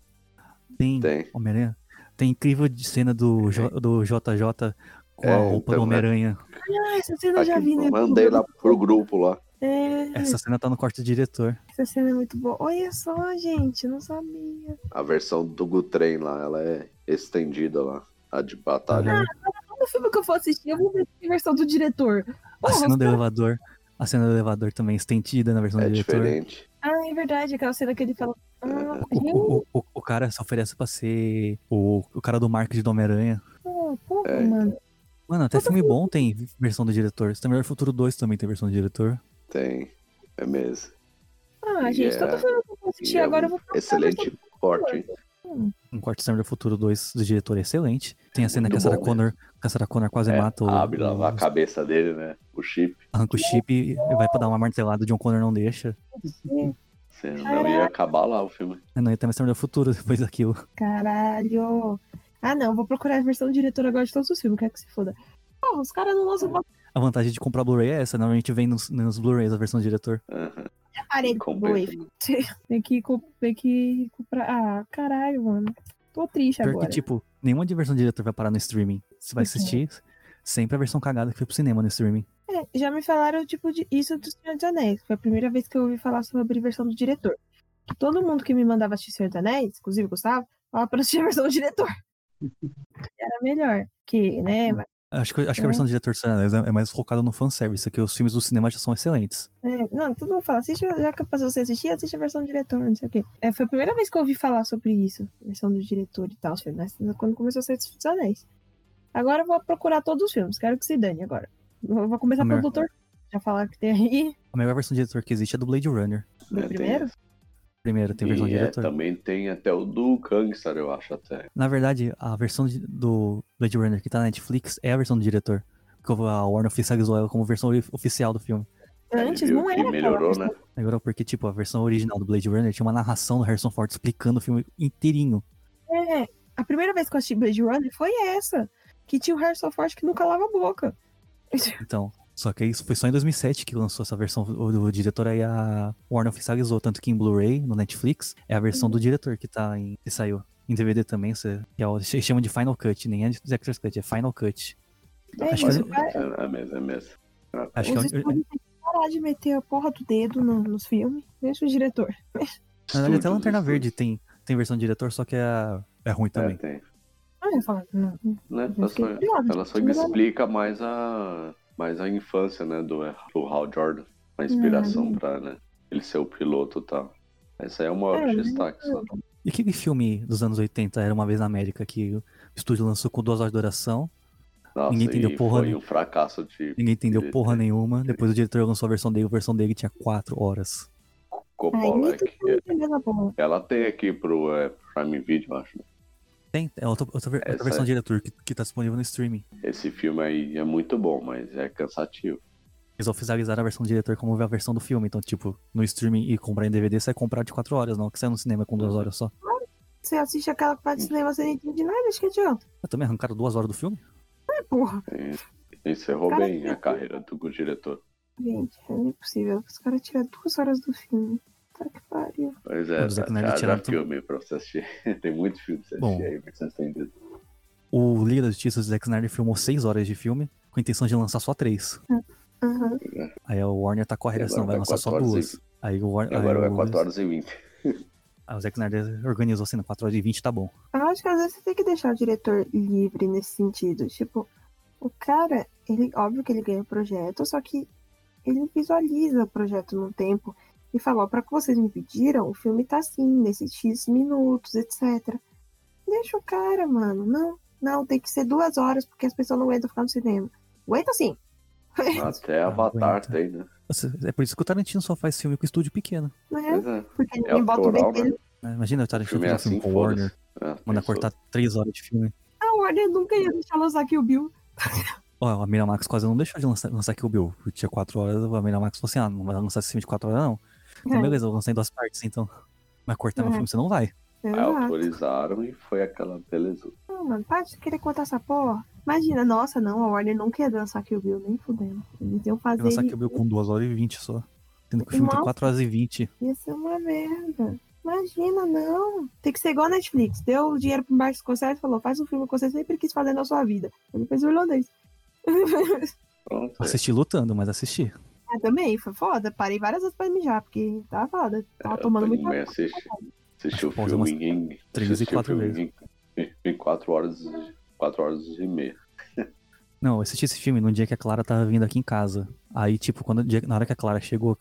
Speaker 8: Tem. Homem-Aranha. Tem incrível de cena do, J- do JJ com a
Speaker 5: É,
Speaker 8: roupa do
Speaker 5: então, né?
Speaker 8: Homem-Aranha.
Speaker 10: Ah, essa cena eu já vi, né?
Speaker 5: Mandei lá pro grupo lá.
Speaker 10: É,
Speaker 8: Essa cena tá no corte do diretor.
Speaker 10: essa cena é muito boa. Olha só, gente, não sabia.
Speaker 5: A versão do Gutrem lá, ela é estendida lá. A de
Speaker 8: Ah,
Speaker 5: batalha.
Speaker 10: Todo filme que eu for assistir, eu vou ver a versão do diretor.
Speaker 8: A cena do elevador. A cena do elevador também é estendida na versão do diretor.
Speaker 5: Diferente.
Speaker 10: Ah, é verdade, aquela cena que ele fala. Ah,
Speaker 8: O, o, o cara se oferece pra ser o, o cara do marketing do Homem-Aranha.
Speaker 10: pô, pô,
Speaker 8: É,
Speaker 5: então.
Speaker 10: mano. assim?
Speaker 8: Mano, até filme bom tem versão do diretor. Melhor Futuro 2 também tem versão do diretor.
Speaker 5: Tem. É mesmo.
Speaker 10: Ah, tá, gente,
Speaker 8: Yeah.
Speaker 10: todo filme que eu for assistir
Speaker 8: E é
Speaker 10: agora
Speaker 8: um
Speaker 10: eu vou procurar a versão
Speaker 5: Excelente corte. hein?
Speaker 10: Hum.
Speaker 8: Um corte Summer do Futuro 2 do diretor é excelente. Tem a cena que a Sarah, Connor, que a Sarah Connor quase mata o.
Speaker 5: É, Abre lá a cabeça dele, né? O chip.
Speaker 8: Arranca o chip e vai pra dar uma martelada, o John Connor não deixa.
Speaker 5: Não ia acabar lá o filme.
Speaker 8: É, Não, ia ter mais Summer do Futuro depois daquilo.
Speaker 10: Caralho. Ah, não, vou procurar a versão do diretor agora de todos os filmes, quero que se foda. Pô, os caras não lançam.
Speaker 8: é né? A vantagem de comprar Blu-ray é essa, normalmente vem nos, nos Blu-rays a versão do diretor.
Speaker 14: parede boa.
Speaker 10: Tem que, co- tem que comprar. Ah, caralho, mano. Tô triste
Speaker 8: Pior
Speaker 10: agora.
Speaker 8: que, tipo, nenhuma diversão do diretor vai parar no streaming. Você vai
Speaker 10: Uhum.
Speaker 8: assistir sempre a versão cagada que foi pro cinema no streaming.
Speaker 10: É, já me falaram, tipo, de, isso do Senhor dos Anéis. Foi a primeira vez que eu ouvi falar sobre a versão do diretor. Que todo mundo que me mandava assistir Senhor dos Anéis, inclusive o Gustavo, falava pra assistir a versão do diretor. Era melhor. Que, né? mas-
Speaker 8: Acho que, acho que a versão do diretor do Senhor dos Anéis é é mais focada no fanservice, que os filmes do cinema já são excelentes.
Speaker 10: É, não, todo mundo fala, assiste, já que passou você assistir, assiste a versão do diretor, não sei o quê. É, foi a primeira vez que eu ouvi falar sobre isso, versão do diretor e tal, assim, né, quando começou a sair dos Anéis. Agora eu vou procurar todos os filmes, quero que se dane agora. Vou vou começar pelo
Speaker 8: Amor.
Speaker 10: Doutor, já falaram que tem aí,
Speaker 8: A melhor versão do diretor que existe é do Blade Runner.
Speaker 10: do primeiro.
Speaker 8: Primeiro, tem a versão
Speaker 5: É, E
Speaker 8: do
Speaker 5: é,
Speaker 8: diretor.
Speaker 5: também tem até o do Gangster, eu acho até.
Speaker 8: Na verdade, a versão de- do Blade Runner que tá na Netflix é a versão do diretor. Porque a Warner oficializou ela como versão ori- oficial do filme.
Speaker 10: Antes não era. aquela
Speaker 5: né?
Speaker 10: versão.
Speaker 8: Melhorou porque, tipo, a versão original do Blade Runner tinha uma narração do Harrison Ford explicando o filme inteirinho.
Speaker 10: É, a primeira vez que eu assisti Blade Runner foi essa, que tinha o Harrison Ford que nunca lava a boca.
Speaker 8: Então, só que isso foi só em 2007 que lançou essa versão do, do diretor, aí a Warner oficializou, tanto que em Blu-ray, no Netflix, é a versão do diretor que tá em, que saiu. Em DVD também, você, que é o, eles chamam de Final Cut, nem é de Director's Cut, é Final Cut.
Speaker 10: É,
Speaker 8: acho
Speaker 10: mas
Speaker 8: que,
Speaker 10: o cara-
Speaker 5: É, é mesmo, é mesmo.
Speaker 8: acho que
Speaker 10: Os
Speaker 8: é,
Speaker 10: estúdios têm que parar de meter a porra do dedo no- nos filmes, deixa o diretor.
Speaker 8: na verdade, até Lanterna Verde tem, tem versão do diretor, só que é, é ruim também.
Speaker 10: Ah, eu falo, não,
Speaker 5: Né? Ela só,
Speaker 10: fiquei curiosa,
Speaker 5: ela só
Speaker 10: fiquei
Speaker 8: é
Speaker 10: curiosa.
Speaker 5: explica mais a, mais a infância, né, do, do Hal Jordan. A inspiração pra, né, ele ser o piloto e tal. Essa aí é uma
Speaker 8: É,
Speaker 5: hora de
Speaker 8: né?
Speaker 5: destaque, só.
Speaker 8: E aquele filme dos anos 80, Era Uma Vez na América, que o estúdio lançou com duas horas de duração,
Speaker 5: Nossa,
Speaker 8: ninguém entendeu
Speaker 5: e
Speaker 8: porra
Speaker 5: foi
Speaker 8: nenhuma.
Speaker 5: um fracasso de
Speaker 8: Ninguém entendeu porra
Speaker 5: é.
Speaker 8: nenhuma. Depois o diretor lançou a versão dele, a versão dele tinha quatro horas.
Speaker 10: é
Speaker 5: Coppola. que-
Speaker 10: Beleza, boa.
Speaker 5: Ela tem aqui pro é, Prime Video, eu acho. né?
Speaker 8: Tem, é outra, outra, ver- outra
Speaker 5: Essa
Speaker 8: versão
Speaker 5: é.
Speaker 8: do diretor que, que tá disponível no streaming.
Speaker 5: Esse filme aí é muito bom, mas é cansativo.
Speaker 8: Eles oficializaram a versão do diretor como a versão do filme. Então, tipo, no streaming e comprar em DVD, você vai comprar de quatro horas, não. Que sai no cinema com
Speaker 5: Uhum.
Speaker 8: duas horas só.
Speaker 10: Você assiste aquela parte
Speaker 5: Hum.
Speaker 10: do cinema, você não entende nada, acho que adianta.
Speaker 8: Ah, também arrancaram duas horas do filme?
Speaker 10: Ai, porra.
Speaker 5: E É, Encerrou
Speaker 10: Cara,
Speaker 5: bem a carreira do diretor.
Speaker 10: Gente, é impossível. Os caras tiram duas horas do filme. Tá que pariu.
Speaker 5: Pois
Speaker 8: Não,
Speaker 5: é,
Speaker 8: do Zack
Speaker 5: tá- já,
Speaker 8: Snyder
Speaker 5: já
Speaker 8: tiraram tudo.
Speaker 5: filme pra você assistir. tem muito filme pra você
Speaker 8: Bom.
Speaker 5: assistir aí, pra você entender.
Speaker 8: O Liga da Justiça, o Zack Snyder, filmou seis horas de filme com a intenção de lançar só três.
Speaker 10: Uhum.
Speaker 8: Aí a Warner tá com a
Speaker 5: E
Speaker 8: regra, assim, não, vai
Speaker 5: agora vai
Speaker 8: lançar só
Speaker 5: quatro horas
Speaker 8: duas.
Speaker 5: e-
Speaker 8: Aí o Warner...
Speaker 5: Agora
Speaker 8: aí
Speaker 5: vai
Speaker 8: o...
Speaker 5: 4 horas e 20.
Speaker 8: Aí o Zack Snyder organizou assim, 4 horas e 20 tá bom.
Speaker 10: Eu acho que às vezes você tem que deixar o diretor livre nesse sentido. Tipo, o cara, ele, óbvio que ele ganha projeto, só que ele visualiza o projeto no tempo e fala, ó, pra que vocês me pediram, o filme tá assim, nesses X minutos, etc. Deixa o cara, mano. Não, não, tem que ser duas horas, porque as pessoas não aguentam ficar no cinema. Aguenta sim.
Speaker 5: Até
Speaker 8: tá
Speaker 5: Avatar tem, né?
Speaker 8: Nossa, É por isso que o Tarantino só faz filme com estúdio pequeno.
Speaker 10: Né?
Speaker 5: Pois é.
Speaker 10: Porque
Speaker 5: É
Speaker 10: ninguém bota o
Speaker 5: autoral,
Speaker 10: dele.
Speaker 5: né?
Speaker 8: É, Imagina o Tarantino
Speaker 5: Filme é
Speaker 8: fazer um filme
Speaker 5: assim,
Speaker 8: com o
Speaker 5: foda-se.
Speaker 8: Warner,
Speaker 5: É,
Speaker 8: manda cortar três horas de filme.
Speaker 10: A Warner nunca ia deixar lançar aqui o Bill.
Speaker 8: Ó, a Miramax quase não deixou de lançar, lançar Kill Bill. porque Tinha 4 horas, a Miramax falou assim, ah, não vai lançar esse filme de 4 horas não. Então
Speaker 10: É.
Speaker 8: beleza, eu vou lançar em duas partes então. Mas cortar meu
Speaker 10: É.
Speaker 8: filme você não vai.
Speaker 5: Aí autorizaram e foi aquela beleza.
Speaker 10: Não, mano, para de querer contar essa porra. Imagina, nossa, não, a Warner não quer dançar Kill Bill, nem fudendo. Eles iam
Speaker 8: Vai
Speaker 10: fazer
Speaker 8: lançar
Speaker 10: ele-
Speaker 8: Kill Bill com 2 horas e 20 só. Tendo que o filme tem
Speaker 10: Nossa.
Speaker 8: 4 horas e
Speaker 5: É.
Speaker 8: 20.
Speaker 10: Ia ser é uma merda. Imagina, não. Tem que ser igual a Netflix. Deu o dinheiro pro Marcos Scorsese e falou, faz um filme que você sempre quis fazer na sua vida. Ele fez o irlandês.
Speaker 5: Pronto.
Speaker 8: Assisti lutando, mas assisti.
Speaker 10: Ah, também, foi foda. Parei várias vezes pra mijar, porque tava foda. Tava tomando muito
Speaker 5: Ninguém assiste. Assistiu o
Speaker 8: Pausa umas
Speaker 5: filme em.
Speaker 8: três e
Speaker 5: assistiu o
Speaker 8: quatro
Speaker 5: filme Em, em 4 horas, quatro horas e meia.
Speaker 8: Não, eu assisti esse filme num dia que a Clara tava vindo aqui em casa. Aí, tipo, quando, dia- na hora que a Clara chegou,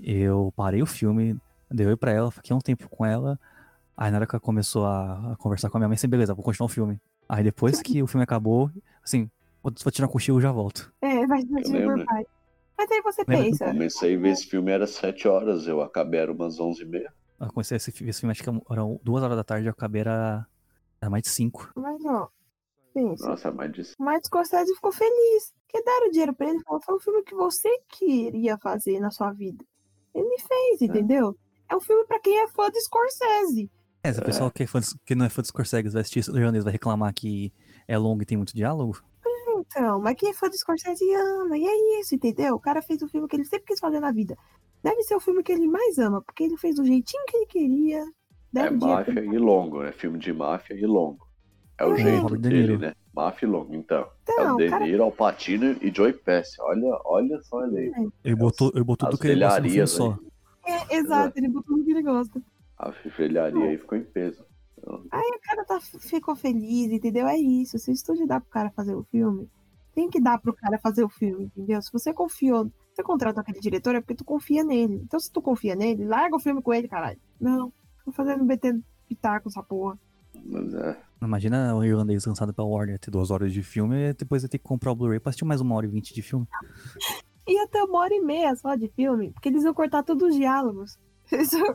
Speaker 8: eu parei o filme, dei oi pra ela, fiquei um tempo com ela. Aí na hora que ela começou a, a conversar com a minha mãe, assim, beleza, vou continuar o filme. Aí depois que o filme acabou, assim, vou, vou tirar um cochilo e já volto.
Speaker 10: É, vai divertir por
Speaker 5: lembro.
Speaker 10: pai. Mas aí você
Speaker 8: Lembra que
Speaker 10: pensa.
Speaker 5: Comecei a ver esse filme, era 7 horas, eu acabei, era umas 11 e meia.
Speaker 8: Eu comecei esse, fi- esse filme, acho que eram duas horas da tarde, eu acabei, era, era mais de cinco.
Speaker 10: Mas ó, pensa.
Speaker 5: Nossa, é mais de
Speaker 10: O Martin Scorsese ficou feliz. Porque deram dinheiro pra ele e falou, foi um filme que você queria fazer na sua vida. Ele fez, entendeu? É um filme pra quem é fã do Scorsese.
Speaker 8: É, se o pessoal que, é fã de- que não é fã dos Scorsese vai assistir irlandês vai reclamar que é longo e tem muito diálogo?
Speaker 10: Então, mas quem é fã do Scorsese ama. E é isso, entendeu? O cara fez um filme que ele sempre quis fazer na vida. Deve ser o filme que ele mais ama, porque ele fez do jeitinho que ele queria. um
Speaker 5: É
Speaker 10: Deve
Speaker 5: máfia e longo, é filme de máfia e longo. É o
Speaker 10: É.
Speaker 5: jeito
Speaker 10: Robert
Speaker 8: Ah, De
Speaker 5: dele,
Speaker 8: Niro.
Speaker 5: né? Máfia e longo, então. é
Speaker 10: Então,
Speaker 5: o De
Speaker 10: cara-
Speaker 5: Niro, Al Pacino e Joey Pesci. Olha, olha só ele aí.
Speaker 8: Ele botou, ele botou tudo que ele gosta no filme
Speaker 5: velharias É,
Speaker 8: só.
Speaker 10: É, exato, ele botou no que ele gosta.
Speaker 5: A velharia aí ficou em peso. Então,
Speaker 10: Aí o cara tá, ficou feliz, entendeu? É isso. Se o estúdio dá pro cara fazer o filme, tem que dar pro cara fazer o filme, entendeu? Se você confiou, você contrata aquele diretor, é porque tu confia nele. Então se tu confia nele, larga o filme com ele, caralho. Não, tô fazendo BT pitaco essa porra.
Speaker 5: Mas é.
Speaker 8: Imagina o irlandês lançado pela Warner ter duas horas de filme e depois ele ter que comprar o Blu-ray pra assistir mais uma hora e vinte de filme.
Speaker 10: E até uma hora e meia só de filme, porque eles iam cortar todos os diálogos. Eles iam-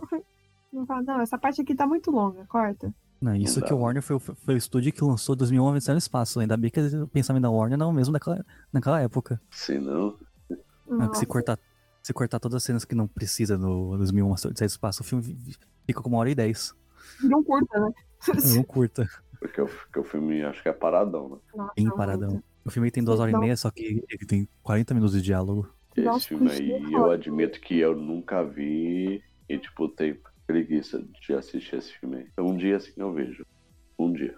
Speaker 10: Não fala, não, essa parte aqui tá muito longa, corta.
Speaker 8: Não, isso
Speaker 10: dá,
Speaker 8: que o Warner foi, o- foi o estúdio que lançou 2001 Odisseia um no Espaço. Ainda bem que o pensamento da Warner não é o mesmo daquela, naquela época.
Speaker 5: Se assim, não.
Speaker 8: Ah, que se cortar, se cortar todas as cenas que não precisa no 2001 Odisseia no um Espaço, o filme vi- vi- fica com uma hora e dez.
Speaker 10: Não curta, né?
Speaker 8: Não curta.
Speaker 5: Porque o, porque o filme acho que é paradão, né?
Speaker 8: Bem paradão. O filme tem duas horas e meia, só que ele tem 40 minutos de diálogo.
Speaker 5: Esse filme aí, eu admito que eu nunca vi e, tipo, tenho preguiça de assistir esse filme aí. Então, um dia assim eu vejo. Um dia.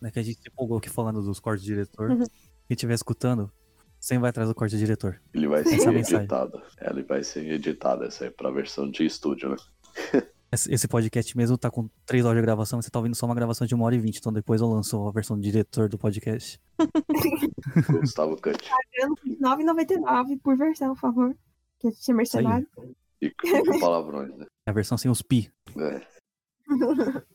Speaker 8: Né, que a gente se empolgou aqui falando dos cortes de diretor.
Speaker 5: Uhum.
Speaker 8: Quem estiver escutando, sempre vai atrás do corte de diretor.
Speaker 5: Ele vai ser
Speaker 8: Essa é a mensagem.
Speaker 5: editado. Ele vai ser editado essa aí pra versão de estúdio, né?
Speaker 8: Esse esse podcast mesmo tá com 3 horas de gravação, e você tá ouvindo só uma gravação de 1 hora e 20, então depois eu lanço a versão do diretor do podcast.
Speaker 5: Gustavo Cut.
Speaker 10: Pagando R$9,99 por versão, por favor. Que a gente é mercenário.
Speaker 5: E com palavrões, né?
Speaker 8: É a versão sem os pi.
Speaker 5: É.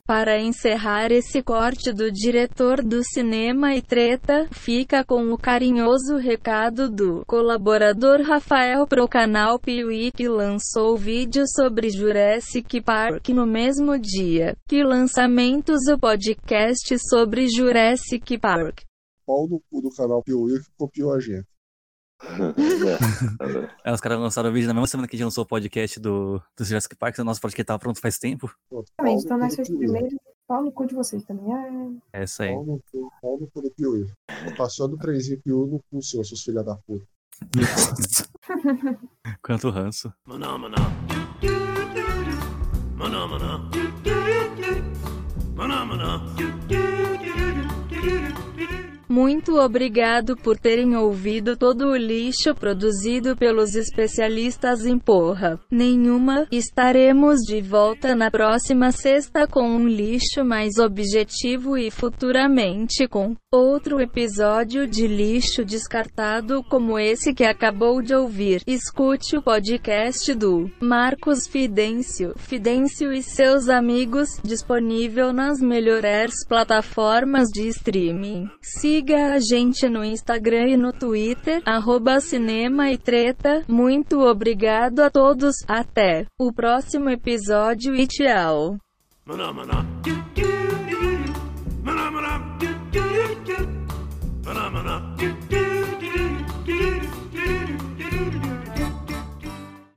Speaker 6: Para encerrar esse corte do diretor do cinema e treta, fica com o carinhoso recado do colaborador Rafael pro canal Piuí que lançou vídeo sobre Jurassic Park no mesmo dia que lançamentos o podcast sobre Jurassic Park.
Speaker 2: Pau no cu do canal Piuí que copiou a gente.
Speaker 5: é.
Speaker 8: Aí os caras lançaram o vídeo na mesma semana que a gente lançou o podcast do, do Jurassic Park, o nosso podcast tava pronto faz tempo.
Speaker 10: Exatamente, então nós fomos primeiro. Pau no cu de vocês também. Ah,
Speaker 8: É isso aí.
Speaker 2: Pau no cu, pau no cu do Piuí. Passou do trenzinho Piuí no cu, seu, seus filha da puta.
Speaker 8: Quanto ranço.
Speaker 15: Maná, maná. Maná, maná. Maná, maná.
Speaker 6: Muito obrigado por terem ouvido todo o lixo produzido pelos especialistas em porra. Nenhuma. Estaremos de volta na próxima sexta com um lixo mais objetivo e futuramente com outro episódio de lixo descartado como esse que acabou de ouvir. Escute o podcast do Marcos Fidêncio, Fidêncio e seus amigos, disponível nas melhores plataformas de streaming. Siga a gente no Instagram e no Twitter, arroba cinema e treta. Muito obrigado a todos, até o próximo episódio e tchau.
Speaker 15: Maná, maná.